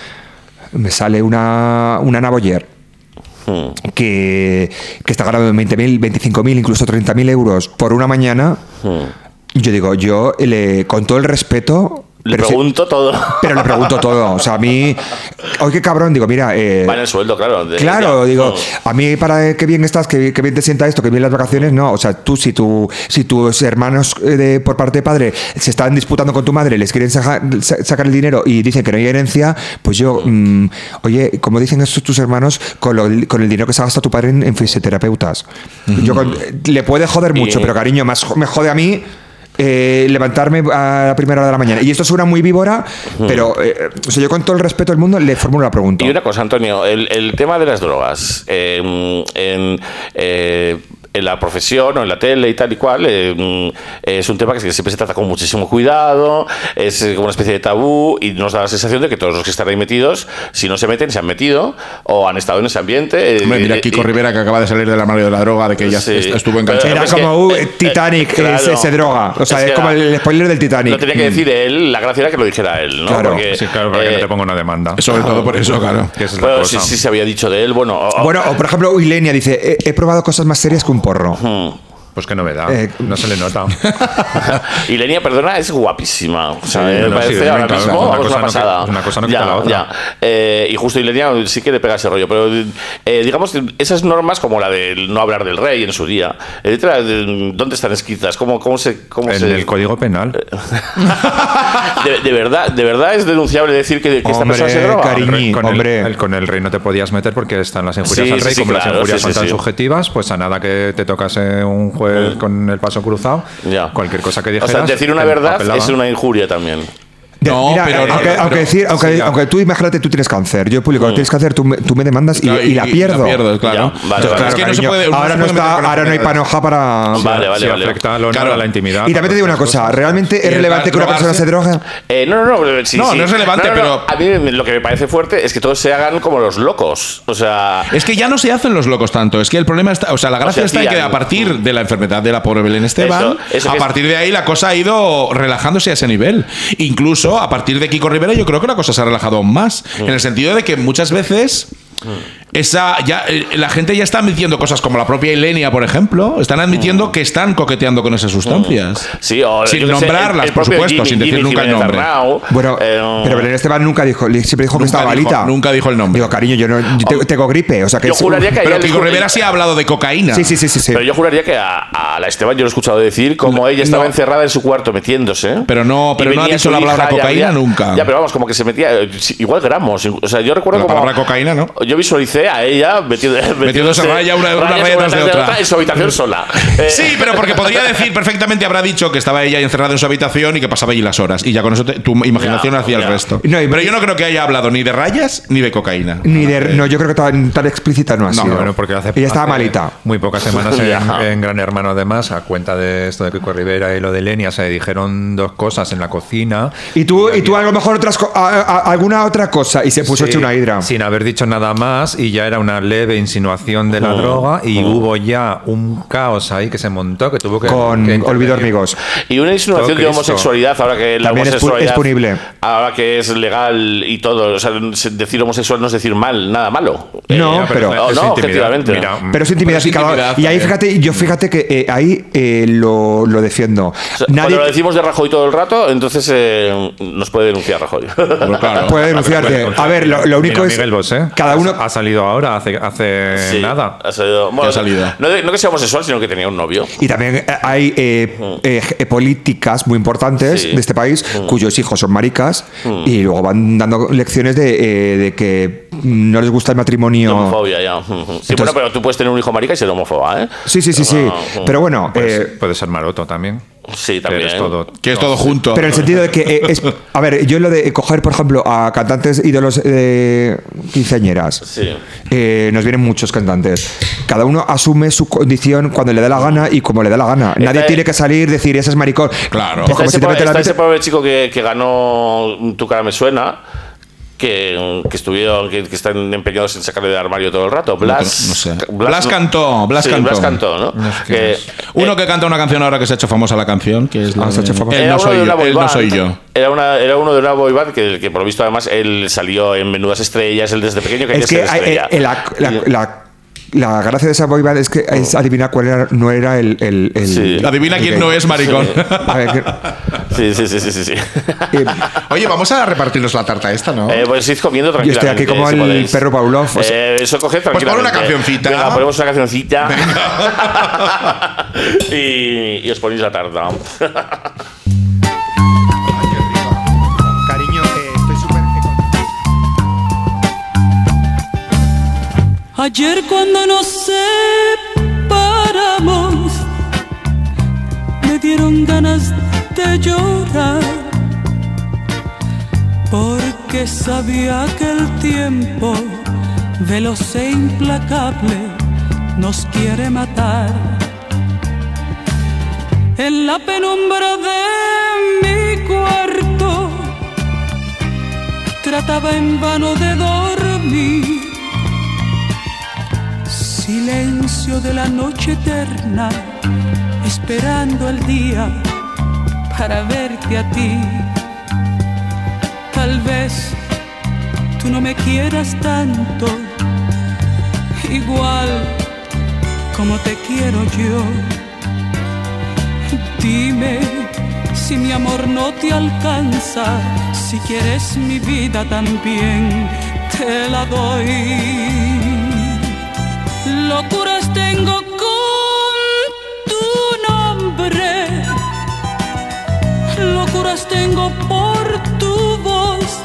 Me sale una, una Ana Boyer
Hmm,
que, que está ganando 20.000, 25.000, incluso 30.000 euros por una mañana.
hmm.
Yo digo, yo le, con todo el respeto.
Le
pero, si-
pregunto todo.
pero le pregunto todo. O sea, a mí. Oye, qué cabrón. Digo, mira. eh,
Va en el sueldo, claro. de-
Claro,
ya, Mm.
digo,
no.
a mí para qué bien estás, qué, qué bien te sienta esto, qué bien las vacaciones, no. O sea, tú, si, tú, si tus hermanos eh, de- por parte de padre se están disputando con tu madre, les quieren saja- sa- sacar el dinero y dicen que no hay herencia, pues yo, mm, oye, como dicen estos tus hermanos, con, lo- con el dinero que se gasta tu padre en, en fisioterapeutas. Yo con- le puede joder mucho,
Mm. Y-
pero cariño, más jo- me jode a mí. eh, levantarme a la primera hora de la mañana. Y esto suena muy víbora, pero eh, o sea, yo con todo el respeto del mundo le formulo la pregunta.
Mm. Y una cosa, Antonio, el, el tema de las drogas. eh, en, eh, en la profesión o en la tele y tal y cual, eh, es un tema que siempre se trata con muchísimo cuidado, es eh, como una especie de tabú y nos da la sensación de que todos los que están ahí metidos, si no se meten, se han metido o han estado en ese ambiente. eh,
Hombre, mira
eh,
Kiko
eh,
Rivera que acaba de salir del armario de la droga, de que ya
Sí.
est- estuvo enganchado.
Pero
Era
es
como
que-
uh, Titanic,
eh, claro.
ese, ese droga. O sea,
Es
es,
que
como
era-
el spoiler del Titanic.
Lo tenía que decir eh, él, la gracia era que lo dijera él, ¿no?
Mm. Claro.
Sí, claro, para que
eh,
no te ponga una demanda.
Sobre todo por eso, claro.
Que esa es la
bueno, si,
cosa.
si se había dicho de él, bueno. o- o-
Mm. Bueno, o por ejemplo, Ilenia dice: "Eh, he, he probado cosas más serias que un porro.
Mm.
Pues qué novedad.
Eh,
no se le nota.
Y Lenia, perdona, es guapísima. O sea,
Sí,
me
no,
parece
sí, me
ahora
encanta.
mismo
Una
vamos,
cosa
una
no quita-
pasada.
una cosa no quita
Ya,
la otra.
ya. Eh, y justo Ilenia sí que le pega ese rollo. Pero eh, digamos, que esas normas como la del no hablar del rey en su día, etcétera, de- ¿dónde están escritas? ¿Cómo, cómo se.? Cómo
en
se- Eh,
el código penal.
de, de verdad, de verdad es denunciable decir que, que esta
Hombre,
persona se droga.
cariño.
Con el- con,
hombre.
El, el- con el rey no te podías meter porque están las injurias
Sí,
al
sí,
rey.
sí,
como las
claro,
injurias
sí,
son
sí,
tan
sí.
subjetivas, pues a nada que te tocase un juez con el paso cruzado,
Ya.
cualquier cosa que
O
dijeras.
sea, decir una
te
verdad
apelaban.
es una injuria también.
De-
No,
mira,
pero
eh,
no,
aunque,
pero-
aunque decir, aunque,
sí, ya.
aunque tú, imagínate, tú tienes cáncer. Yo publico,
Mm.
tienes cáncer, tú me, tú me demandas y,
Claro,
y la pierdo.
claro.
Ya, vale,
Entonces,
vale.
es que no se
Cariño,
puede- no
ahora
se
no,
puede meter
está,
con la
ahora no hay
enfermedad.
panoja para.
Vale, vale,
Sí,
vale.
afecta al honor,
Claro.
a la intimidad.
Y también te digo una
Otras
cosa:
cosas.
¿realmente
Y
es
el
relevante que una
drogarse-
persona se droga?
Eh, no, no, no. sí,
No,
sí.
no es relevante, pero-
A mí lo que me parece fuerte es que todos se hagan como los locos. O sea.
Es que ya no se hacen los locos tanto. Es que el problema está. O sea, la gracia
sea,
está en que
pillan.
a partir de la enfermedad de la pobre Belén Esteban,
Eso- eso
a
que es-
partir de ahí la cosa ha ido relajándose a ese nivel. Incluso a partir de Kiko Rivera, yo creo que la cosa se ha relajado aún más.
Mm.
En el sentido de que muchas veces. Esa, ya, eh, la gente ya está admitiendo cosas como la propia Ilenia, por ejemplo. Están admitiendo que están coqueteando con esas sustancias.
Mm. Sí, o,
Sin
yo qué sé,
nombrarlas, por
propio
supuesto, sin decir nunca el
Jiménez
nombre.
Arnau,
Bueno,
eh,
pero Belén Esteban nunca dijo, le- siempre dijo que
Nunca
estaba
dijo-
malita.
nunca dijo el nombre.
Digo, cariño, yo, no, yo te- tengo gripe. O sea, que
Yo
es-
juraría que a
Pero
ella le
Kiko
escu-
Rivera sí ha hablado de cocaína.
Sí, sí, sí, sí. sí.
Pero yo juraría que a, a la Esteban yo lo he escuchado decir como ella estaba
no.
encerrada en su cuarto metiéndose.
Pero no-
Y
pero no ha
venía
dicho
su
la palabra
hija y
cocaína
había-
nunca.
Ya, pero vamos, como que se metía eh, sí, igual gramos. O sea, yo recuerdo
La
como-
palabra cocaína, ¿no?
Yo visualicé ve a ella metiendo,
Metiéndose raya una- una raya
sobre
tras de otra.
en su habitación sola. Eh,
Sí, pero porque podría decir perfectamente, habrá dicho que estaba ella encerrada en su habitación y que pasaba allí las horas. Y ya con eso te- tu imaginación
Ya,
hacía
ya.
el resto.
No, y-
pero yo no creo que haya hablado ni de rayas ni de cocaína. Eh,
Ni de- no, yo creo que tan, tan explícita no ha
No,
sido.
Bueno, porque hace,
Ella estaba
hace
malita.
Muy pocas semanas en,
Ya.
en Gran Hermano, además, a cuenta de esto de Kiko Rivera y lo de Lenia, se dijeron dos cosas en la cocina.
Y tú, y tú a lo mejor otras co- a- a- alguna otra cosa y se puso
Sí,
hecho una hidra.
Sin haber dicho nada más y ya era una leve insinuación de la
Oh.
droga y hubo ya un caos ahí que se montó que tuvo que...
con
que
Olvido
intervenir.
Hormigos.
Y una insinuación
Todo
de
Cristo.
homosexualidad, ahora que la
También es pu-
homosexualidad.
es punible.
Ahora que es legal y todo. O sea, se- decir homosexual no es decir mal, nada malo.
No,
Eh,
pero-
No,
es
no,
intimidad.
objetivamente.
Mira,
Pero es intimidad.
Pero es
y cada-
intimidad
y ahí
también.
fíjate, yo fíjate que eh, ahí eh, lo, lo defiendo.
O sea, Cuando lo decimos de Rajoy todo el rato, entonces eh, nos puede denunciar Rajoy.
Pero pues claro.
puede denunciarte. A ver, lo, lo único
Mira,
es.
Miguel Bosé,
cada uno.
Ha salido ahora, hace, hace
eh,
Sí,
nada.
Ha salido. Bueno,
Ha salido.
No, no que sea homosexual, sino que tenía un novio.
Y también eh, hay eh, eh, eh, políticas muy importantes
Sí.
de este país cuyos hijos son maricas y luego van dando lecciones de, eh, de que no les gusta el matrimonio.
Homofobia, ya. Sí, bueno, pero tú puedes tener un hijo marica y ser homófoba, ¿eh?
Sí, sí, sí, sí.
No,
Pero bueno,
Puedes,
eh,
puedes Pues, ser maroto también.
Sí,
que
también.
eres todo-
Que es todo junto.
Pero en el sentido de que eh, es, a ver, yo lo de coger, por ejemplo, a cantantes ídolos de quinceañeras.
Sí.
Eh, nos vienen muchos cantantes. Cada uno asume su condición cuando le da la gana y como le da la gana. Nadie
Esta-
tiene que salir decir ese es maricón.
Claro.
Pues
Esta
está
como si te
ese,
meten
pobre,
la
está ese
mete-
pobre chico que, que ganó mm, Tu cara me suena. Que, que estuvieron, que, que están empeñados en sacarle del armario todo el rato. Blas.
No sé.
Ca-
Blas cantó, Blas
Sí,
cantó.
Blas cantó, ¿no?
quién
Que- eh,
es. Uno que canta una canción ahora que se ha hecho famosa la canción, que es la
Ah, se ha
de-
hecho famosa.
Él
era
no
uno Eh, de
soy
una
yo.
boy
Él no
band.
soy yo.
Era, una, era uno de una boy band que, que por lo visto, además, él salió en Menudas Estrellas, él desde pequeño quería
Es que
ser
hay-
estrella.
eh, la, la-
Y-
la- la gracia de esa boy band es que es adivinar cuál era, no era el. el- el-
Sí.
el
Adivina quién
gay.
no es maricón.
A ver, que-
Sí, sí, sí, sí, sí. sí.
eh,
Oye, vamos a repartirnos la tarta esta, ¿no?
Eh, pues id comiendo
Yo estoy
tranquilamente.
aquí como
si
el
podéis.
perro Pavlov, o sea-
Eh, eso coged
Pues pon
tranquilamente.
una cancioncita.
Venga, ponemos una cancioncita. y, y os ponéis la tarda.
Cariño, eh, estoy súper.
Ayer cuando nos separamos, me dieron ganas de llorar, porque sabía que el tiempo veloz e implacable nos quiere matar. En la penumbra de mi cuarto, trataba en vano de dormir silencio de la noche eterna, esperando el día para verte a ti. Tal vez tú no me quieras tanto, igual como te quiero yo. Dime si mi amor no te alcanza, si quieres mi vida también te la doy. Locuras tengo con tu nombre, locuras tengo por tu voz,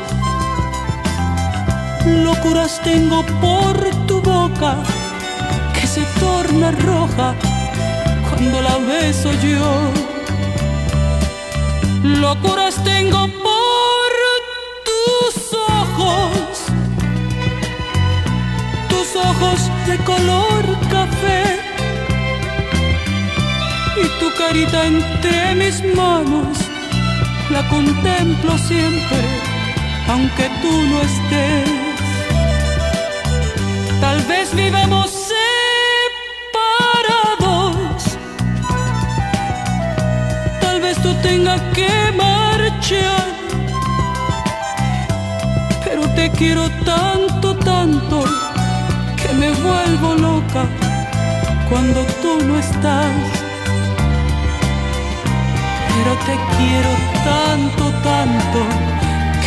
locuras tengo por tu boca que se torna roja cuando la beso yo. Locuras tengo por tus ojos tus ojos de color café y tu carita entre mis manos la contemplo siempre aunque tú no estés tal vez vivamos separados tal vez tú tengas que marchar pero te quiero tanto, tanto, que me vuelvo loca cuando tú no estás. Pero te quiero tanto, tanto,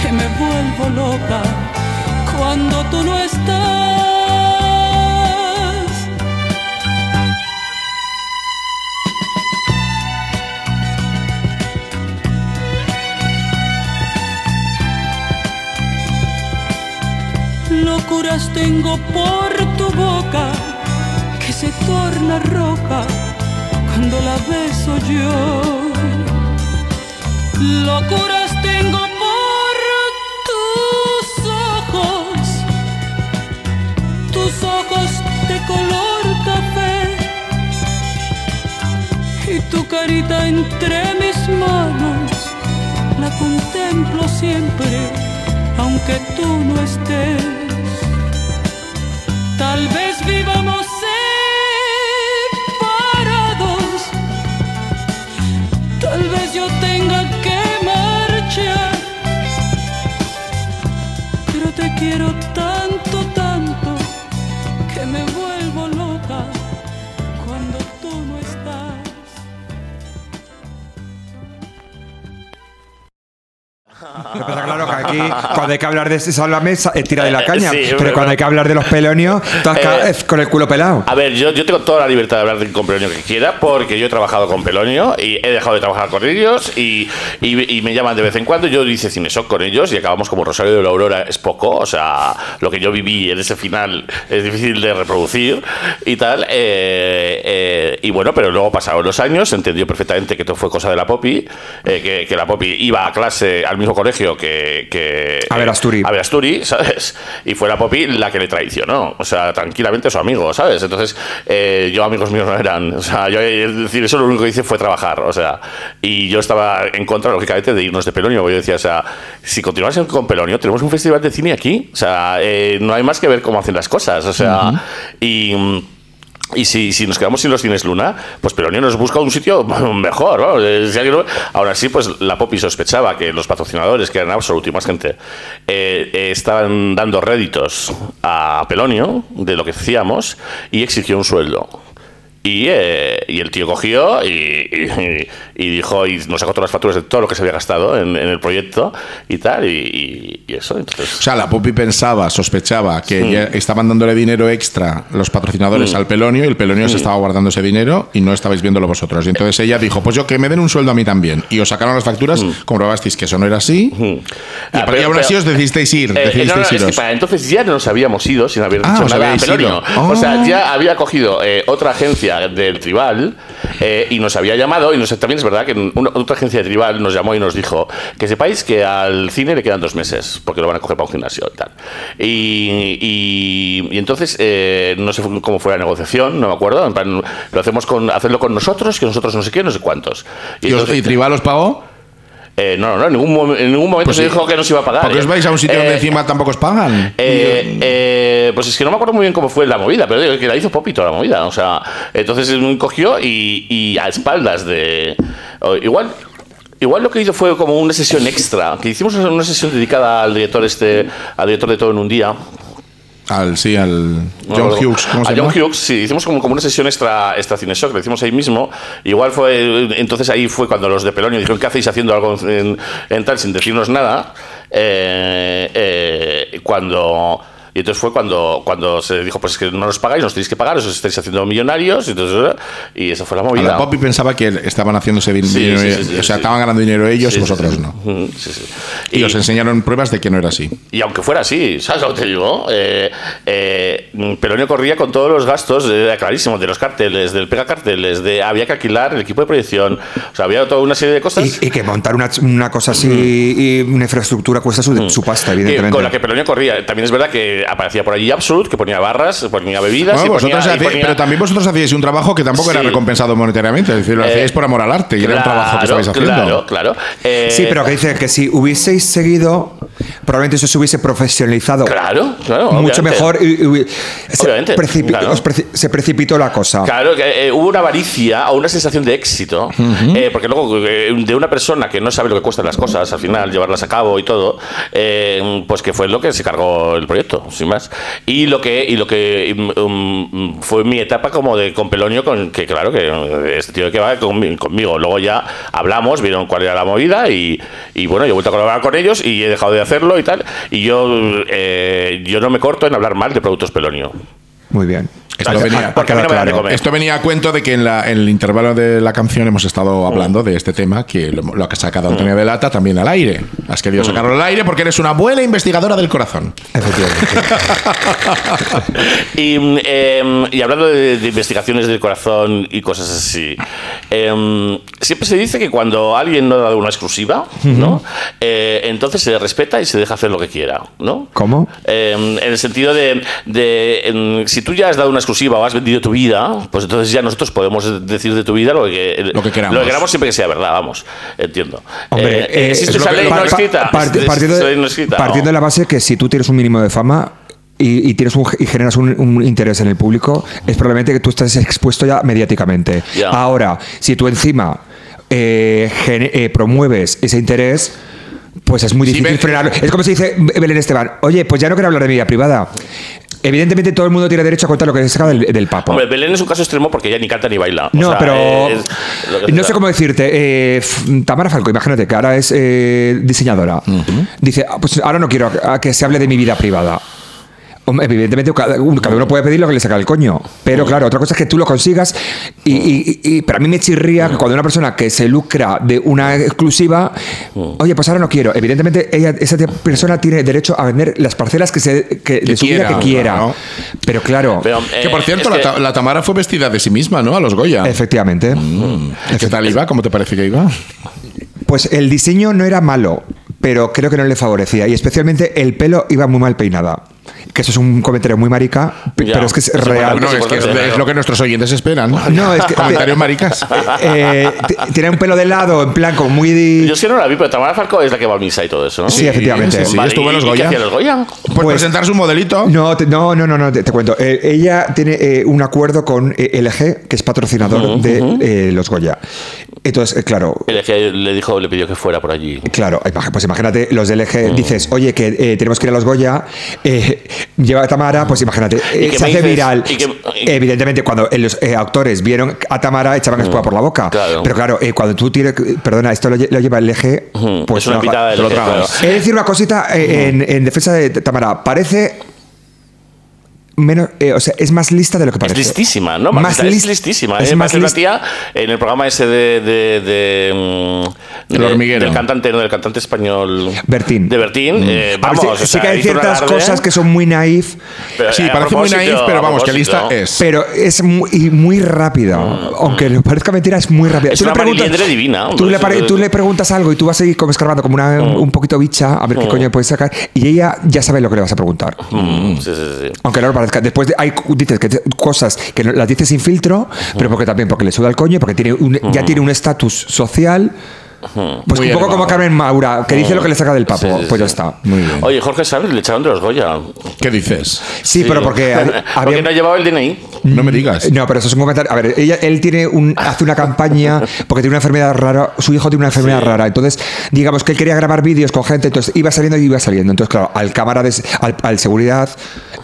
que me vuelvo loca cuando tú no estás.
locuras tengo por tu boca que se torna roja cuando la beso yo. Locuras tengo por tus ojos, tus ojos de color café y tu carita entre mis manos. La contemplo siempre, aunque tú no estés. Tal vez vivamos separados. Tal vez yo tenga que marchar. Pero te quiero tanto, tanto, que me vuelvo loca cuando tú no estás.
Lo que pasa, claro, que aquí, cuando hay que hablar de Sálvame, sa- eh, tira de la caña.
Sí,
pero,
pero-
cuando hay que hablar de los pelonios, tú has ca-
Eh,
eh, con el culo pelado.
A ver, yo, yo tengo toda la libertad de hablar de- con Pelonio que quiera, porque yo he trabajado con Pelonio y he dejado de trabajar con ellos y, y- y me llaman de vez en cuando. y Yo hice Cinesoc con ellos y acabamos como Rosario de la Aurora, es poco. O sea, lo que yo viví en ese final es difícil de reproducir y tal. eh, eh, y bueno, pero luego pasaron los años, entendió perfectamente que todo fue cosa de la Poppy, eh, que, que la Poppy iba a clase al mismo colegio que. que
A ver, Asturi.
a ver, Asturi, ¿sabes? Y fue la Poppy la que le traicionó. O sea, tranquilamente su amigo, ¿sabes? Entonces, eh, yo amigos míos no eran. O sea, yo, eh, es decir, eso lo único que hice fue trabajar. O sea, y yo estaba en contra, lógicamente, de irnos de Pelonio. porque Yo decía, o sea, si continuas con Pelonio, tenemos un festival de cine aquí. O sea, eh, no hay más que ver cómo hacen las cosas. O sea, y. mm, y si, si nos quedamos sin los cines Luna, pues Peronio nos busca un sitio mejor. vamos, eh, si alguien lo- Ahora sí, pues la Poppy sospechaba que los patrocinadores, que eran Absolut y más gente, eh, eh, estaban dando réditos a Pelonio de lo que hacíamos y exigió un sueldo. Y, eh, y el tío cogió y, y- y dijo, y nos sacó todas las facturas de todo lo que se había gastado en, en el proyecto y tal, y, y- y eso.
O
Entonces,
sea, la Poppy pensaba, sospechaba que ya estaban dándole dinero extra los patrocinadores
Mm.
al Pelonio y el Pelonio se estaba guardando ese dinero y no estabais viéndolo vosotros. Y entonces ella dijo, pues yo que me den un sueldo a mí también. Y os sacaron las facturas, comprobasteis que eso no era así. Y,
Mm. Ah,
pa- y
pero-
aún así
pero-
os decidisteis
Eh,
ir.
eh, no, no,
decidisteis
es que
iros.
para entonces ya nos habíamos ido sin haber
Ah,
dicho
os
nada a
habíais
Pelonio.
ido.
O sea,
Ah.
ya había cogido eh, otra agencia del tribal eh, y nos había llamado. Y nos, también es verdad que una- otra agencia de tribal nos llamó y nos dijo que sepáis que al cine le quedan dos meses porque lo van a coger para un gimnasio y tal. Y, y- y entonces eh, no sé cómo fue la negociación, no me acuerdo. En plan, lo hacemos con hacerlo con nosotros, que nosotros no sé qué, no sé cuántos.
Y, os-
entonces-
y Tribal os pagó.
eh, no, no, en ningún, mo- en ningún momento
Pues
se
sí.
dijo que nos iba a pagar.
Porque
eh.
os vais a un sitio
Eh,
donde encima tampoco os pagan.
eh, eh, pues es que no me acuerdo muy bien cómo fue la movida, pero digo que la hizo Popito la movida. O sea, entonces mm, cogió y, y a espaldas de. o Igual. Igual lo que hizo fue como una sesión extra, que hicimos una sesión dedicada al director este, al director de todo en un día,
Al, sí, al
no,
John
no.
Hughes. ¿Cómo
a
se
John
llama?
Hughes, sí, hicimos como, como una sesión extra, extra Cineshock, lo hicimos ahí mismo. Igual fue, entonces ahí fue cuando los de Pelonio dijeron, ¿qué hacéis haciendo algo en, en tal sin decirnos nada? Eh, eh, cuando... Y entonces fue cuando, cuando se dijo, pues es que no nos pagáis, nos tenéis que pagar, os estáis haciendo millonarios, y, entonces, y esa fue la
A
movida.
la Poppy pensaba que estaban haciéndose din-
Sí,
dinero.
sí, sí, sí,
o sea,
sí.
estaban ganando dinero ellos,
Sí, sí,
vosotros
sí.
no.
Ujú, sí, sí.
Y, os enseñaron pruebas de que no era así.
Y aunque fuera así, ¿sabes lo que te digo? Eh, eh, mm, Pelonio corría con todos los gastos, eh, era clarísimo, de los carteles, del pega carteles, de había que alquilar el equipo de proyección, o sea, había toda una serie de cosas.
Y, y que montar una, una cosa así, y una infraestructura cuesta su, su pasta,
que-
evidentemente.
Mm. con la que Pelonio corría. También es verdad que aparecía por allí Absolut, que ponía barras, ponía bebidas. y
Bueno,
ponía-
vosotros
y
hacíais-
ponía-
pero también vosotros hacíais un trabajo que tampoco
Sí.
era recompensado monetariamente. Es decir, lo
Eh,
hacíais por amor al arte y era un trabajo que
Claro,
estabais
Claro,
haciendo.
claro. Eh,
Sí, pero que dice que si hubieseis seguido, probablemente eso se hubiese profesionalizado.
Claro, claro.
Mucho
obviamente.
mejor. y- y hubi- se,
Obviamente,
precipi-
claro.
os preci- se precipitó la cosa.
Claro, que eh, hubo una avaricia o una sensación de éxito, eh, porque luego eh, de una persona que no sabe lo que cuestan las cosas, al final llevarlas a cabo y todo, eh, pues que fue lo que se cargó el proyecto, sin más. Y lo que y lo que mm, mm, fue mi etapa como de con Pelonio, con, que claro, que eh, este tío que va conmi- conmigo. Luego ya hablamos, vieron cuál era la movida y, y bueno, yo he vuelto a colaborar con ellos y he dejado de hacerlo y tal. Y yo, eh, yo no me corto en hablar mal de productos Pelonio.
Muy bien.
Esto
Ah,
venía,
porque a mí no me dan de
claro,
comer.
esto venía a cuento de que en, la- en el intervalo de la canción hemos estado
Mm.
hablando de este tema, que lo, lo ha sacado Antonio de Lata también al aire. Has
Mm.
querido sacarlo al aire porque eres una buena investigadora del corazón.
Efectivamente.
Y, mm, em, y hablando de, de investigaciones del corazón y cosas así, em, siempre se dice que cuando alguien no ha dado una exclusiva, ¿no? Eh, entonces se le respeta y se deja hacer lo que quiera, ¿no?
¿Cómo?
Em, en el sentido de, de, em, si tú ya has dado una exclusiva o has vendido tu vida, pues entonces ya nosotros podemos decir de tu vida lo que,
Lo que queramos.
Lo que queramos siempre que sea verdad, vamos. Entiendo.
Hombre,
Eh, eh,
eh,
existe
es
esa
lo que-
ley
pa-
no
pa-
escrita.
Parti-
Existe
partiendo,
esa
de,
ley no escrita,
partiendo
¿no?
de la base que si tú tienes un mínimo de fama y, y tienes un, y generas un, un interés en el público, es probablemente que tú estás expuesto ya mediáticamente.
Ya.
Ahora, si tú encima eh, gene- eh, promueves ese interés, pues es muy
Sí,
difícil
Bel-
frenarlo. Es como se dice Belén Esteban, oye, pues ya no quiero hablar de mi vida privada. Evidentemente todo el mundo tiene derecho a contar lo que se saca del, del papo.
Hombre, Belén es un caso extremo porque ella ni canta ni baila. O
No,
sea,
pero
eh, es lo que
no
hace-
sé cómo decirte. eh, f- Tamara Falco, imagínate que ahora es eh, diseñadora. Dice, "Ah, pues ahora no quiero a- a que se hable de mi vida privada. Hombre, evidentemente cada uno, cada uno puede pedir lo que le saca el coño.
Mm.
Pero claro, otra cosa es que tú lo consigas. Y, y- y- y para mí me chirría
Mm.
que cuando una persona que se lucra de una exclusiva,
Mm.
oye, pues ahora no quiero. Evidentemente ella, esa t- persona tiene derecho a vender las parcelas que se, que, de su vida
quiera,
que quiera.
claro.
Pero claro,
Pero, eh,
que por cierto,
es
la, Ta- la Tamara fue vestida de sí misma, ¿no? A los Goya. Mm.
efectivamente.
Mm.
¿Y ¿Qué tal iba? ¿Cómo te parece que iba?
Pues el diseño no era malo, pero creo que no le favorecía. Y especialmente el pelo iba muy mal peinada. Que eso es un comentario muy marica, pe-
Ya.
pero es que es
Eso
real.
Bueno,
sí,
es,
por
que es,
lo que-
es lo que nuestros oyentes esperan.
No, es que-
Comentarios maricas.
Eh, t- tiene un pelo de lado, en plan como muy... di-
Yo sí no la vi, pero Tamara Falco es la que va a misa y todo eso, ¿no?
Sí, efectivamente.
Sí, sí,
Vale,
estuvo en los
¿y- y qué
Goya.
hacía los Goya?
Pues, presentar su modelito.
No, te- no, no, no, no, te, te cuento. Eh, ella tiene eh, un acuerdo con eh, LG, que es patrocinador de eh, los Goya. Entonces, eh, claro,
El eje le dijo, le pidió que fuera por allí.
Claro, imag- pues imagínate, los del eje
Mm.
dices, oye, que eh, tenemos que ir a los Goya, eh, lleva a Tamara, pues imagínate, eh,
¿Y qué me
se hace
dices?
viral.
¿Y qué- y-
Evidentemente, cuando eh, los eh, actores vieron a Tamara, echaban espuma por la boca.
Mm. claro.
Pero claro, eh, cuando tú tienes, perdona, esto lo, lle- lo lleva el eje,
Mm,
pues
es una
no,
pitada del
te lo
eje,
tragas.
claro. Mm.
He de decir una cosita eh, en, en defensa de Tamara, parece... Menos, eh, o sea, es más lista de lo que
Es
parece.
listísima, ¿no? Más es
lis-
listísima.
Es
¿eh?
más
Parece una
lis-
tía en el programa ese de. de, de, mm,
El
de-
hormiguero. Mm.
Del cantante, no, del cantante español.
Bertín.
De Bertín. eh,
A ver,
vamos,
sí-
o
sí
sea,
que hay
hizo una
ciertas
tarde,
cosas que son muy naif.
pero,
Sí,
eh, a
parece muy
propósito,
naif, pero
a
vamos, que lista
propósito.
es.
Pero es muy, y muy rápida. Aunque le parezca mentira, es muy rápida.
Ah, Es una bariliendre divina, hombre,
Tú le,
es-
pare- tú le preguntas algo y tú vas a ir como escarbando como una-
Ah.
un poquito bicha a ver qué coño puedes sacar. Y ella ya sabe lo que le vas a preguntar.
Mm, sí, sí, sí.
Aunque no lo parezca. Después de- hay cu- dices que te- cosas que no- las dices sin filtro, pero porque también porque le suda el coño, porque tiene un-
Ah.
ya tiene un estatus social. Pues
Muy
un poco
elevado.
como Carmen Maura, que dice lo que le saca del papo.
Sí, sí,
pues ya
sí.
está.
Oye, Jorge Sanz le echaron de los Goya.
¿Qué dices?
Sí, pero porque había-
Porque no llevaba el DNI.
No me digas.
Eh, No, pero eso es un comentario. A ver, ella- él tiene un, hace una campaña porque tiene una enfermedad rara. Su hijo tiene una enfermedad rara. Entonces, digamos que él quería grabar vídeos con gente. Entonces, iba saliendo y iba saliendo. Entonces, claro, al cámara, de, al, al seguridad,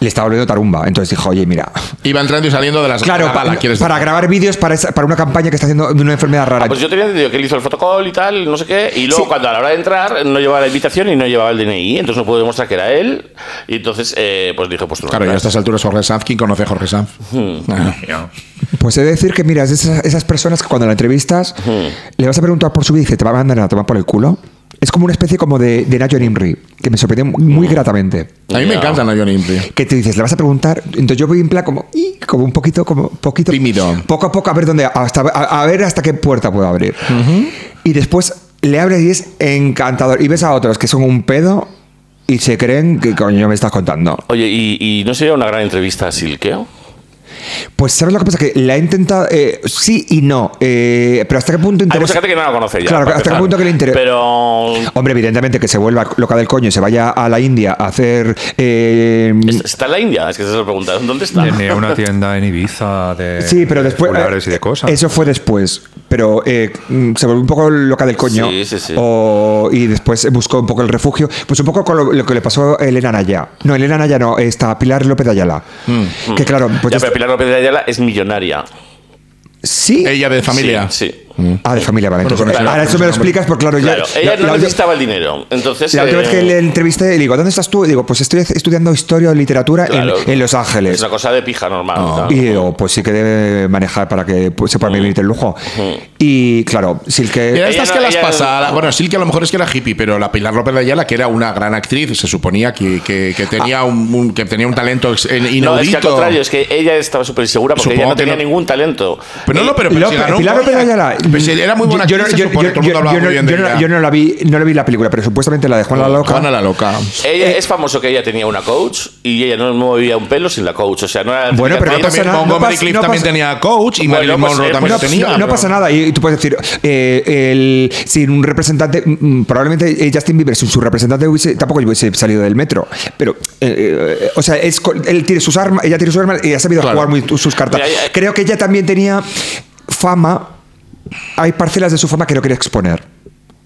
le estaba volviendo tarumba. Entonces dijo, oye, mira.
Iba entrando y saliendo de las
Claro,
la
pa-
bala, quieres
para
decir.
grabar vídeos para, esa- para una campaña que está haciendo de una enfermedad rara.
Ah, pues yo tenía entendido que él hizo el fotocall y tal, no sé qué, y luego
Sí.
cuando a la hora de entrar no llevaba la invitación y no llevaba el DNI, entonces no pude demostrar que era él, y entonces eh, pues dije, pues tú no
Claro, ya a
entras.
estas alturas Jorge Sanz, ¿quién conoce a Jorge Sanz?
Hmm.
Ah.
Pues he de decir que, mira, es de esas, esas personas que cuando la entrevistas le vas a preguntar por su vida y dice, te va a mandar a tomar por el culo. Es como una especie como de, de Nacho Nimri, que me sorprendió muy, muy gratamente.
A mí me encanta Nayon Impri.
que te dices, le vas a preguntar. Entonces yo voy en plan como, "Ih", como un poquito, como poquito.
Tímido.
Poco a poco a ver dónde, hasta, a, a ver hasta qué puerta puedo abrir. Y después le abres y es encantador. Y ves a otros que son un pedo y se creen que coño me estás contando.
Oye, ¿y, y no sería una gran entrevista a Silkeo?
Pues sabes lo que pasa que la he intentado eh, sí y no, eh, pero hasta qué punto
Hay mucha
interesa.
gente que no la conoce ya.
Claro,
para
hasta qué
empezar.
punto que le interesa.
Pero...
Hombre, evidentemente que se vuelva loca del coño y se vaya a la India a hacer. eh,
¿Está en la India? Es que se lo preguntaron, ¿dónde está?
Tiene una tienda en Ibiza de
Sí, pero después. eh,
pulgares y de cosas.
Eso fue después. Pero eh, mm, se volvió un poco loca del coño.
Sí, sí, sí.
O- y después buscó un poco el refugio. Pues un poco con lo, lo que le pasó a Elena Naya. No, Elena Naya no, está Pilar López de Ayala. Que claro, pues.
Mm. ya,
es-
pero Pilar López de Ayala es millonaria.
Sí.
Ella de familia.
Sí, sí.
Ah, de familia, vale.
Bueno,
entonces,
con eso-
ahora eso me lo explicas, porque claro, Pues ya-
Claro, ella
la-
no
la-
necesitaba el dinero. Entonces.
La última
eh,
vez que le entrevisté, le digo, ¿dónde estás tú? Y digo, pues estoy estudiando historia o literatura en-
claro,
en, Los
Es
Ángeles.
una cosa de pija normal. claro.
Y digo, pues sí que debe manejar para que pues, se pueda vivir el lujo. Y claro, sí
Mira,
que...
estas
no-
que las
ella-
pasa. la- Bueno, sí que a lo mejor es que era hippie, pero la Pilar López de Ayala, que era una gran actriz, se suponía que, que- que tenía, un, un- que tenía un talento ex- en- inaudito.
No, es que al contrario, es que ella estaba súper segura porque
Supongo
ella no
que
tenía
no-
ningún talento.
Pero Pues no, no, pero, pero
López-
si ganó un
Pilar López de
Goya,
Ayala.
pues era muy buena
Yo- yo-
actriz, se
yo-
supone, todo
yo-
el mundo hablaba
yo
muy
no-
bien de
yo no-
ella.
Yo no la vi, no la vi la película, pero supuestamente la de Juana la Loca.
Juana la loca.
Ella
Eh.
es famoso que ella tenía una coach y ella no movía un pelo sin la coach. O sea, no era.
Bueno, pero no pasa
Pero también
nada, no
Montgomery
pasa-
Cliff
no
también
pasa-
tenía coach y
Bueno,
Marilyn
pues,
Monroe
eh,
también
bueno,
lo
pues,
tenía.
No, no
pero-
pasa nada. Y tú puedes decir, eh, el, sin un representante, mm, probablemente eh, Justin Bieber, sin su representante, hubiese, tampoco hubiese salido del metro. Pero, eh, eh, o sea, es, co- él tiene sus armas, ella tiene sus armas y ha sabido
Claro.
jugar muy tu- sus cartas.
Mira, ya-
Creo que ella también tenía fama. Hay parcelas de su fama que no quería exponer,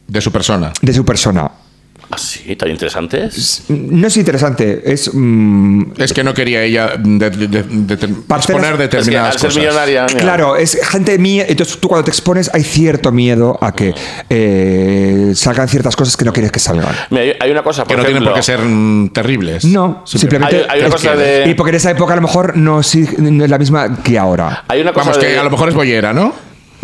De su persona.
de su persona.
Así, Ah, tan interesantes.
No es interesante, es. mm,
Es que no quería ella de, de- de- de- de-
Parcelas-
exponer
Es que al
determinadas
ser
cosas.
millonaria. mira.
Claro, es gente mía. Entonces tú cuando te expones hay cierto miedo a que eh, salgan ciertas cosas que no quieres que salgan.
Mira, hay- hay una cosa. Por
Que no tienen
ejemplo,
por qué ser mm, terribles.
No, simplemente.
Hay- hay una
es
cosa
que-
de-
Y porque en esa época a lo mejor no, sí- no es la misma que ahora.
Hay una cosa.
Vamos,
de-
que a lo mejor es bollera, ¿no?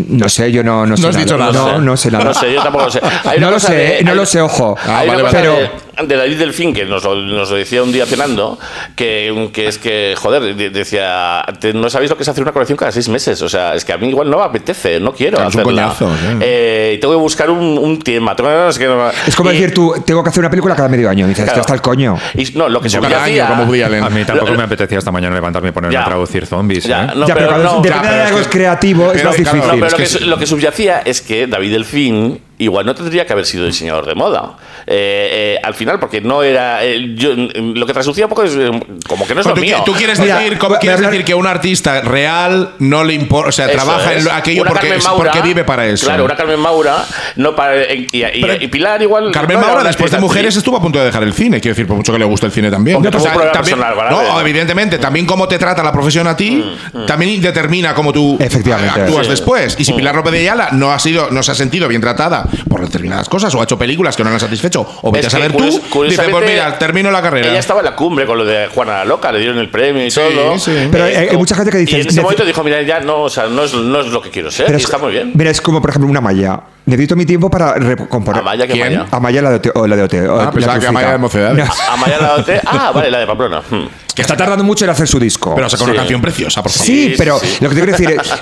No sé, yo no, no, sé.
has dicho nada.
No, no sé nada.
No sé, yo tampoco lo sé. Hay una
No lo
cosa
sé,
de-
eh, no
hay-
lo sé, ojo.
Ah,
Hay
vale,
una cosa
vale.
de, de David Delfín que nos lo, nos lo decía un día cenando, que, que es que, joder, de- decía, "Te- no sabéis lo que es hacer una colección cada seis meses. O sea, es que a mí igual no me apetece, no quiero
Claro, es un
hacerla.
coñazo, sí.
Eh, tengo que buscar un, un tema. tengo- no sé qué, no-
Es como
y-
decir tú, tengo que hacer una película cada medio año. Y dices,
claro.
esto está el coño.
y- no, lo que se
Cada año, como Woody Allen.
A mí
Lo-
tampoco me apetecía esta mañana levantarme y ponerme
Ya.
a traducir zombies.
Ya,
¿eh?
no,
ya, pero,
pero
cuando
no.
depende
Ya, pero
de
es
algo
que-
creativo, es
pero
más
claro,
difícil.
No, pero
es
lo que,
que-
su- lo que subyacía es que David Delfín igual no tendría que haber sido diseñador de moda. Eh, eh, al final, porque no era. eh, yo, mm, lo que traslucía un poco es eh, como que no es lo
Pero tú,
mío.
tú quieres
Mira,
decir, ¿cómo
voy a
quieres
hablar-
decir que un artista real no le importa, o sea,
Eso
trabaja
es.
en lo- aquello
Una
porque,
Carmen Maura,
porque vive para eso?
Claro, una Carmen Maura. No para, y, y- y-
Pero-
y Pilar igual.
Carmen
no era
Maura,
una
después de
artista,
Mujeres,
sí.
estuvo a punto de dejar el cine. Quiero decir, por mucho que le gusta el cine también.
Hombre, tuvo un problema
también-
personal, ¿vale?
no, evidentemente. También cómo te tratan la profesión a ti,
Mm,
también determina cómo tú
Efectivamente.
actúas
Sí.
después. Y si Pilar López de Ayala no ha sido, no se ha sentido bien tratada por determinadas cosas, o ha hecho películas que no la han satisfecho, o vete
Es
a
que
saber
curios-
tú, dice,
curiosamente,
pues mira, termino la carrera.
Ella estaba en la cumbre con lo de Juana la Loca, le dieron el premio y
Sí,
todo.
sí.
Pero hay- hay
como-
mucha gente que dice,
Y en ese
"Nece-
momento dijo: Mira, ya no, o sea, no, es, no es lo que quiero ser.
Pero
Eh, y
es-
está muy bien.
Mira, es como, por ejemplo, una malla. Necesito mi tiempo para recomponer.
Amaya, que
¿Quién?
Amaya.
Amaya, la de OT. o la de OT, o
Ah,
la
pensaba que
Trufita.
Amaya era de Mocedades.
No,
Amaya la OT. Ah, vale, la de Pamplona. Hmm.
que está tardando mucho en hacer su disco.
Pero sacó
Sí.
una canción preciosa, por favor.
Sí,
Sí,
pero
sí, sí.
lo que te quiero decir es.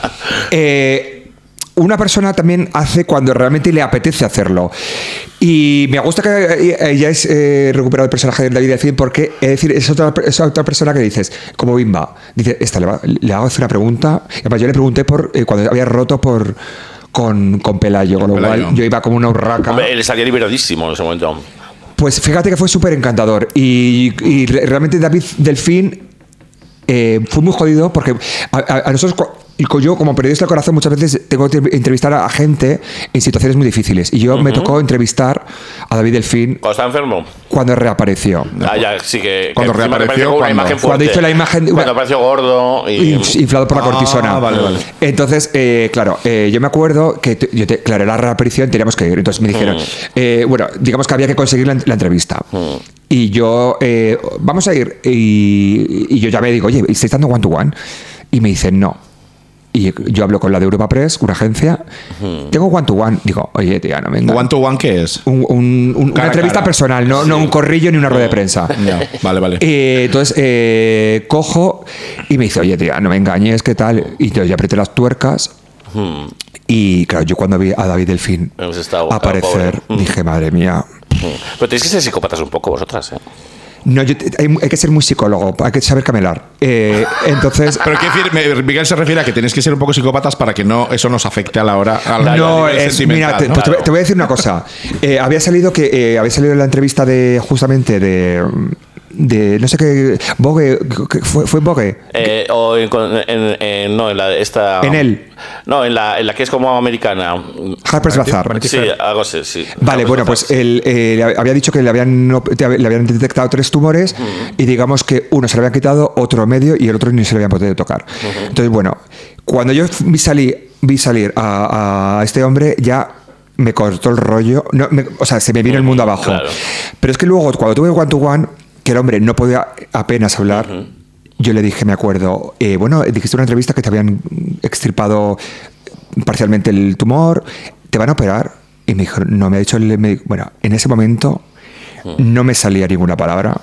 eh, una persona también hace cuando realmente le apetece hacerlo. Y me gusta que eh, ya es eh, recuperado el personaje de David Delfín porque es decir, es otra, es otra persona que dices, como Bimba, dice, esta le, va- le hago hacer una pregunta. Y además yo le pregunté por eh, cuando había roto por con, con Pelayo, con lo
Pelayo.
cual yo iba como una urraca.
Hombre, él estaría liberadísimo en ese momento.
Pues fíjate que fue súper encantador. Y, y re- realmente David Delfín eh, fue muy jodido porque a, a- a nosotros, co- y co- yo como periodista de corazón, muchas veces tengo que entrevistar a gente en situaciones muy difíciles. Y yo me tocó entrevistar a David Delfín
Cuando estaba enfermo.
cuando reapareció.
Ah, ya, sí que. que
Cuando
encima
reapareció,
apareció con una
cuando-
imagen fuerte.
cuando hizo la imagen de-
Cuando apareció gordo. Y,
Inf- inflado por la
Ah,
cortisona.
vale, vale.
Entonces, eh, claro, eh, yo me acuerdo que tu- yo te- claro, era la reaparición, teníamos que ir.
Hmm.
Entonces me dijeron, eh, bueno, digamos que había que conseguir la, en- la entrevista.
Hmm.
Y yo, eh, vamos a ir. Y, y yo ya me digo, oye, ¿estáis dando one to one? Y me dicen, no. Y yo hablo con la de Europa Press, una agencia.
Hmm.
Tengo one to one. Digo, oye, tía, no me engañes".
¿One to one qué es?
Un- un- un- una
Cara a
entrevista
cara. Hmm.
personal, no, no un corrillo ni una rueda de prensa.
Ya, vale, vale.
Eh, entonces eh, cojo y me dice, oye, tía, no me engañes, ¿qué tal? Y entonces yo apreté las tuercas. Y claro, yo cuando vi a David Delfín
Hemos estado, claro,
aparecer,
pobre. Mm.
dije, madre mía.
Hmm. Pero tenéis que ser psicópatas un poco vosotras, ¿eh?
No, yo te- hay, hay que ser muy psicólogo, hay que saber camelar. Eh, entonces,
Pero quiero decir, me- Miguel se refiere a que tenéis que ser un poco psicópatas para que no eso nos afecte a la hora. a la-
no,
a nivel
es,
sentimental,
mira, te,
¿no?
pues te-
Claro.
te voy a decir una cosa. Eh, había salido que eh, había salido en la entrevista de justamente de de no sé qué, Vogue, que fue, fue Vogue.
Eh, o en, con- en- en- no, en la esta.
En él.
No, en la, en la que es como americana.
Harper's Bazaar.
Sí, algo así, sí.
Vale, bueno, pues el, eh, le había dicho que le habían, op- te- le habían detectado tres tumores y digamos que uno se le habían quitado, otro medio y el otro ni se le habían podido tocar. Entonces, bueno, cuando yo f- vi salir, vi salir a, a este hombre, ya me cortó el rollo, no, me- o sea, se me vino el mundo abajo.
claro.
Pero es que luego, cuando tuve One to One, que el hombre no podía apenas hablar, yo le dije, me acuerdo, eh, bueno, dijiste en una entrevista que te habían extirpado parcialmente el tumor, ¿te van a operar? Y me dijo, no, me ha dicho el médico. Bueno, en ese momento no me salía ninguna palabra.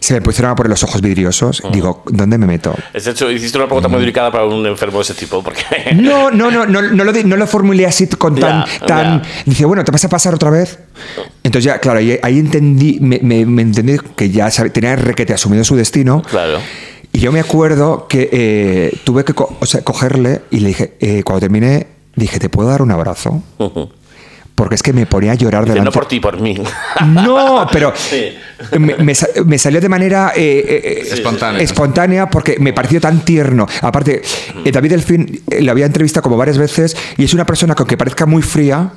Se me pusieron a poner los ojos vidriosos. Digo, ¿dónde me meto?
Es hecho, hiciste una pregunta muy delicada para un enfermo de ese tipo, porque.
Mm. No, no, no, no, no lo, di- no lo formulé así con tan,
Ya,
tan.
ya.
Dice, bueno, ¿te vas a pasar otra vez? Entonces ya, claro, ahí, ahí entendí, me, me- me entendí que ya sabe- tenía requete asumido su destino.
Claro.
Y yo me acuerdo que eh, tuve que co- o sea, cogerle y le dije, eh, cuando terminé, dije, ¿te puedo dar un abrazo? Porque es que me ponía a llorar
Dice,
delante.
no por ti, por mí.
No, pero
Sí.
me, me sa- me salió de manera eh, eh, eh,
Espontánea.
espontánea porque me pareció tan tierno. Aparte, eh, David Delfín eh, lo había entrevistado como varias veces y es una persona que aunque parezca muy fría,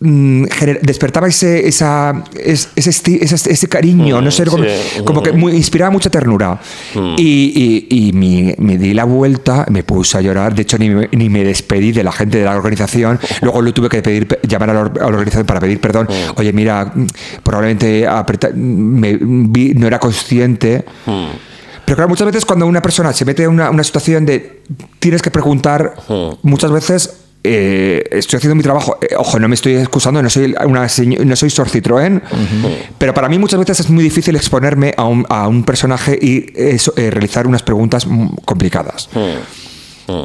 mm, gener- despertaba ese, esa, es- ese, esti- ese, ese cariño, no sé, como,
sí.
como que muy- inspiraba mucha ternura. Y, y- y mi- me di la vuelta, me puse a llorar, de hecho ni, me- ni me despedí de la gente de la organización, luego lo tuve que pedir, pe- llamar a la, or- a la organización para pedir perdón, oye mira, mm, probablemente apreta- me, vi- no era consciente. Pero claro, muchas veces cuando una persona se mete en una, una situación de tienes que preguntar, muchas veces eh, estoy haciendo mi trabajo. Eh, ojo, no me estoy excusando, no soy una señ- no soy Sor Citroën, pero para mí muchas veces es muy difícil exponerme a un, a un personaje y eso, eh, realizar unas preguntas mm, complicadas.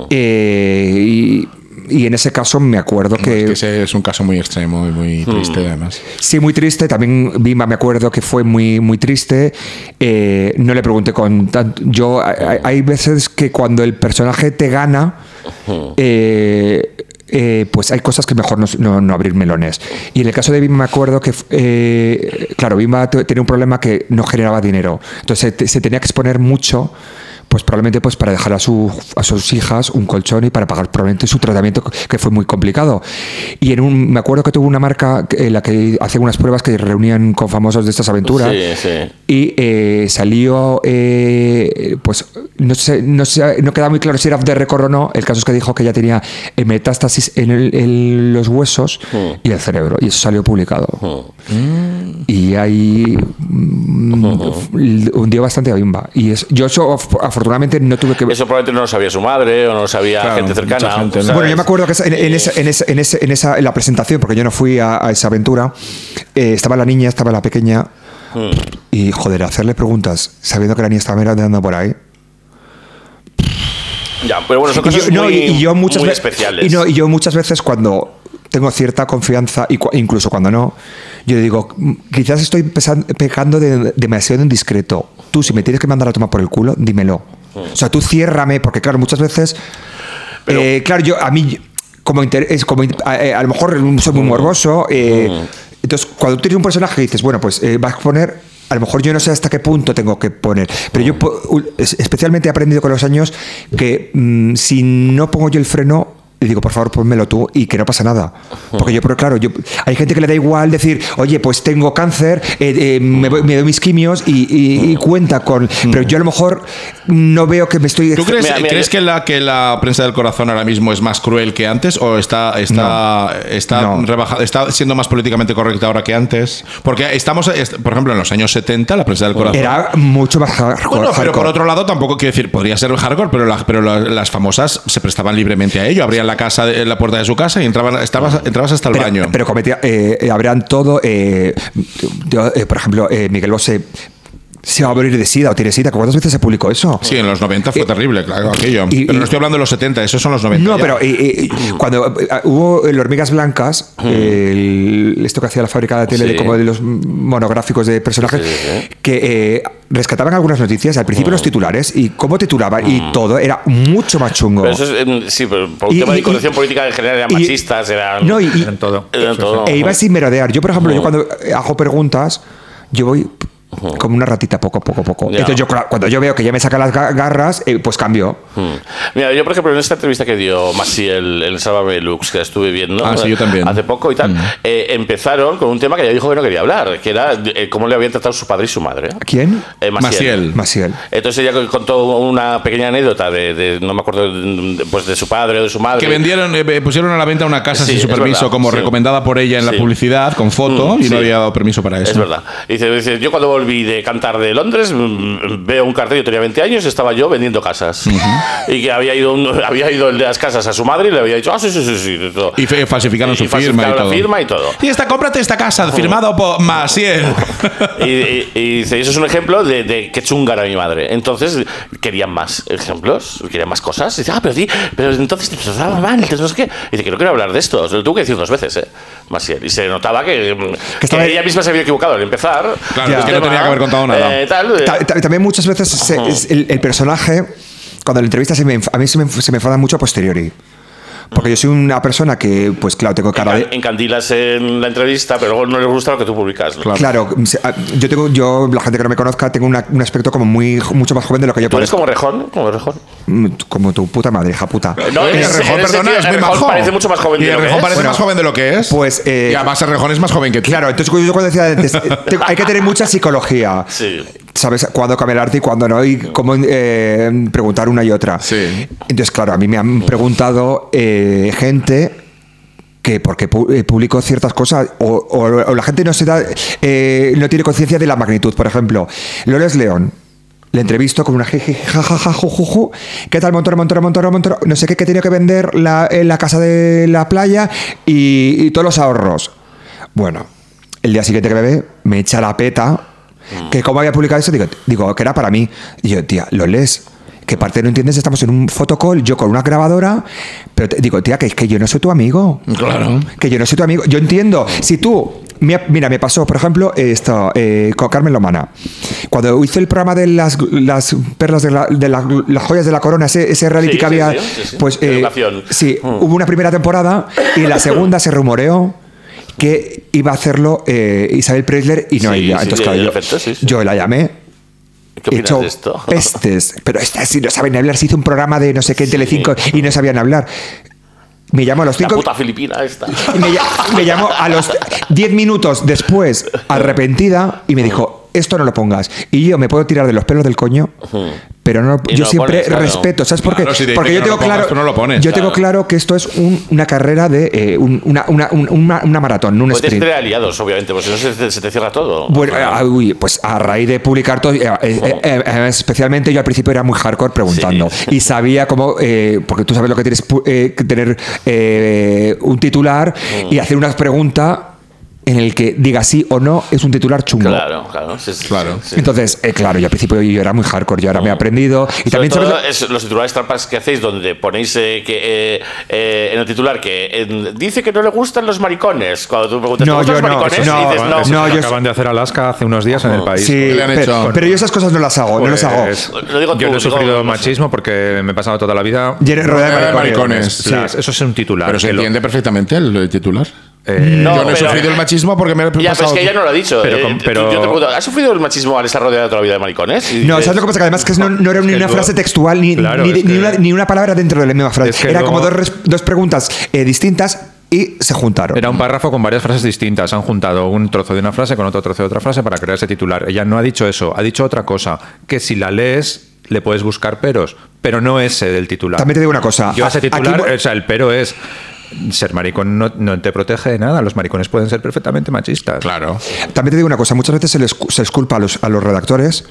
Eh, y, y en ese caso me acuerdo
Es Pues que ese es un caso muy extremo y muy triste, además.
Sí, muy triste. También Bimba me acuerdo que fue muy, muy triste. Eh, no le pregunté con tanto. Yo hay, hay veces que cuando el personaje te gana, eh, eh, pues hay cosas que mejor no, no- no abrir melones. Y en el caso de Bimba me acuerdo que, eh, claro, Bimba tu- tenía un problema que no generaba dinero. Entonces se, se tenía que exponer mucho. Pues probablemente pues para dejar a, su- a sus hijas un colchón y para pagar probablemente su tratamiento, que fue muy complicado. Y en un, me acuerdo que tuvo una marca en la que hacían unas pruebas que reunían con famosos de estas aventuras.
Sí, sí.
Y eh, salió, eh, pues no sé, no sé, no queda muy claro si era de récord o no. El caso es que dijo que ya tenía eh, metástasis en, el- en los huesos y el cerebro, y eso salió publicado. Y ahí mm, f- hundió bastante a Bimba. Y es, yo eso, af- afortunadamente no tuve que.
Eso probablemente no lo sabía su madre o no lo sabía
Claro,
gente cercana.
mucha gente, ¿no?
¿sabes?
Bueno, yo me acuerdo que esa- en, en
Sí.
esa, en, esa- en esa- en esa- en la presentación, porque yo no fui a, a esa aventura, eh, estaba la niña, estaba la pequeña,
Hmm.
y joder, hacerle preguntas sabiendo que la niña estaba mirando por ahí.
Ya, pero bueno, son
Y
cosas
yo, no,
muy,
y- y yo muchas
muy
ve-
especiales.
Y, no, y yo muchas veces cuando tengo cierta confianza, y cua- incluso cuando no, yo digo, "Mm, quizás estoy pesan- pecando de, demasiado indiscreto. Tú, si me tienes que mandar a tomar por el culo, dímelo. O sea, tú ciérrame, porque claro, muchas veces...
Hmm. Pero-
eh, claro, yo a mí, como, inter- es como in- a, eh, a lo mejor soy muy morboso. eh, Entonces, cuando tú tienes un personaje que dices, bueno, pues eh, vas a poner... A lo mejor yo no sé hasta qué punto tengo que poner, pero yo po- u- es- especialmente he aprendido con los años que mm, si no pongo yo el freno, le digo, por favor, ponmelo tú y que no pasa nada. Porque yo, pero claro, yo, hay gente que le da igual decir, oye, pues tengo cáncer, eh, eh, me, voy- me doy mis quimios y, y- y cuenta con... Pero yo a lo mejor no veo que me estoy...
¿Tú crees,
Mira, mira,
crees
yo-
que, la, que la prensa del corazón ahora mismo es más cruel que antes o está, está, está,
No.
rebaja- está siendo más políticamente correcta ahora que antes? Porque estamos, est- por ejemplo, en los años 70 la prensa del corazón...
Era mucho más hardcore.
Bueno, pero por
hardcore.
otro lado tampoco quiero decir, podría ser hardcore, pero, la- pero la- las famosas se prestaban libremente a ello, abrían la casa, de- la puerta de su casa y entraban, estabas, entrabas hasta el
pero,
baño.
Pero cometía, eh, eh, habrán todo. eh, yo, eh, por ejemplo, eh, Miguel Bosé se va a morir de sida o tiene sida. ¿Cuántas veces se publicó eso?
sí, en los 90 fue
Eh,
terrible, claro, aquello.
y- y-
pero no estoy hablando de los 70, esos son los 90.
No,
ya.
pero eh, eh, cuando eh, hubo el Hormigas Blancas, el- esto que hacía la fábrica de tele,
Sí.
como de los monográficos de personajes, que eh, rescataban algunas noticias, al principio los titulares, y cómo titulaban, y todo, era mucho más chungo.
Pero eso es, em, sí, pero por un
Y-
tema
y-
de corrección política en general eran
y-
machistas, eran.
No, y- y-
en todo.
eran todo.
E iba sin merodear. Yo, por ejemplo, yo cuando hago preguntas, yo voy Como una ratita, poco, poco, poco.
Ya.
Entonces yo, claro, cuando yo veo que ya me saca las ga- garras, eh, pues cambio.
Mm. Mira, yo por ejemplo en esta entrevista que dio Maciel en el Sálvame Lux, que estuve viendo
Ah, sí, yo también.
hace poco y tal,
Hmm.
eh, empezaron con un tema que ella dijo que no quería hablar, que era eh, cómo le habían tratado su padre y su madre.
¿Quién?
Eh,
Maciel.
Maciel.
Entonces ella contó una pequeña anécdota de, de- no me acuerdo, de- pues de su padre o de su madre.
Que vendieron, eh, pusieron a la venta una casa
Sí,
sin
es
su permiso,
verdad,
como
sí.
recomendada por ella en
Sí.
la publicidad, con foto,
Mm,
y
sí.
no había dado permiso para eso.
Es verdad. Dice, dice, yo cuando volví de cantar de Londres, mm, veo un cartel, yo tenía 20 años, estaba yo vendiendo casas. Y que había ido, un- había ido el de las casas a su madre y le había dicho, ah, sí, sí, sí, sí. de todo.
Y fe- falsificaron
Y
su firma y
falsificaron la
todo.
firma y todo.
Y esta, cómprate esta casa, firmado por Maciel.
Y, y- y dice, "Y eso es un ejemplo de, de qué chunga era mi madre. Entonces querían más ejemplos, querían más cosas. Y dice, ah, pero sí, pero entonces pues, te trataba mal, entonces no sé qué. Y dice, que no quiero hablar de esto. Se lo tuvo que decir dos veces, ¿eh? Maciel. Y se notaba que, mm, que
estaba-
ella misma se había equivocado al empezar.
Claro,
el
es que no tenía que haber contado nada.
eh, tal, eh,
Ta- ta- también muchas veces se- es el, el personaje, cuando lo entrevistas, se me enf- a mí se me, enf- se me enfada mucho a posteriori. Porque yo soy una persona que, pues claro, tengo cara de...
encandilas en la entrevista, pero luego no les gusta lo que tú publicas. ¿no?
Claro, se- a- yo tengo, yo, la gente que no me conozca, tengo una- un aspecto como muy, mucho más joven de lo que yo
Tú eres
parezco.
como Rejón, como Rejón.
Mm, Como tu puta madre, hija puta.
Eh, No,
Y
en ese- en
Rejón,
ese
perdona,
sentido,
es muy
Rejón
majo.
parece mucho más joven
Y
de lo que
Rejón
es.
parece más joven de lo que es.
pues, eh,
y además, el Rejón es más joven que tú.
Claro, entonces yo cuando decía antes, eh, te- hay que tener mucha psicología.
Sí.
Sabes cuándo camelarte y cuándo no, y cómo eh, preguntar una y otra.
Sí.
Entonces, claro, a mí me han preguntado eh, gente que porque pu- eh, publico ciertas cosas o, o- o la gente no se da, eh, no tiene conciencia de la magnitud. Por ejemplo, Lores León. Le entrevisto con una jiji, jajaja, jujuju. ¿Qué tal, Montoro, Montoro, Montoro, Montoro? No sé qué, que he tenido que vender la, eh, la casa de la playa y, y todos los ahorros. Bueno, el día siguiente que me ve, me echa la peta. Que como había publicado eso, digo, digo que era para mí. Y yo, tía, lo lees. Que parte no entiendes, estamos en un fotocall, yo con una grabadora. Pero te- digo, tía, que es que yo no soy tu amigo.
Claro.
Que yo no soy tu amigo. Yo entiendo. Si tú. mi- Mira, me pasó, por ejemplo, esto eh, con Carmen Lomana. Cuando hizo el programa de las, las perlas de, la- de la- las joyas de la corona, ese, ese reality
Sí, sí,
que había.
sí, sí, sí.
Pues,
De educación.
sí,
Mm.
hubo una primera temporada y en la segunda se rumoreó que iba a hacerlo eh, Isabel Preisler y no
Sí,
ella.
sí,
Entonces,
sí,
claro,
en
yo,
efecto, sí, sí.
yo la llamé.
¿Qué
he
opinas
hecho
de esto?
pestes, pero esta sí no saben hablar. Se hizo un programa de no sé qué en Telecinco y no sabían hablar. Me llamó a los
La
cinco.
puta filipina esta.
Y me, ll- me llamó a los 10 minutos después, arrepentida, y me dijo, esto no lo pongas. Y yo me puedo tirar de los pelos del coño, pero no,
Y
yo
no lo
siempre
pones, claro.
respeto. ¿Sabes por qué?
Claro, si te
Porque yo
dicen que
tengo
no lo pongas,
claro,
tú no lo pones,
yo
claro.
tengo claro que esto es un- una carrera de eh, un- una, una- un- una- una maratón, no un
Puedes
sprint.
tener Pues aliados, obviamente, porque si no se, te- se te cierra todo.
Bueno, eh, uy, pues a raíz de publicar todo, eh, eh, eh, eh, especialmente yo al principio era muy hardcore preguntando
Oh. Sí.
y sabía cómo, eh, porque tú sabes lo que tienes pu- eh, que tener eh, un titular
Mm.
y hacer una pregunta en el que diga sí o no es un titular chungo.
Claro, claro. sí, sí,
Claro.
sí, sí.
Entonces, eh, claro, yo al principio yo era muy hardcore, yo ahora me he aprendido
Sobre
y también sabes
todo
lo-
es los titulares trampas que hacéis donde ponéis eh, que eh, eh, en el titular que eh, dice que no le gustan los maricones cuando tú preguntas
No,
¿te gustan los
yo no,
maricones?
no,
y dices,
no,
no,
Eso
no,
que
yo-
acaban de hacer Alaska hace unos días en el país.
Sí,
que le han
pero,
hecho.
pero yo esas cosas no las hago, no las hago.
Pues,
Lo
yo
digo tú,
no he
digo-
sufrido machismo porque me he pasado toda la vida.
Llena- rodeada de
Rodeada de
maricones.
maricones.
Sí.
Las- Eso es un titular.
Pero se
que lo-
entiende perfectamente el, el titular.
eh,
No,
Yo no he
pero-
sufrido el machismo porque me he
Ya, pero es
pasado-
que ella no lo ha dicho.
Pero
eh,
con-
tú-
pero-
Yo te pregunto, ¿has sufrido el machismo al estar rodeada toda la vida de maricones? Y
No,
dices-
¿sabes lo que pasa? Que además que no, no era ni
que
una
lo-
frase textual ni,
Claro,
ni,
es
ni
que-
una, ni una palabra dentro de la misma frase.
Es que
era
luego-
como dos, res- dos preguntas eh, distintas y se juntaron.
Era un párrafo con varias frases distintas. Han juntado un trozo de una frase con otro trozo de otra frase para crear ese titular. Ella no ha dicho eso, ha dicho otra cosa. Que si la lees, le puedes buscar peros, pero no ese del titular.
También te digo una cosa.
Yo a ese
Aquí-
titular, o sea, el pero es. Ser maricón no, no te protege de nada. Los maricones pueden ser perfectamente machistas.
Claro.
También te digo una cosa, muchas veces se les, cu- se les culpa a los, a los redactores.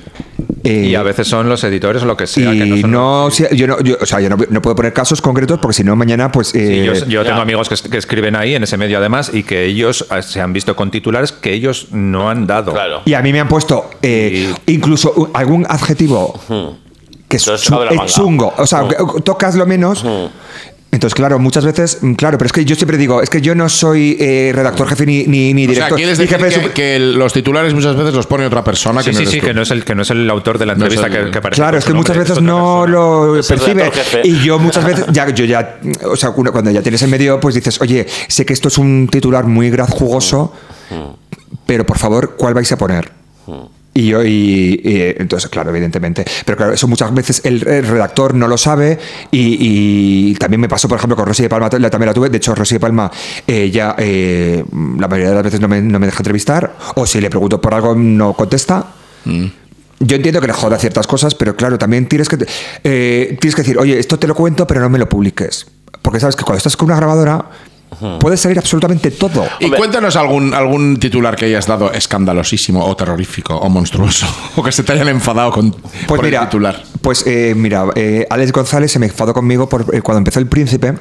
eh,
Y a veces son los editores o lo que sea. que
y
son-
no, si- yo no, yo- o sea, yo no, no puedo poner casos concretos porque si no mañana pues
Sí,
eh,
yo yo
ya.
tengo amigos que, es- que escriben ahí, en ese medio además, y que ellos eh, se han visto con titulares que ellos no han dado.
Claro.
y a mí me han puesto eh, incluso u- algún adjetivo que es,
Lo has
chu-
sacado de la
es
manga.
chungo, o sea, aunque tocas lo menos. Entonces, claro, muchas veces, mm, claro, pero es que yo siempre digo, es que yo no soy eh, redactor jefe ni, ni, ni
O sea,
director.
¿quieres
ni
decir
jefe de
que,
su-
que los titulares muchas veces los pone otra persona
Sí,
que no
sí,
eres
sí,
tú?
que no, es el, que no es el autor de la
No es
entrevista
el-
que, que aparece.
Claro,
con
es
su
que muchas
nombre, es
veces
otra
no
persona.
lo
Es el
percibe.
redactor jefe.
Y yo muchas veces, ya, yo ya, o sea, uno cuando ya tienes el medio, pues dices, oye, sé que esto es un titular muy grad jugoso, pero por favor, ¿cuál vais a poner? Y yo, y, y, entonces, claro, evidentemente. Pero claro, eso muchas veces el, el redactor no lo sabe. Y, y también me pasó, por ejemplo, con Rosy de Palma, la- también la tuve. De hecho, Rosy de Palma eh, ya eh, la mayoría de las veces no me, no me deja entrevistar. O si le pregunto por algo, no contesta. Yo entiendo que le joda ciertas cosas, pero claro, también tienes que, eh, tienes que decir, oye, esto te lo cuento, pero no me lo publiques. Porque sabes que cuando estás con una grabadora, puede salir absolutamente todo.
Y cuéntanos algún, algún titular que hayas dado escandalosísimo o terrorífico o monstruoso o que se te hayan enfadado con
Pues
por
mira,
el titular.
Pues eh, mira, eh, Alex González se me enfadó conmigo por, eh, cuando empezó El Príncipe.
Mm.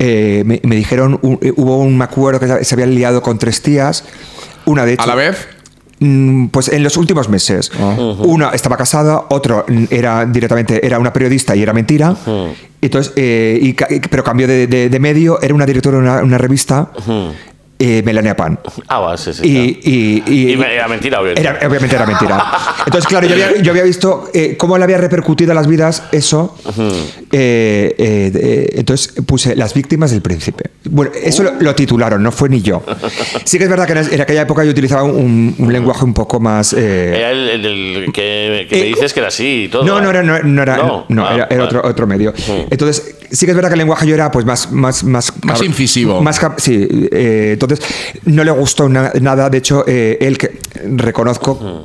eh, me, me dijeron, un- eh, hubo un acuerdo que se habían liado con tres tías. Una de hecho.
¿A la vez? Ah.
Mm, Pues en los últimos meses. Una estaba casada, otro mm, era directamente, era una periodista y era mentira. Entonces, eh, y ca- y- pero cambió de, de- de medio, era una directora de una, una revista, eh, Melania Pan.
Mm. Ah, va, sí, sí.
Y,
claro.
y- y-
Y me- era mentira, obviamente.
Era- obviamente era mentira. Entonces, claro, yo había, yo había visto eh, cómo le había repercutido a las vidas eso. Eh, eh, de- entonces puse Las víctimas del príncipe. Bueno, eso lo, lo titularon, no fue ni yo. Sí que es verdad que en, es- en aquella época yo utilizaba un, un lenguaje un poco más... eh,
Era el, el- el que, que me
Eh,
dices que era así y todo. ¿eh?
no, no era, no, no era, no,
Ah,
era, era
vale. Mm.
otro, otro medio. Entonces, sí que es verdad que el lenguaje yo era pues más... Más, más,
Más
cab-
incisivo.
Más cab- sí, eh, entonces no le gustó na- nada. De hecho, eh, él que
Mm.
reconozco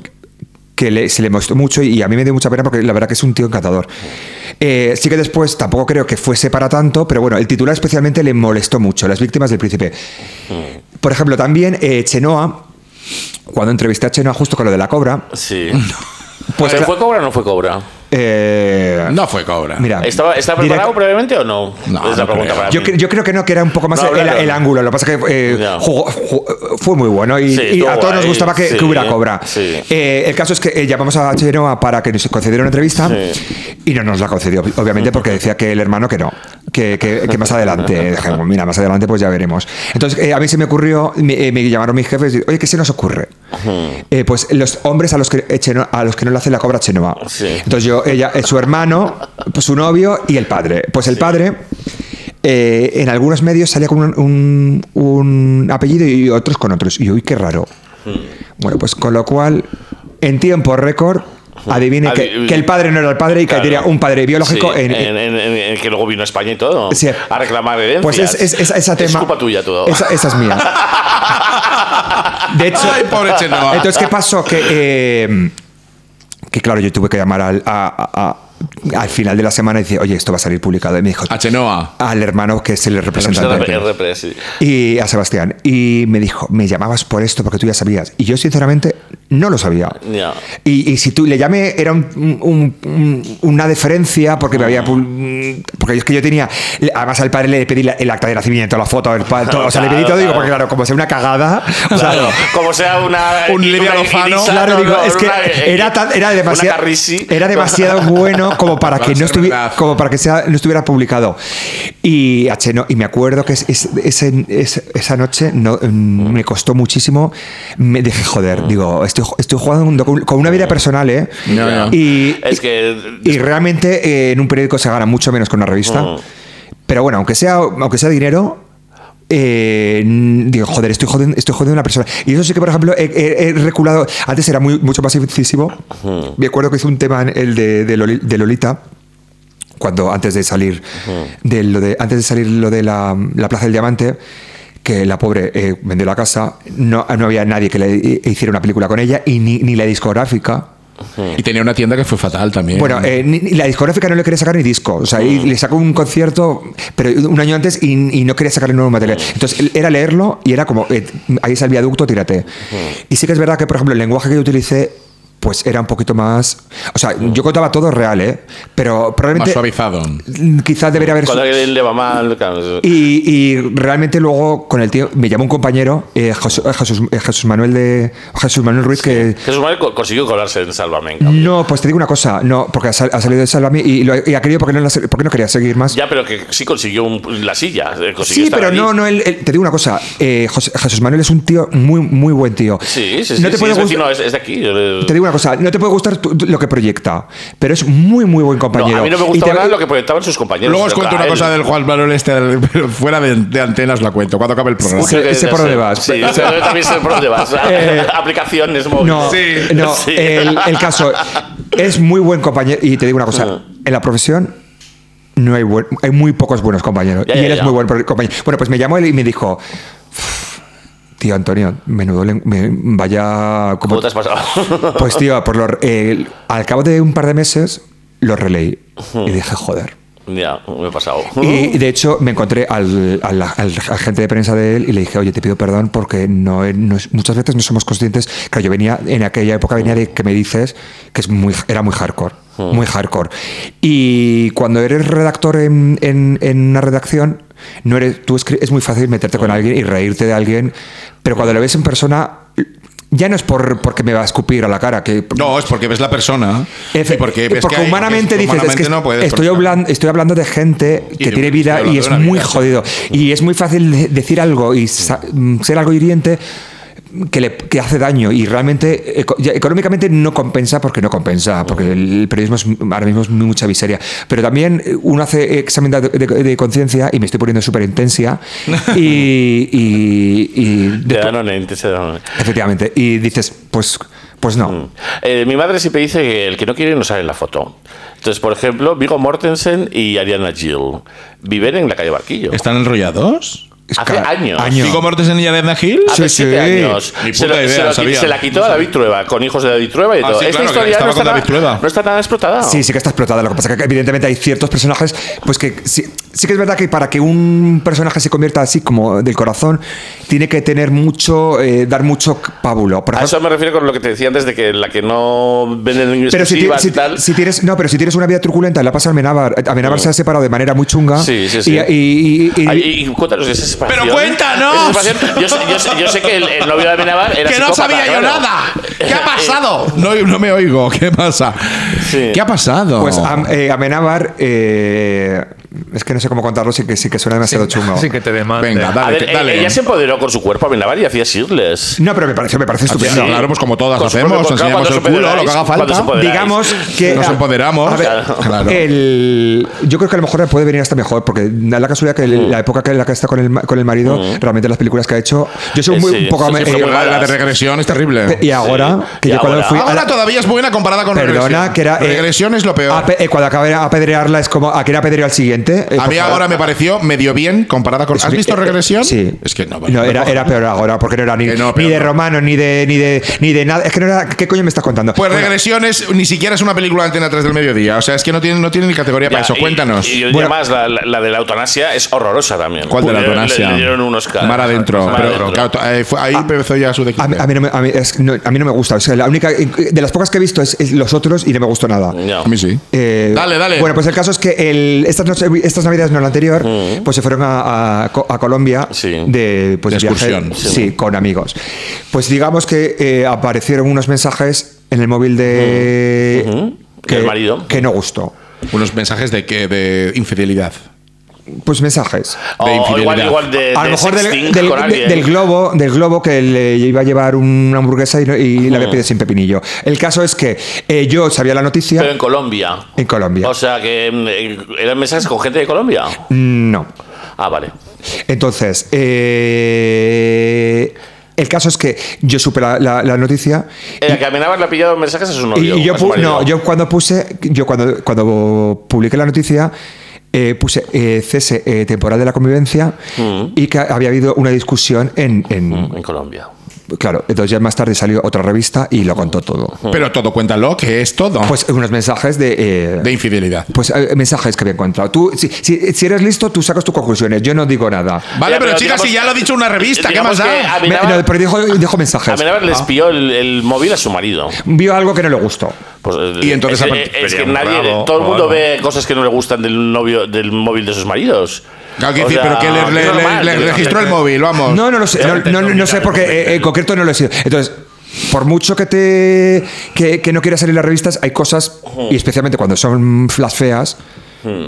que le- se le mostró mucho y a mí me dio mucha pena porque la verdad que es un tío encantador.
Mm.
Eh, sí que después tampoco creo que fuese para tanto, pero bueno, el titular especialmente le molestó mucho, las víctimas del príncipe.
Mm.
Por ejemplo, también eh, Chenoa, cuando entrevisté a Chenoa justo con lo de la cobra,
Sí.
pues...
¿Pero
cla-
¿Fue cobra o no fue cobra?
eh,
No fue cobra.
Mira,
¿Estaba, ¿Estaba
directo-
preparado previamente o no?
No,
es la
no
pregunta
creo.
para
Yo,
mí.
cre- yo creo que no, que era un poco más
No,
el,
claro,
el
no.
ángulo. Lo que pasa que eh,
Ya.
jugó- ju- fue muy bueno y,
Sí,
y a
estuvo
todos nos
guay,
gustaba que,
sí,
que hubiera cobra.
sí.
Eh, el caso es que eh, llamamos a Chenoa para que nos concediera una entrevista y no nos la concedió, obviamente, porque decía que el hermano que no, que, que- que más adelante. Dije, "Bueno, mira, más adelante pues ya veremos. Entonces, eh, a mí se me ocurrió, me, eh, me llamaron mis jefes y oye, ¿qué se nos ocurre? Eh, pues los hombres a los que eh, Chenoa- a los que no le hace la cobra Chenoa.
Sí.
Entonces yo, ella, eh, su hermano, pues, su novio y el padre. Pues el padre, eh, en algunos medios salía con un, un- un apellido y otros con otros. Y yo, uy, qué raro. Bueno, pues con lo cual, en tiempo récord, adivine que,
Adi-
que el padre no era el padre y
Claro.
que tenía un padre biológico
Sí,
en-
en, en- en- en que luego vino a España y todo.
Sí.
A reclamar herencias.
Pues es, es- es- esa tema.
Es culpa tuya todo.
Esa, esa es mía. De hecho.
Ay, pobre Chenoa.
Entonces, ¿qué pasó? Que, eh, que claro, yo tuve que llamar al, a- a- a- al final de la semana y decir, oye, esto va a salir publicado. Y me dijo,
A Chenoa.
al hermano que es el representante.
Pues RP, sí.
Y a Sebastián. Y me dijo, me llamabas por esto porque tú ya sabías. Y yo, sinceramente, no lo sabía.
Ya.
Y, y si tú le llamé, era un- un- un- una deferencia porque me había. pul- Porque es que yo tenía. Además, al padre le pedí la- el acta de nacimiento, la foto, el pa- todo. o sea, le pedí
Claro,
todo. Digo,
claro.
porque claro, como sea una cagada. o sea,
Claro, como sea una.
Un
una
Livia Lozano.
Ignisa,
Claro,
no,
digo,
no,
es que
una- eh,
era, tan- era
una
demasiado
Carrisi.
era demasiado bueno como para
Va a
que no
ser
estuviera
verdad.
como para que sea, no estuviera publicado. Y H, no, y me acuerdo que es- es- ese- ese- esa noche no, mm, me costó muchísimo, me dije, joder,
Mm.
digo, estoy, estoy jugando con, con una vida personal, ¿eh?
Ya, ya.
Y,
Es que-
y realmente eh, en un periódico se gana mucho menos que en una revista.
Mm.
Pero bueno, aunque sea, aunque sea dinero, eh, n- digo, joder, estoy jodiendo, estoy jodiendo a una persona. Y eso sí que, por ejemplo, he, he- he reculado. Antes era muy, mucho más incisivo. Me acuerdo que hice un tema, en el de, de Loli- de Lolita. Cuando antes de salir de lo de antes de salir lo de la, la Plaza del Diamante, que la pobre eh, vendió la casa, no, no había nadie que le hi- hiciera una película con ella y ni, ni la discográfica.
Y tenía una tienda que fue fatal también.
Bueno, eh, ni- ni la discográfica no le quería sacar ni disco. O sea,
Mm.
y le sacó un concierto, pero un año antes y, y no quería sacarle nuevo material.
Mm.
Entonces el- era leerlo y era como, eh, ahí es el viaducto, tírate.
Mm.
Y sí que es verdad que, por ejemplo, el lenguaje que yo utilicé, pues era un poquito más. O sea, yo contaba todo real, ¿eh? Pero
Mm. más
probablemente. mm,
suavizado.
Quizás debería haber.
Cuando a alguien le va mal, claro.
Y, y realmente luego con el tío me llamó un compañero eh, Jesús, eh, Jesús- eh, Jesús Manuel de Jesús Manuel Ruiz que
Jesús Manuel co- consiguió colarse en Sálvame, en cambio.
no, pues te digo una cosa, no, porque ha, sal- ha salido de Salvami y, lo- y ha querido porque no, la- porque no quería seguir más.
Ya, pero que sí consiguió un- la silla. eh, consiguió
Mm. sí,
estar
pero
allí.
no, no, él- él- te digo una cosa, eh, José- Jesús Manuel es un tío muy, muy buen tío.
Sí, sí, sí.
No te
sí,
puede
es
gust-
vecino, es, es de aquí.
Te digo una una cosa, no te puede gustar tu- tu- lo que proyecta, pero es muy, muy buen
No,
compañero.
a mí no me
Y te-
gustaba nada lo que proyectaban sus compañeros.
Luego os
de
cuento
verdad,
una cosa
él-
del Juan Manuel este, del- pero fuera de, de antenas la cuento, cuando acabe el programa.
Sí. sé- sé por dónde vas.
Sí, sé- también sé por dónde vas.
Eh,
Aplicaciones móviles.
No,
Sí.
no,
Sí.
El, el caso es muy buen compañero. Y te digo una cosa, en la profesión no hay, buen- hay muy pocos buenos compañeros.
Ya,
y
ya,
él es
ya.
muy buen pro- compañero. Bueno, pues me llamó él y me dijo, tío Antonio, menudo, len- me- vaya... como-
¿Cómo te has pasado?
Pues tío, por lo, eh, al cabo de un par de meses lo releí y dije, joder.
ya, me he pasado.
Y de hecho me encontré al, al- al agente de prensa de él y le dije, oye, te pido perdón porque no, eh, no es- muchas veces no somos conscientes. Claro, yo venía, en aquella época venía de que me dices que es muy, era muy hardcore. Muy hardcore. Y cuando eres redactor en, en- en una redacción, no eres, tú escri- es muy fácil meterte con alguien y reírte de alguien, pero cuando lo ves en persona, ya no es por, porque me va a escupir a la cara, que
No, es porque ves la persona.
Efe- eh,
y porque ves
porque
que hay-
humanamente
porque
dices, es
humanamente
que
no puedes,
estoy,
porque-
hablando, estoy hablando de gente
Y
que
de-
tiene
estoy
vida
hablando
y
de
es
una
muy
vida, sí.
jodido. Y es muy fácil de- decir algo y sa- mm, ser algo hiriente que, le, que hace daño y realmente eco- ya económicamente no compensa porque no compensa, porque el periodismo es, ahora mismo es mucha miseria. Pero también eh, uno hace examen de, de- de conciencia y me estoy poniendo súper intensa y, y- y-
Te dan una intensidad, ¿no?
efectivamente, y dices, pues, pues no.
Eh, mi madre siempre dice que el que no quiere no sale en la foto. Entonces, por ejemplo, Vigo Mortensen y Ariana Gill viven en la calle Barquillo.
¿Están enrollados?
Es
Hace
ca-
años.
año.
¿Vigo Mortensen y Ariana Gil?
Hace
Sí,
siete
sí.
años.
Ni
Se,
puta
lo-
idea,
se lo qui-
sabía.
se la quitó a David Trueba, con hijos de David Trueba y
Ah,
todo.
sí,
Esta
claro, que
historia
estaba
no
con
está,
David Trueba.
nada, no está nada explotada.
Sí, sí que está explotada. Lo que pasa es que evidentemente hay ciertos personajes, pues que sí, sí que es verdad que para que un personaje se convierta así como del corazón, tiene que tener mucho, eh, dar mucho pábulo. Por
A
ejemplo,
eso me refiero con lo que te decía antes de que la que no venden en
pero si, ti-
exclusivas
si-
y tal. Mm.
si tienes no, pero si tienes una vida truculenta, la pasa Amenábar. eh, Amenábar se ha separado de manera muy chunga.
Sí, sí, sí.
Y, y- y- y-
Ay, y, y cuéntanos esa separación.
Pero cuéntanos.
Esa separación. Yo, sé- yo sé- yo sé que el, el novio de Amenábar era
¡Que no
psicópata,
sabía yo
claro.
nada! ¿Qué ha pasado? No, no me oigo. ¿Qué pasa?
Sí.
¿Qué ha pasado?
Oh.
pues Am- eh, Amenábar, eh, es que no sé cómo contarlo sin que, sin que suena demasiado chungo.
Sin que te demanden.
Venga,
A
dale,
ver,
que-
e-
dale.
ella se empoderó con su cuerpo a Amenábar y hacía shirtless.
No, pero me parece, me parece
Ah, sí,
estupendo.
Claro, pues como todas
Con su propio
hacemos,
cuerpo,
enseñamos
cuando
el
os
culo, lo
empoderáis,
que haga
cuando os
falta.
empoderáis.
Digamos que
Nos empoderamos.
A ver, eh,
Claro. Claro.
el- yo creo que a lo mejor puede venir hasta mejor, porque da la casualidad que
Mm.
el- la época que en la que está con el, ma- con el marido, realmente las películas que ha hecho, yo soy
Eh,
muy,
sí,
un poco
sí,
me-
sí,
eh,
fue muy
La, la de
malas.
regresión es terrible.
y ahora
Sí,
que
y
yo cuando
ahora.
fui a
Ahora
la-
todavía es buena comparada con
perdona
regresión.
que era eh,
regresión es lo peor.
ape- eh, cuando acabé a apedrearla es como a quién apedreo al siguiente Eh,
A
por
mí
favor.
ahora me pareció medio bien comparada con.
Es
¿Has
que-
visto
eh, eh,
regresión?
Sí.
Es que no.
No, era, era peor ahora, porque no era ni,
Que no,
ni
peor,
de
no.
romano, ni de, ni de ni de nada. Es que no era. ¿Qué coño me estás contando?
Pues
Bueno,
regresión es ni siquiera es una película de Antena 3 del mediodía. O sea, es que no tiene, no tiene ni categoría para
Ya,
eso.
y-
Cuéntanos.
Y,
Bueno.
además, la, la- la de la eutanasia es horrorosa también.
¿Cuál de la
Le-
eutanasia?
Le, le dieron unos caras.
Mar adentro.
Mar
Pero,
adentro.
claro, to- eh, fue- ahí empezó ya su declive.
Ah, A mí, a mí no me, a mí- es que no- a mí no me gusta. O sea, la única, eh, de las pocas que he visto es, es los otros y no me gustó nada.
Ya.
A mí sí.
Eh,
Dale, dale.
Bueno, pues el caso es que el- estas, noche- estas navidades, no la anterior, pues se fueron a, a Co- a Colombia
Mm. Sí.
de, pues,
De excursión.
viaje- sí, con amigos. Pues digamos que eh, aparecieron unos mensajes en el móvil de.
Mm.
eh,
Ujú. Del marido.
Que no gustó.
Unos mensajes de que de infidelidad.
Pues mensajes.
O
de
igual,
infidelidad.
igual de,
a lo
Eh, de
mejor del,
sexting
del-
con
de-
alguien.
del globo del globo que le iba a llevar una hamburguesa y, no- y la
Mm.
había pedido sin pepinillo el caso es que eh, yo sabía la noticia
Pero en Colombia.
en Colombia
O sea que mm, eran mensajes con gente de Colombia.
no
Ah, vale.
entonces eh, el caso es que yo supe la, la- la noticia
El Eh, que amenaba le ha pillado mensajes a su
y,
novio.
y yo
a su
pu- no
marido.
yo cuando puse yo cuando cuando publiqué la noticia eh, puse eh, cese eh, temporal de la convivencia y que había habido una discusión en, en-
En Colombia.
Claro, entonces ya más tarde salió otra revista y lo contó todo.
Mm.
Pero todo cuéntalo, que es todo.
Pues unos mensajes de. eh,
de infidelidad.
pues eh, mensajes que había encontrado. Tú, si, si- si eres listo, tú sacas tus conclusiones. Yo no digo nada.
Ya,
Vale, pero,
Eh, pero
chicas,
digamos-
si ya lo ha dicho una revista, ¿qué
digamos
más
que
da?
a-
Me-
Amenábar-
no, pero dijo, dijo mensajes.
Amenábar les
Ah.
pilló el, el móvil a su marido.
Vio algo que no le gustó.
Pues,
Y entonces
es,
a-
es- es que
pedían
nadie,
bravo
todo el
o
mundo
algo.
ve cosas que no le gustan del novio, del móvil de sus maridos.
Claro, que
O
decir,
sea,
pero que le,
es
le- le-
normal.
le registró el móvil, vamos.
No, no lo sé. No, no- no sé porque eh, en concreto no lo he sido. Entonces. Por mucho que te que, que no quieras salir en las revistas, hay cosas, y especialmente cuando son las feas,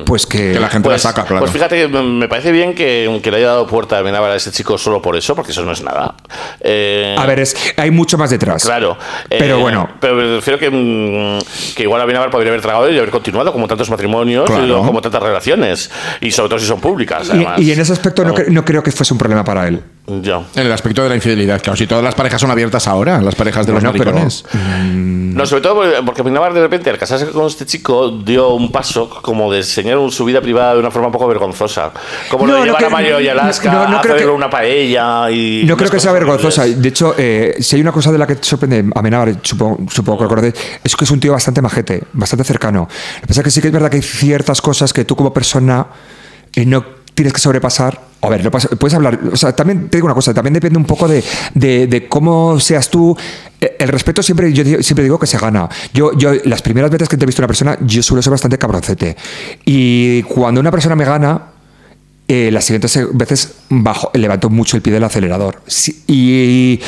pues que,
Que la gente la saca, claro.
Pues fíjate, que me- me parece bien que, que le haya dado puerta a Menábal a ese chico solo por eso, porque eso no es nada. Eh,
A ver, es, hay mucho más detrás.
Claro. eh,
Pero bueno.
Pero me refiero que, mm, que igual a Benabar podría haber tragado y haber continuado como tantos matrimonios,
Claro.
y luego como tantas relaciones. Y sobre todo si son públicas,
Y,
además. Oh.
y en ese aspecto no, cre- no creo que fuese un problema para él.
Ya.
En el aspecto de la infidelidad, claro, si todas las parejas son abiertas ahora, las parejas de
Bueno,
los
pero-
maricones.
No, sobre todo porque- porque Benabar de repente al casarse con este chico dio un paso como de enseñar un- su vida privada de una forma un poco vergonzosa. Como
No,
lo
no
de llevar
creo-
a Mario y Alaska
no, no
a
creo
hacer
que-
una paella y...
No creo
unas
que sea
cosas
vergonzosa.
horribles.
De hecho, eh, si hay una cosa de la que te sorprende a Menabar, supongo, supongo que lo acordéis, es que es un tío bastante majete, bastante cercano. Lo que pasa es que sí que es verdad que hay ciertas cosas que tú como persona eh, no tienes que sobrepasar. A ver, lo pas- puedes hablar. O sea, también te digo una cosa, también depende un poco de, de- de cómo seas tú. Eh, El respeto siempre, yo di- siempre digo que se gana. Yo, yo, las primeras veces que te he visto a una persona, yo suelo ser bastante cabroncete. Y cuando una persona me gana, eh, las siguientes veces bajo, levanto mucho el pie del acelerador. Sí, y,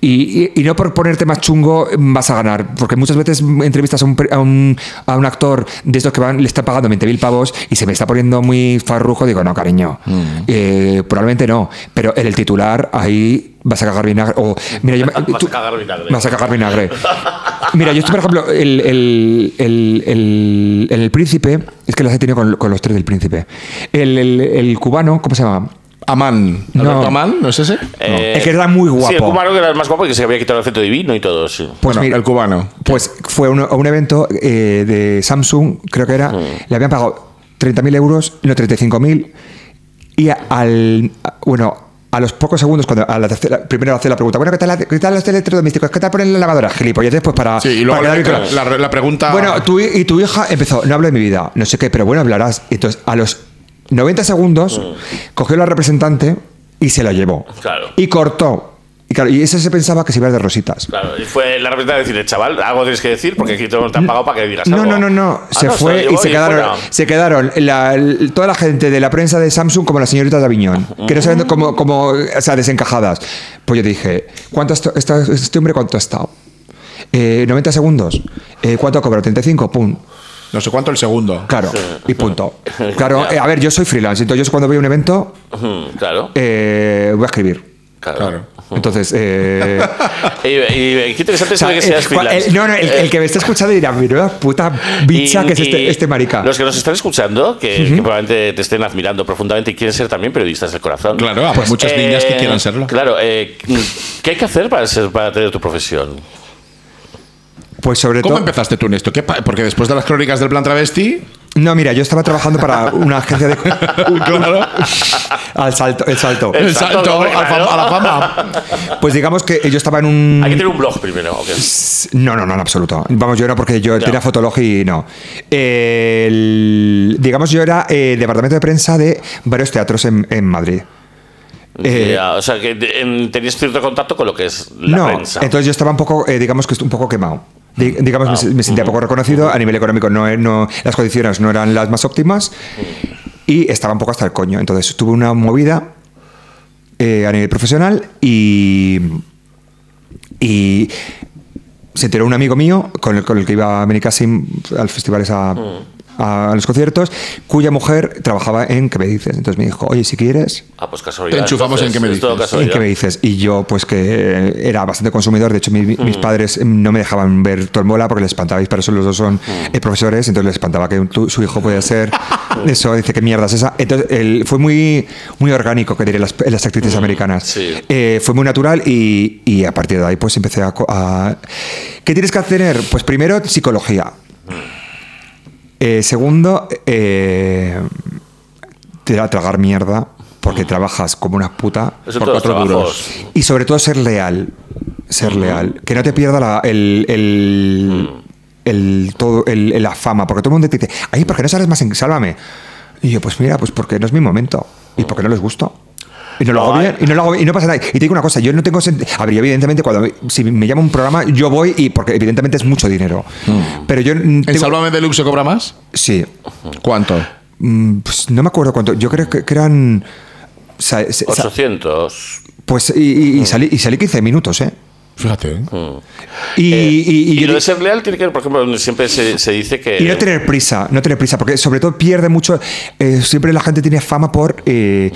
y- y- y no por ponerte más chungo vas a ganar, porque muchas veces entrevistas a un, pre- a un, a un actor de estos que van, le están pagando 20.000 pavos y se me está poniendo muy farrujo, digo, no, cariño,
Mm.
eh, probablemente no, pero en el titular ahí vas a cagar vinagre. O, mira, yo me-
Vas
tú-
a cagar vinagre.
Vas a cagar vinagre. Mira, yo estoy, por ejemplo, el, el, el, el- el- el príncipe, es que las he tenido con, con los tres del príncipe. El, el- el cubano, ¿cómo se llama?
Amán.
No.
Alberto Amán, ¿no es ese?
Eh,
Es que era muy guapo.
Sí, el cubano que era el más guapo y que se había quitado el acento divino y todo, sí.
Pues
Bueno,
mira,
el cubano.
Pues fue uno- a un evento eh, de Samsung, creo que era, le habían pagado 30.000 euros, no 35.000, y a- al, a- bueno, a los pocos segundos, cuando a la tercera- primero hace la pregunta, bueno, ¿qué tal, la- qué tal los electrodomésticos? ¿Qué tal ponen la lavadora? Gilipollas, después para...
Sí, y luego
para
la,
quedar bien
la-
claro.
la pregunta.
Bueno, tú y y tu hija empezó, no hablo de mi vida, no sé qué, pero bueno, hablarás. Entonces, a los 90 segundos, cogió la representante y se la llevó.
Mm. Claro.
Y cortó. Y claro, y ese se pensaba que se iba a ir de rositas.
Claro, y fue la representante decirle, chaval, algo tienes que decir porque aquí te te han pagado para que digas
Mm. No,
algo.
no, no, no.
Ah,
Se
no,
fue
lo
y
llevó
se quedaron,
fuera.
se quedaron la- l- toda la gente de la prensa de Samsung como las señoritas de Aviñón, que no saben cómo, cómo, o sea, desencajadas. Pues yo dije, ¿cuánto ha esto- esta- este hombre cuánto ha estado? Eh, 90 segundos. Eh, ¿Cuánto ha cobrado? 35, pum.
No sé cuánto el segundo.
Claro, y punto. Claro, eh, a ver, yo soy freelance, entonces yo cuando voy a un evento
Ujú, Claro,
eh, voy a escribir.
claro.
Claro.
Entonces, eh,
Y, y- y qué interesante
o
es
sea,
que
el,
seas freelance.
el- no, no, el, el que me está escuchando dirá, mira, puta bicha
Y-
que es
y
este, este marica.
Los que nos están escuchando, que, que probablemente te estén admirando profundamente y quieren ser también periodistas del corazón.
Claro, ah, pues muchas niñas que
Eh,
quieran serlo.
Claro, eh, ¿qué hay que hacer para, ser, para tener tu profesión?
Pues sobre
¿Cómo
todo.
empezaste tú en esto? ¿Qué pa- Porque después de las crónicas del plan travesti,
No, mira, yo estaba trabajando para una agencia de.
Claro.
Al salto, el salto.
el
Exacto,
salto
hombre,
al fam-
claro.
a la fama.
Pues digamos que yo estaba en un.
Hay que tener un blog primero. ¿o qué?
No, no, no, en absoluto. Vamos, yo era porque yo tenía Fotolog y no. El- digamos, yo era eh, departamento de prensa de varios teatros en, en Madrid. Eh,
Ya, o sea, que de- en- tenías cierto contacto con lo que es la
no,
prensa. Ah.
entonces yo estaba un poco, eh, digamos que est- un poco quemado. Di- digamos, me se- me, sentía poco reconocido. A nivel económico, no, e- no, las condiciones no eran las más óptimas. Y estaba un poco hasta el coño. Entonces tuve una movida eh, a nivel profesional y. Y se enteró un amigo mío con el, con el que iba a Benicassim a los festivales a,
Mm.
a los conciertos, cuya mujer trabajaba en ¿Qué me dices? Entonces me dijo, oye, si quieres,
ah, pues casualidad.
Te enchufamos en
entonces,
qué me
es todo
dices.
¿Y
casualidad.
qué me dices? Y yo, pues que era bastante consumidor. De hecho, mi- mis padres mm, no me dejaban ver Tormola porque les espantaba. Mis padres son- los dos son
Mm.
eh, profesores, entonces les espantaba que tu- su hijo podía ser. Eso dice, ¿qué mierda es esa? Entonces, el- fue muy, muy orgánico, que dirían las, las actrices americanas.
Mm, sí.
Eh, fue muy natural y, y a partir de ahí, pues empecé a, co- a- ¿Qué tienes que hacer? Pues primero, psicología.
Mm.
Eh, segundo, eh, tra- tragar mierda porque trabajas como una puta
Mm. Eso en
Por
todos los
cuatro duros.
trabajos.
y sobre todo ser leal. Ser leal. Que no te pierda la, el, el, el todo, el- el- la fama. Porque todo el mundo te dice, ay, ¿por qué no sales más en Sálvame? Y yo, pues mira, pues porque no es mi momento. Y porque no les gusta. Y no lo hago
Ay.
bien, y no lo hago bien, y no pasa nada. Y te digo una cosa, yo no tengo sent- A ver, yo evidentemente, cuando me- si me llama un programa, yo voy y porque evidentemente es mucho dinero. Pero yo mm,
¿En
tengo-
Sálvame Deluxe se cobra más?
sí.
¿Cuánto?
Mm, pues no me acuerdo cuánto. Yo creo que, que eran. sa- se- sa-
800.
pues y, y- y salí, y salí 15 minutos, ¿eh?
Fíjate. ¿eh?
Mm.
Y, y- y
Eh, Y,
yo
lo de
di-
ser leal tiene que ver, por ejemplo, siempre se, se dice que.
y no tener prisa, no tener prisa, porque sobre todo pierde mucho. eh, siempre la gente tiene fama por eh,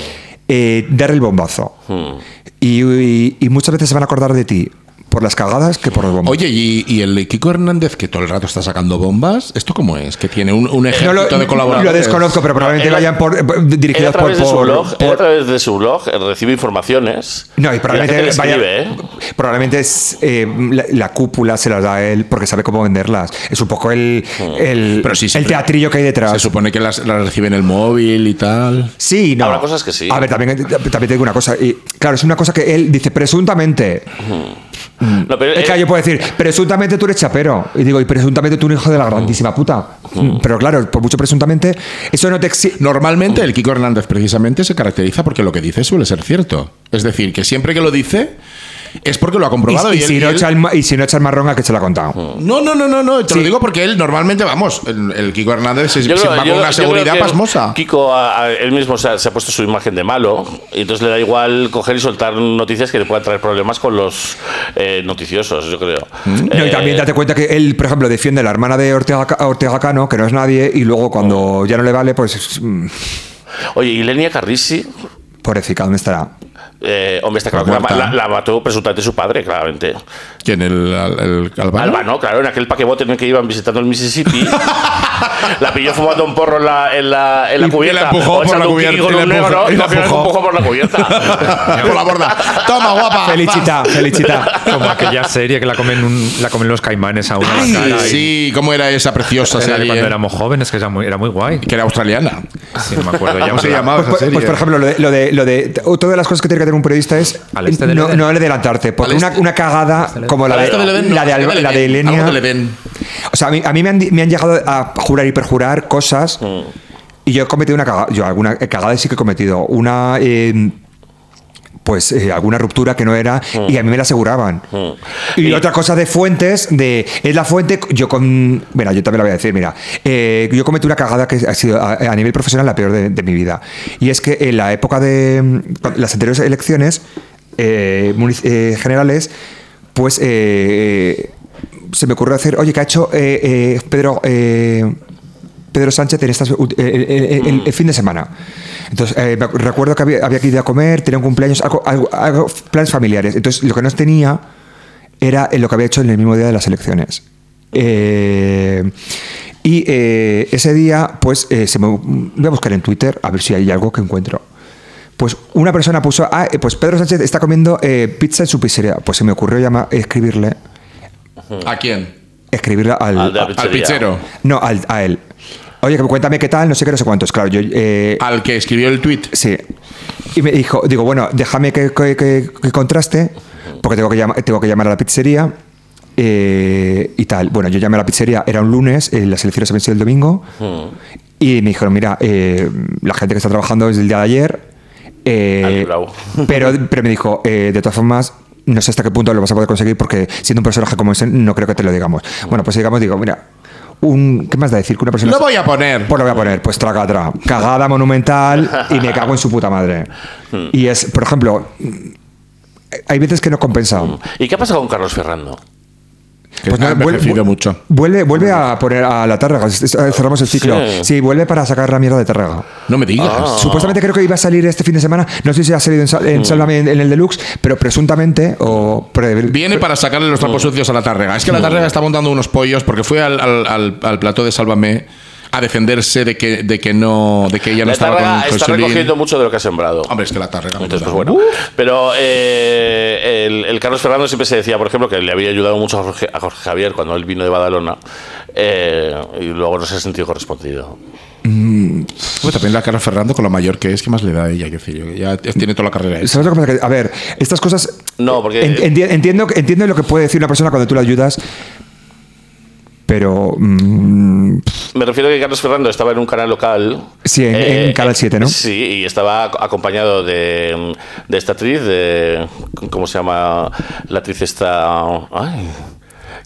eh, dar el bombazo.
Hmm.
Y, y- y muchas veces se van a acordar de ti por las cagadas que por los bombazos.
Oye, y, y el Kiko Hernández, que todo el rato está sacando bombas, ¿esto cómo es? Que tiene un, un ejército
No lo,
de colaboradores.
lo desconozco, pero probablemente
él-
vayan por, eh, por-
Él a
dirigidas por.
través de su
por-
blog, él a
por-
través de su blog eh, recibe informaciones.
no, y
la gente
probablemente,
le
vaya-
escribe, ¿eh?
probablemente es, eh, la, la cúpula se las da a él porque sabe cómo venderlas. Es un poco el, el,
Pero sí,
el
siempre-
teatrillo que hay
Se
detrás.
supone que las, las recibe en el móvil y tal.
Sí, no.
Habrá cosas que sí.
A ver, también, también te digo una cosa. Y, claro, es una cosa que él dice presuntamente.
No, pero
Mm.
eh,
Es que
él-
yo puedo decir, presuntamente tú eres chapero. Y digo, y presuntamente tú eres hijo de la grandísima puta. Mm. Pero claro, por mucho presuntamente, eso no te exige.
Normalmente el Kiko Hernández precisamente se caracteriza porque lo que dice suele ser cierto. Es decir, que siempre que lo dice es porque lo ha
Y,
comprobado.
y
él-
si no
él- Mm.
echa el, ma- y si no echa el marrón, ¿a que se lo ha contado?
No, no, no, no, no, Te lo
Sí.
digo porque él normalmente, vamos, el, el Kiko Hernández se,
yo
se
creo-
va
yo-
con una
yo creo
seguridad
que
pasmosa.
Kiko, a- a- él mismo se ha, se ha puesto su imagen de malo, y entonces le da igual coger y soltar noticias que le puedan traer problemas con los eh, noticiosos, yo creo.
Mm. No, y
Eh,
también date cuenta que él, por ejemplo, defiende a la hermana de Ortega, Ca- Ortega Cano, que no es nadie, y luego cuando ya no le vale, pues. mm,
Oye, y Lenia Carrisi,
Pobrecita, ¿dónde estará?
eh, hombre, está claro que
Está
la, la-
muerta.
la mató presuntamente su padre, claramente.
¿Quién? ¿El, el, el Albano?
Albano, claro, en aquel paquebote en el que iban visitando el Mississippi. la pilló fumando un porro en la, en la, en la
Y- y la
cubierta.
empujó
o
por la
echando un
cubierta,
kiki con
y la
un
empujó,
negro,
y
y
la
al final
empujó.
empujó por la cubierta.
Por la borda. Toma, guapa.
Felicita, felicita.
Como aquella serie que la comen, un- la comen los caimanes a una
Ay,
cara y-
sí, cómo era esa preciosa
Era de
serie.
cuando éramos jóvenes, que era muy, era muy guay.
Que era australiana.
Sí, no me acuerdo ya.
¿Cómo se
pero-
llamaba
Pues,
Ah, esa
pues,
serie?
pues, por ejemplo, lo de, lo de, lo de- o Todas las cosas que tiene que tener un periodista es.
Al este del
no,
Edén.
no le adelantarte. Porque
Al
una,
este-
una cagada como la de,
Esta del Edén, este no,
la de, Al-
esta del
la de
Edén,
Elenia.
algo del Edén.
O sea, a mí, a mí me, han, di- me han llegado a jurar y perjurar cosas. Y yo he cometido una cagada. Yo alguna eh, cagada sí que he cometido. Una. eh, pues eh, alguna ruptura que no era y a mí me la aseguraban.
Mm.
Y, otra cosa de fuentes, de es la fuente, yo con... Mira, yo también la voy a decir, mira, eh, yo cometí una cagada que ha sido a, a nivel profesional la peor de, de mi vida. Y es que en la época de mm, cuando- las anteriores elecciones eh, munici- eh, generales, pues eh, se me ocurrió hacer, oye, ¿qué ha hecho eh, eh, Pedro... eh, Pedro Sánchez en estas, eh, eh, eh, el, el fin de semana. Entonces, eh, me acu- recuerdo que había, había que ir a comer, tenía un cumpleaños, algo, algo- algo- planes familiares. Entonces, lo que no tenía era eh, lo que había hecho en el mismo día de las elecciones. Eh, y eh, ese día, pues, eh, se me, voy a buscar en Twitter a ver si hay algo que encuentro. Pues una persona puso, ah, eh, pues Pedro Sánchez está comiendo eh, pizza en su pizzería. Pues se me ocurrió llama, escribirle,
¿A quién?
escribirle al,
Al Mm. de la
Al
pizzería.
pizzero.
no, al- a él. Oye, que cuéntame qué tal, no sé qué, no sé cuántos. Claro, yo. eh,
Al que escribió el tweet.
Sí. Y me dijo, digo, bueno, déjame que, que- que- que contraste, porque tengo que, llama- tengo que llamar a la pizzería eh, y tal. Bueno, yo llamé a la pizzería, era un lunes, eh, las elecciones habían sido el domingo, y me dijeron, mira, eh, la gente que está trabajando desde el día de ayer. eh,
Al bravo.
pero, pero me dijo, eh, de todas formas, no sé hasta qué punto lo vas a poder conseguir porque siendo un personaje como ese, no creo que te lo digamos. Bueno, pues digamos, digo, mira, un, ¿qué más da decir? Que una persona
Lo voy a poner.
pues lo voy a poner, pues traga, traga. Cagada monumental y me cago en su puta madre.
Hmm.
Y es, por ejemplo, hay veces que no compensa.
¿Y qué ha pasado con Carlos Ferrando?
Que
Pues
ha
nada, vuel-
envejecido
vuel-
mucho.
Vuelve, vuelve a poner a la Tárrega. Es- es- Cerramos el ciclo.
Sí. Ah.
Sí. vuelve para sacar la mierda de Tárrega.
No me digas.
Supuestamente creo que iba a salir este fin de semana. No sé si ha salido en, Sal-
Hmm.
en Sálvame en, en el Deluxe, pero presuntamente o pre-
Viene para sacarle los
Mm.
trapos sucios a la Tárrega. Es que la Tárrega está montando unos pollos porque fue al, al- al- al plató de Sálvame a defenderse de que, de que no de que ella no
La
estaba
Tárraga
con, Ah, con
está
Solín.
recogiendo mucho de lo que ha sembrado.
Hombre, es que la Tárrega. me
Entonces,
da-
pues bueno. Pero eh, el, el Carlos Fernando siempre se decía, por ejemplo, que le había ayudado mucho a Jorge, a Jorge Javier cuando él vino de Badalona eh, y luego no se ha sentido correspondido.
Bueno, también la cara Ferrando con lo mayor que es, ¿qué más le da a ella? Que ya tiene toda la carrera. hecha.
¿Sabes lo que pasa? Que, a ver, estas cosas.
No, porque-
en- enti- entiendo, entiendo lo que puede decir una persona cuando tú la ayudas, pero. mm,
Me refiero a que Carlos Fernando estaba en un canal local. eh,
Sí, en- en Canal 7, ¿no?
Sí, y estaba ac- acompañado de, de esta actriz, de. ¿Cómo se llama la actriz esta? Ay.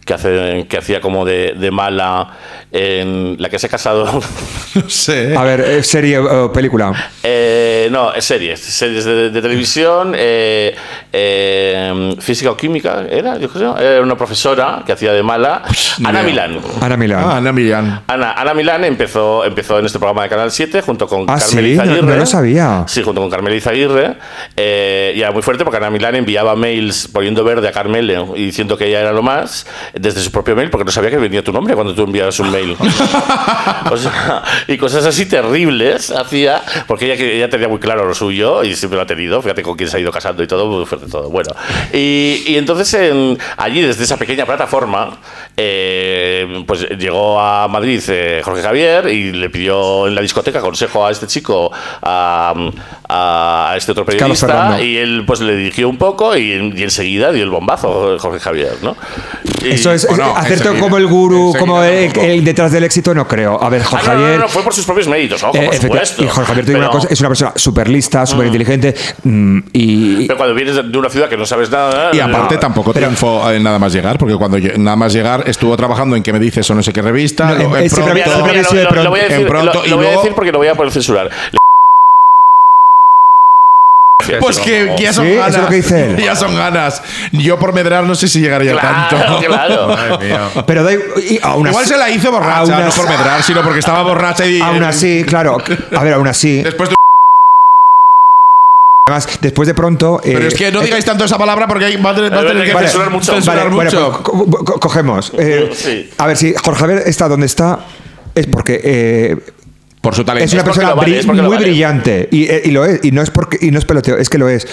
que, hace, que hacía como de, de mala en la que se ha casado.
No sé.
A ver, eh, serie o película.
Eh, no, es series, series de, de televisión, eh, eh, física o química, ¿era? Yo qué sé, era una profesora que hacía de mala, Ana Milán.
Ana Milán.
Ah, Ana Millán.
Ana, Ana Milán empezó, empezó en este programa de Canal 7 junto con
Ah, sí,
Carmeliza
no-
Aguirre.
no lo sabía.
Sí, junto con Carmeliza Aguirre. Eh, y era muy fuerte porque Ana Milán enviaba mails poniendo verde a Carmele y diciendo que ella era lo más desde su propio mail porque no sabía que venía tu nombre cuando tú enviabas un mail. O sea, y cosas así terribles hacía porque ella, que- ella tenía muy claro lo suyo y siempre lo ha tenido. Fíjate con quién se ha ido casando y todo, muy fuerte todo. Bueno, y, y entonces en- allí desde esa pequeña plataforma, eh, pues llegó a Madrid eh, Jorge Javier y le pidió en la discoteca consejo a este chico, a, a este otro
Carlos
periodista,
Fernando.
y él pues le dirigió un poco y, en- y enseguida dio el bombazo Jorge Javier, ¿no? Y-
Eso es,
o no,
hacerte
enseguida.
como el gurú,
Enseguida
como el,
tampoco.
el detrás del éxito, no creo. A ver,
Ah, no,
Jorge
no, no,
Javier.
no, fue por sus propios méritos, ojo,
eh,
por
efectiva-
supuesto.
y Jorge Javier te digo una
Pero- Mm.
cosa, es una persona súper lista, súper inteligente y,
Pero cuando vienes de- de una ciudad que no sabes nada.
Y
eh,
aparte
no.
tampoco triunfó en nada más llegar, porque cuando lle- nada más llegar estuvo trabajando en que me dices o no sé qué revista,
No,
o
en-
en
ese programa-
pronto,
Mira,
Todo
mira,
había
lo-
sido de
lo- lo voy a
en
decir-
pronto,
lo-
y
lo voy a
luego-
decir porque lo voy a poder censurar.
Pues que
oh,
ya son
Sí, eso
ganas.
es lo que dice él.
Ya son ganas. Yo por medrar no sé si llegaría
Claro,
tanto.
claro.
Madre mía.
Pero da igual- y aún
Igual
así-
se la hizo
aún
borracha, no
así-
por medrar, sino porque estaba borracha y.
Aún así, claro. A ver, aún así.
Después de-
Además, después de pronto.
Pero
eh,
es que no
eh,
digáis tanto esa palabra porque hay- va a tener, va a tener que
Vale,
censurar mucho.
vale,
Censurar
bueno,
mucho.
pues, co- co- co- cogemos. Eh,
Sí.
A ver, si Jorge Javier está donde está, es porque. eh,
por su talento.
es una
porque
persona
lo vale,
bri-
es porque lo
muy
vale.
brillante y, eh, y lo es y no es porque y no es peloteo es que lo es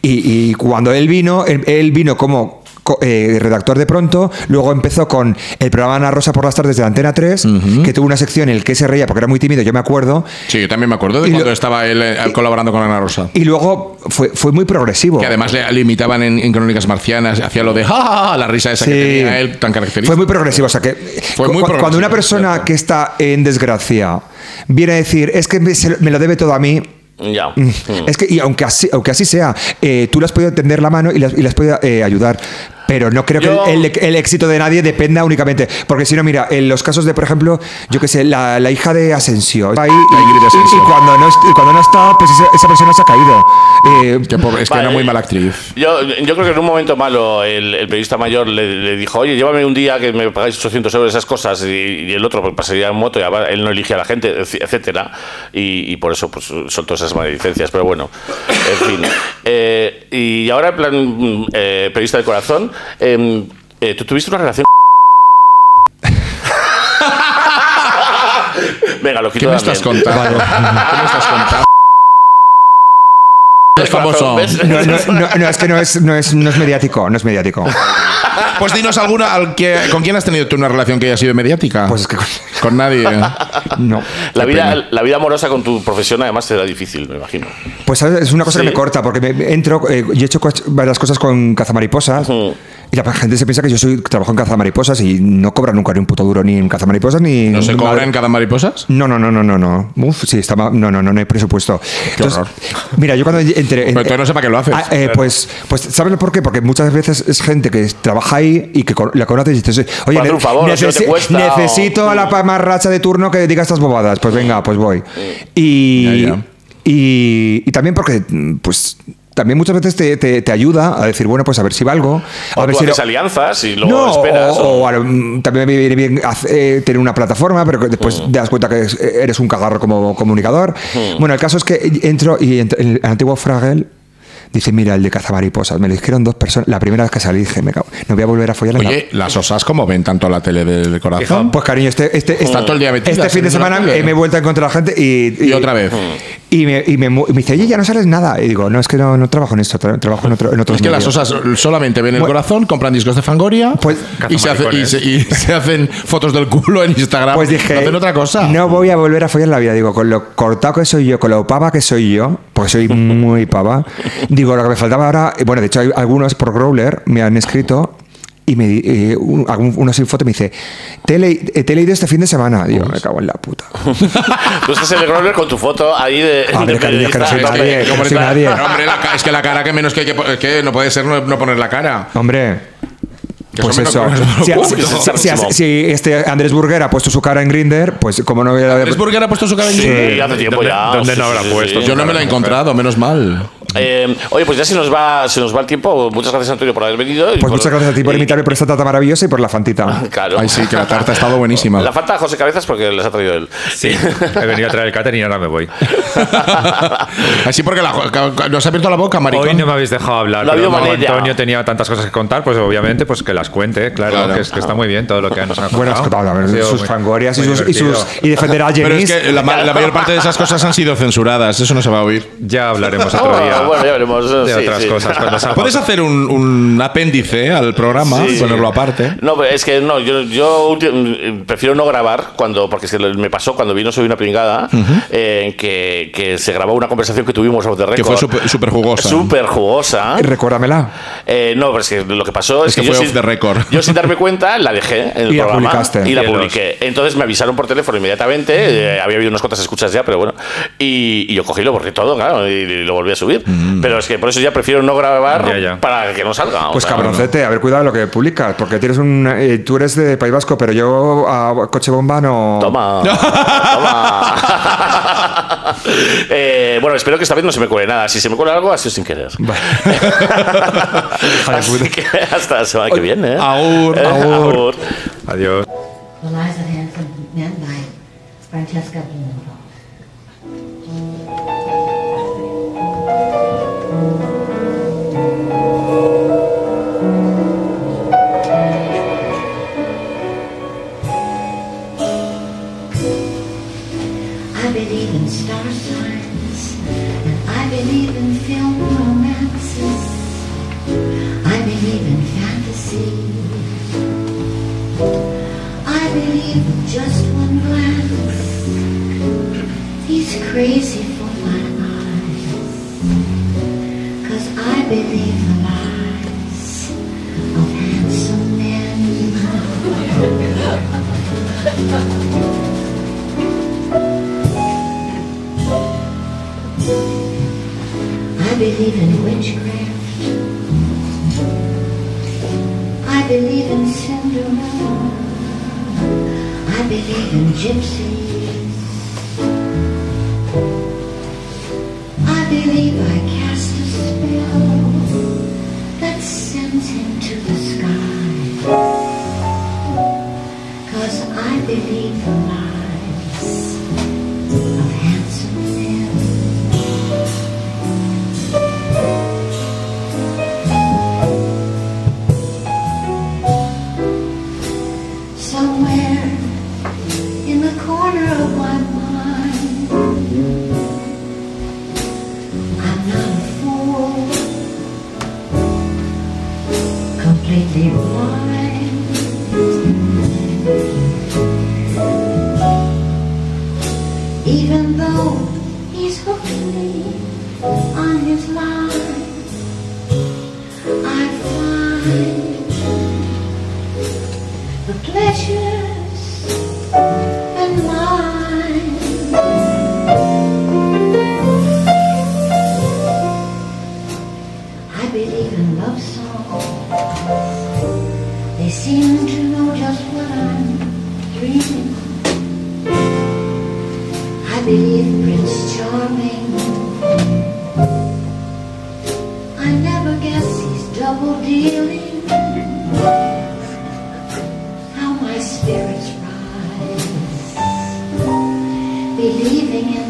y, y cuando él vino él, él vino como co- eh, redactor de pronto, luego empezó con el programa Ana Rosa por las tardes de Antena 3, que tuvo una sección en el que se reía porque era muy tímido, yo me acuerdo,
Sí, yo también me acuerdo de
Y lo-
cuando estaba él eh, colaborando con Ana Rosa.
y luego fue, fue muy progresivo.
Que además le, le imitaban en, en Crónicas Marcianas, hacía lo de ¡Ja, ja, ja", la risa esa que
Sí.
tenía él tan característica.
Fue muy progresivo. O sea que cu-
muy
cu-
progresivo,
cuando una persona
cierto.
que está en desgracia viene a decir es que me, se lo- me lo debe todo a mí.
Ya.
mm, Es que, y aunque así, aunque así sea, eh, tú le has podido tender la mano y le has, y le has podido eh, ayudar. Pero no creo
Yo-
que el, el- el éxito de nadie dependa únicamente. Porque si no, mira, en los casos de, por ejemplo, yo qué sé, la, la hija de Asensio. está ahí
Ingrid
y,
Asensio.
y cuando, no, est- y cuando no está, pues esa, esa persona se ha caído. Eh,
Qué pobre, es que
Vale.
era muy mala actriz.
Yo, yo creo que en un momento malo el, el periodista mayor le, le dijo, oye, llévame un día que me pagáis 800 euros esas cosas y, y el otro pues, pasaría en moto y además él no elige a la gente, ec- etcétera Y, y por eso pues, soltó esas maledicencias, pero bueno, en fin. Eh, y ahora en plan mm, eh, periodista de corazón, em, eh, tú tuviste una relación... Venga, lo quito
¿Qué me estás
también.
contando? ¿Qué me estás contando? Es famoso.
¿Ves?
no, no, no, no, es que no es, no, es, no es mediático, no es mediático.
Pues dinos alguna al que, con quién has tenido tú una relación que haya sido mediática.
Pues es que con-
con nadie.
No.
La
Qué
vida,
pena.
la vida amorosa con tu profesión además será difícil, me imagino.
Pues ¿sabes? es una cosa
Sí.
que me corta, porque me- me entro, eh, yo he hecho coch- varias cosas con cazamariposas
Ujú.
y la gente se piensa que yo soy, trabajo en cazamariposas y no cobra nunca ni un puto duro ni en cazamariposas ni...
¿No se
ni-
cobra en cada mariposas?
No, no, no, no, no, no. Uf, sí, está ma- no, no, no, no hay presupuesto.
horror.
Mira, yo cuando entré... en-
Pero tú no sé para qué lo haces.
Ah, eh, pues, pues, ¿sabes por qué? Porque muchas veces es gente que trabaja ahí y que con- la conoces y dices, oye,
Para hacer un favor, si no te cuesta,
necesito
o-
a la pamarracha de turno que diga estas bobadas. Pues venga, pues voy. Y,
Mm. Ya, ya.
y, y también porque, mm, pues, también muchas veces te, te- te ayuda a decir, bueno, pues a ver si valgo. A
O
ver
tú
si
haces
no-
alianzas y luego
no,
esperas.
o,
o-
o a lo- mm, también me viene bien haz- eh, tener una plataforma, pero que después
Mm.
te das cuenta que es- eh, eres un cagarro como comunicador. Bueno, el caso es que entro y ent- el antiguo Fragel dice, mira, el de cazamariposas. Me lo dijeron dos personas. La primera vez que salí dije, me cago, no voy a volver a follar en la-
Oye, las osas como ven tanto la tele del corazón.
Pues cariño, este, este, este-
Está todo el día metidas
este fin de
en una
semana
tele.
eh, me he vuelto a encontrar gente y,
Y Mm. otra vez.
Y me, y me mu- y me dice, oye, ya no sales nada. Y digo, no, es que no, no trabajo en esto, tra- trabajo en otro en otros
Es que las
medios".
osas solamente ven el
Bueno.
corazón, compran discos de Fangoria
Pues-
y, se hace- y, se, y se hacen fotos del culo en Instagram.
Pues dije,
No hacen otra cosa.
No voy a volver a follar en la vida. Digo, con lo cortado que soy yo, con lo pava que soy yo, porque soy muy pava. Digo, lo que me faltaba ahora, y bueno, de hecho, hay algunos por Growler me han escrito. Y me, di- eh, un- algún- uno sin foto me dice, te he, leí- eh, te he leído este fin de semana. Digo, me cago en la puta.
Tú estás en el Grover con tu foto ahí de.
A ver,
de
cariño, que no soy
periodista,
pues nadie, que no soy
está?
nadie.
Pero, hombre, la ca- es que la cara que menos que hay que, po- es que no puede ser no, no poner la cara.
Hombre,
Que
Pues
son
eso.
menos que
Si,
nosotros.
si-
Uy,
si- si-
clarísimo.
si este Andrés Burger ha puesto su cara en Grinder, pues como no voy a-
¿Es porque ha puesto su cara en Grindr?
hace tiempo
¿Dónde-
ya.
dónde no habrá puesto?
Yo no me la he encontrado, menos mal.
Eh, oye, pues ya se nos va, se nos va el tiempo. Muchas gracias Antonio por haber venido. y
Pues muchas gracias a ti por
y-
invitarme por esta tarta maravillosa y por la fantita.
Claro.
Ay, sí, que la tarta ha estado buenísima.
La falta a José Cabezas porque les ha traído él.
Sí, he venido a traer el catering y ahora me voy.
Así porque la, nos ha abierto la boca, maricón.
Hoy no me habéis dejado hablar.
Lo ha
pero
habido
como
manera.
Antonio tenía tantas cosas que contar, pues obviamente pues que las cuente, claro,
Claro.
Que, es- que está muy bien todo lo que nos han contado.
Bueno, es que, claro, a ver,
Ha sido
sus
muy-
fangorias y
muy
sus, y, sus-
divertido.
y defender a
Pero es
Jenis.
que la, ma- la mayor parte de esas cosas han sido censuradas, eso no se va a oír.
Ya hablaremos
Ah,
otro día
bueno, ya veremos.
de
sí,
otras
sí.
cosas cuando salga.
Puedes hacer un, un apéndice al programa,
Sí.
ponerlo aparte.
No, pero es que no, yo, yo ulti- mm, prefiero no grabar cuando, porque es que me pasó cuando vino Soy una pringada, eh, que, que se grabó una conversación que tuvimos off the record.
Que fue súper- súper jugosa.
Súper jugosa.
Recuérdamela.
Eh, no, pero es que lo que pasó es,
Es que
yo
fue
sin,
off the record.
Yo sin darme cuenta la dejé en el
Y la
programa
publicaste.
y la
Cielos.
publiqué. Entonces me avisaron por teléfono inmediatamente, eh, había habido unas cuantas escuchas ya, pero bueno, y, y yo cogí y lo borré todo, claro, y, y lo volví a subir. Pero es que por eso ya prefiero no grabar
Ya, ya.
para que no salga. o
Pues
sea,
cabroncete, a ver, cuidado lo que publicas, porque tienes un, eh, tú eres de País Vasco, pero yo a Coche Bomba no...
Toma. Toma. Eh, bueno, espero que esta vez no se me cuele nada. Si se me cuela algo, ha sido sin querer. Así que hasta la semana que viene. ¿eh?
Agur,
Eh,
agur.
agur.
Adiós.
Eliza Hansen, Matt Knight, Francesca Buono. I believe in star signs, and I believe in film romances. I believe in fantasy. I believe just one glance. He's crazy for my eyes. Cause I believe the lies of handsome men. I believe in witchcraft. I believe in Cinderella. I believe in gypsies. I believe I cast a spell that sends him to the sky. Cause I believe the lies of handsome men. somewhere in the corner of my mind. I'm not a fool, completely blind. Even though he's hooked me on his line, I find the pleasures and mine. I believe in love songs. They seem to know just what I'm dreaming. I believe Prince Charming. I never guess he's double dealing how my spirits rise, believing in